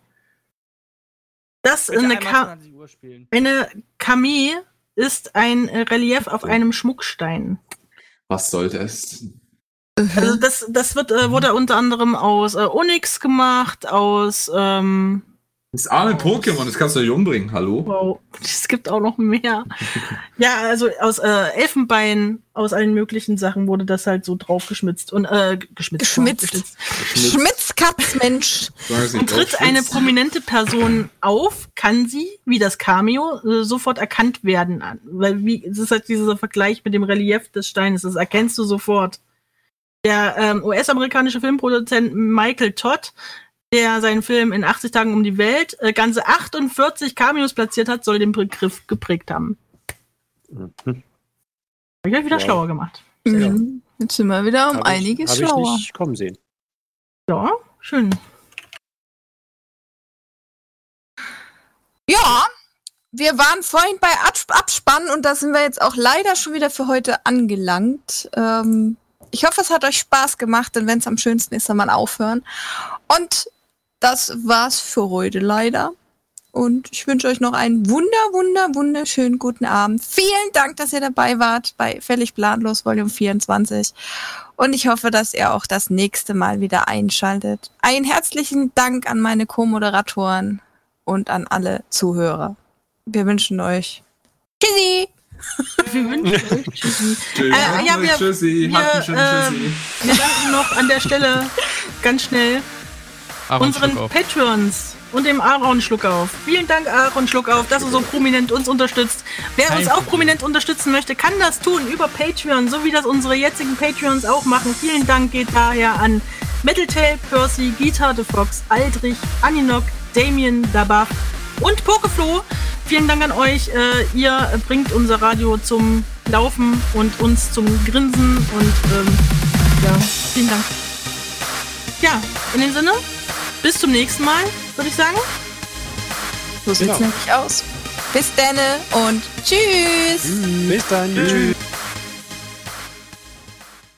S3: Das
S8: bitte
S3: eine,
S8: einmal
S3: Ka
S8: 20 Uhr spielen.
S3: eine Kamee ist ein äh, Relief
S8: Oh.
S3: auf einem Schmuckstein.
S7: Was sollte es?
S3: Also das, das wird, äh, wurde unter anderem aus äh, Onyx gemacht, aus ähm,
S7: Das arme Pokémon, das kannst du nicht umbringen, hallo?
S3: Wow, es gibt auch noch mehr. ja, also aus äh, Elfenbein, aus allen möglichen Sachen wurde das halt so draufgeschmitzt und äh, g- geschmitzt.
S5: Geschmitzt.
S3: geschnitzt.
S5: Schmitzkatz, Mensch.
S7: Solange es nicht Oh,
S3: Und tritt
S7: draufschwitzt.
S3: eine prominente Person auf, kann sie, wie das Cameo, äh, sofort erkannt werden an. Weil wie, es ist halt dieser Vergleich mit dem Relief des Steines, das erkennst du sofort. Der ähm, US-amerikanische Filmproduzent Michael Todd, der seinen Film in 80 Tagen um die Welt äh, ganze 48 Cameos platziert hat, soll den Begriff geprägt haben.
S5: Um
S6: Mhm.
S3: Hab ich euch wieder
S6: Wow.
S3: schlauer gemacht.
S5: Mhm. Jetzt sind wir wieder um
S6: Hab
S5: einiges
S6: ich, hab
S5: schlauer.
S6: ich nicht kommen sehen.
S3: Ja, schön.
S5: Ja, Wir waren vorhin bei Abs- Abspann und da sind wir jetzt auch leider schon wieder für heute angelangt. Ähm, ich hoffe, es hat euch Spaß gemacht, denn wenn es am schönsten ist, soll man aufhören. Und das war's für heute leider. Und ich wünsche euch noch einen wunder, wunder, wunderschönen guten Abend. Vielen Dank, dass ihr dabei wart bei Völlig Planlos Volume 24. Und ich hoffe, dass ihr auch das nächste Mal wieder einschaltet. Einen herzlichen Dank an meine Co-Moderatoren und an alle Zuhörer. Wir wünschen euch Tschüssi!
S3: Wir wünschen euch Tschüssi.
S7: Tschüss.
S3: Äh, ja, wir-
S7: Tschüssi.
S3: wir,
S7: Habt einen schönen
S3: ähm,
S7: Tschüssi.
S3: Wir danken noch an der Stelle ganz schnell
S9: Aber einen
S3: unseren
S9: Schluck auf.
S3: Patrons und dem Aaron Schluckauf. Vielen Dank, Aaron Schluckauf, dass du so prominent uns unterstützt. Wer
S9: Kein
S3: uns auch
S9: Problem.
S3: prominent unterstützen möchte, kann das tun über Patreon, so wie das unsere jetzigen Patreons auch machen. Vielen Dank geht daher an Metaltail, Percy, Guitar the Fox, Aldrich, Aninok, Damien, Dabaf und Pokeflo. Vielen Dank an euch. Äh, ihr bringt unser Radio zum Laufen und uns zum Grinsen und ähm, ja, vielen Dank. Ja, in dem Sinne, bis zum nächsten Mal, würde ich sagen.
S5: So sieht's
S6: Genau.
S5: nämlich aus. Bis dann und tschüss.
S6: Bis dann. Tschüss.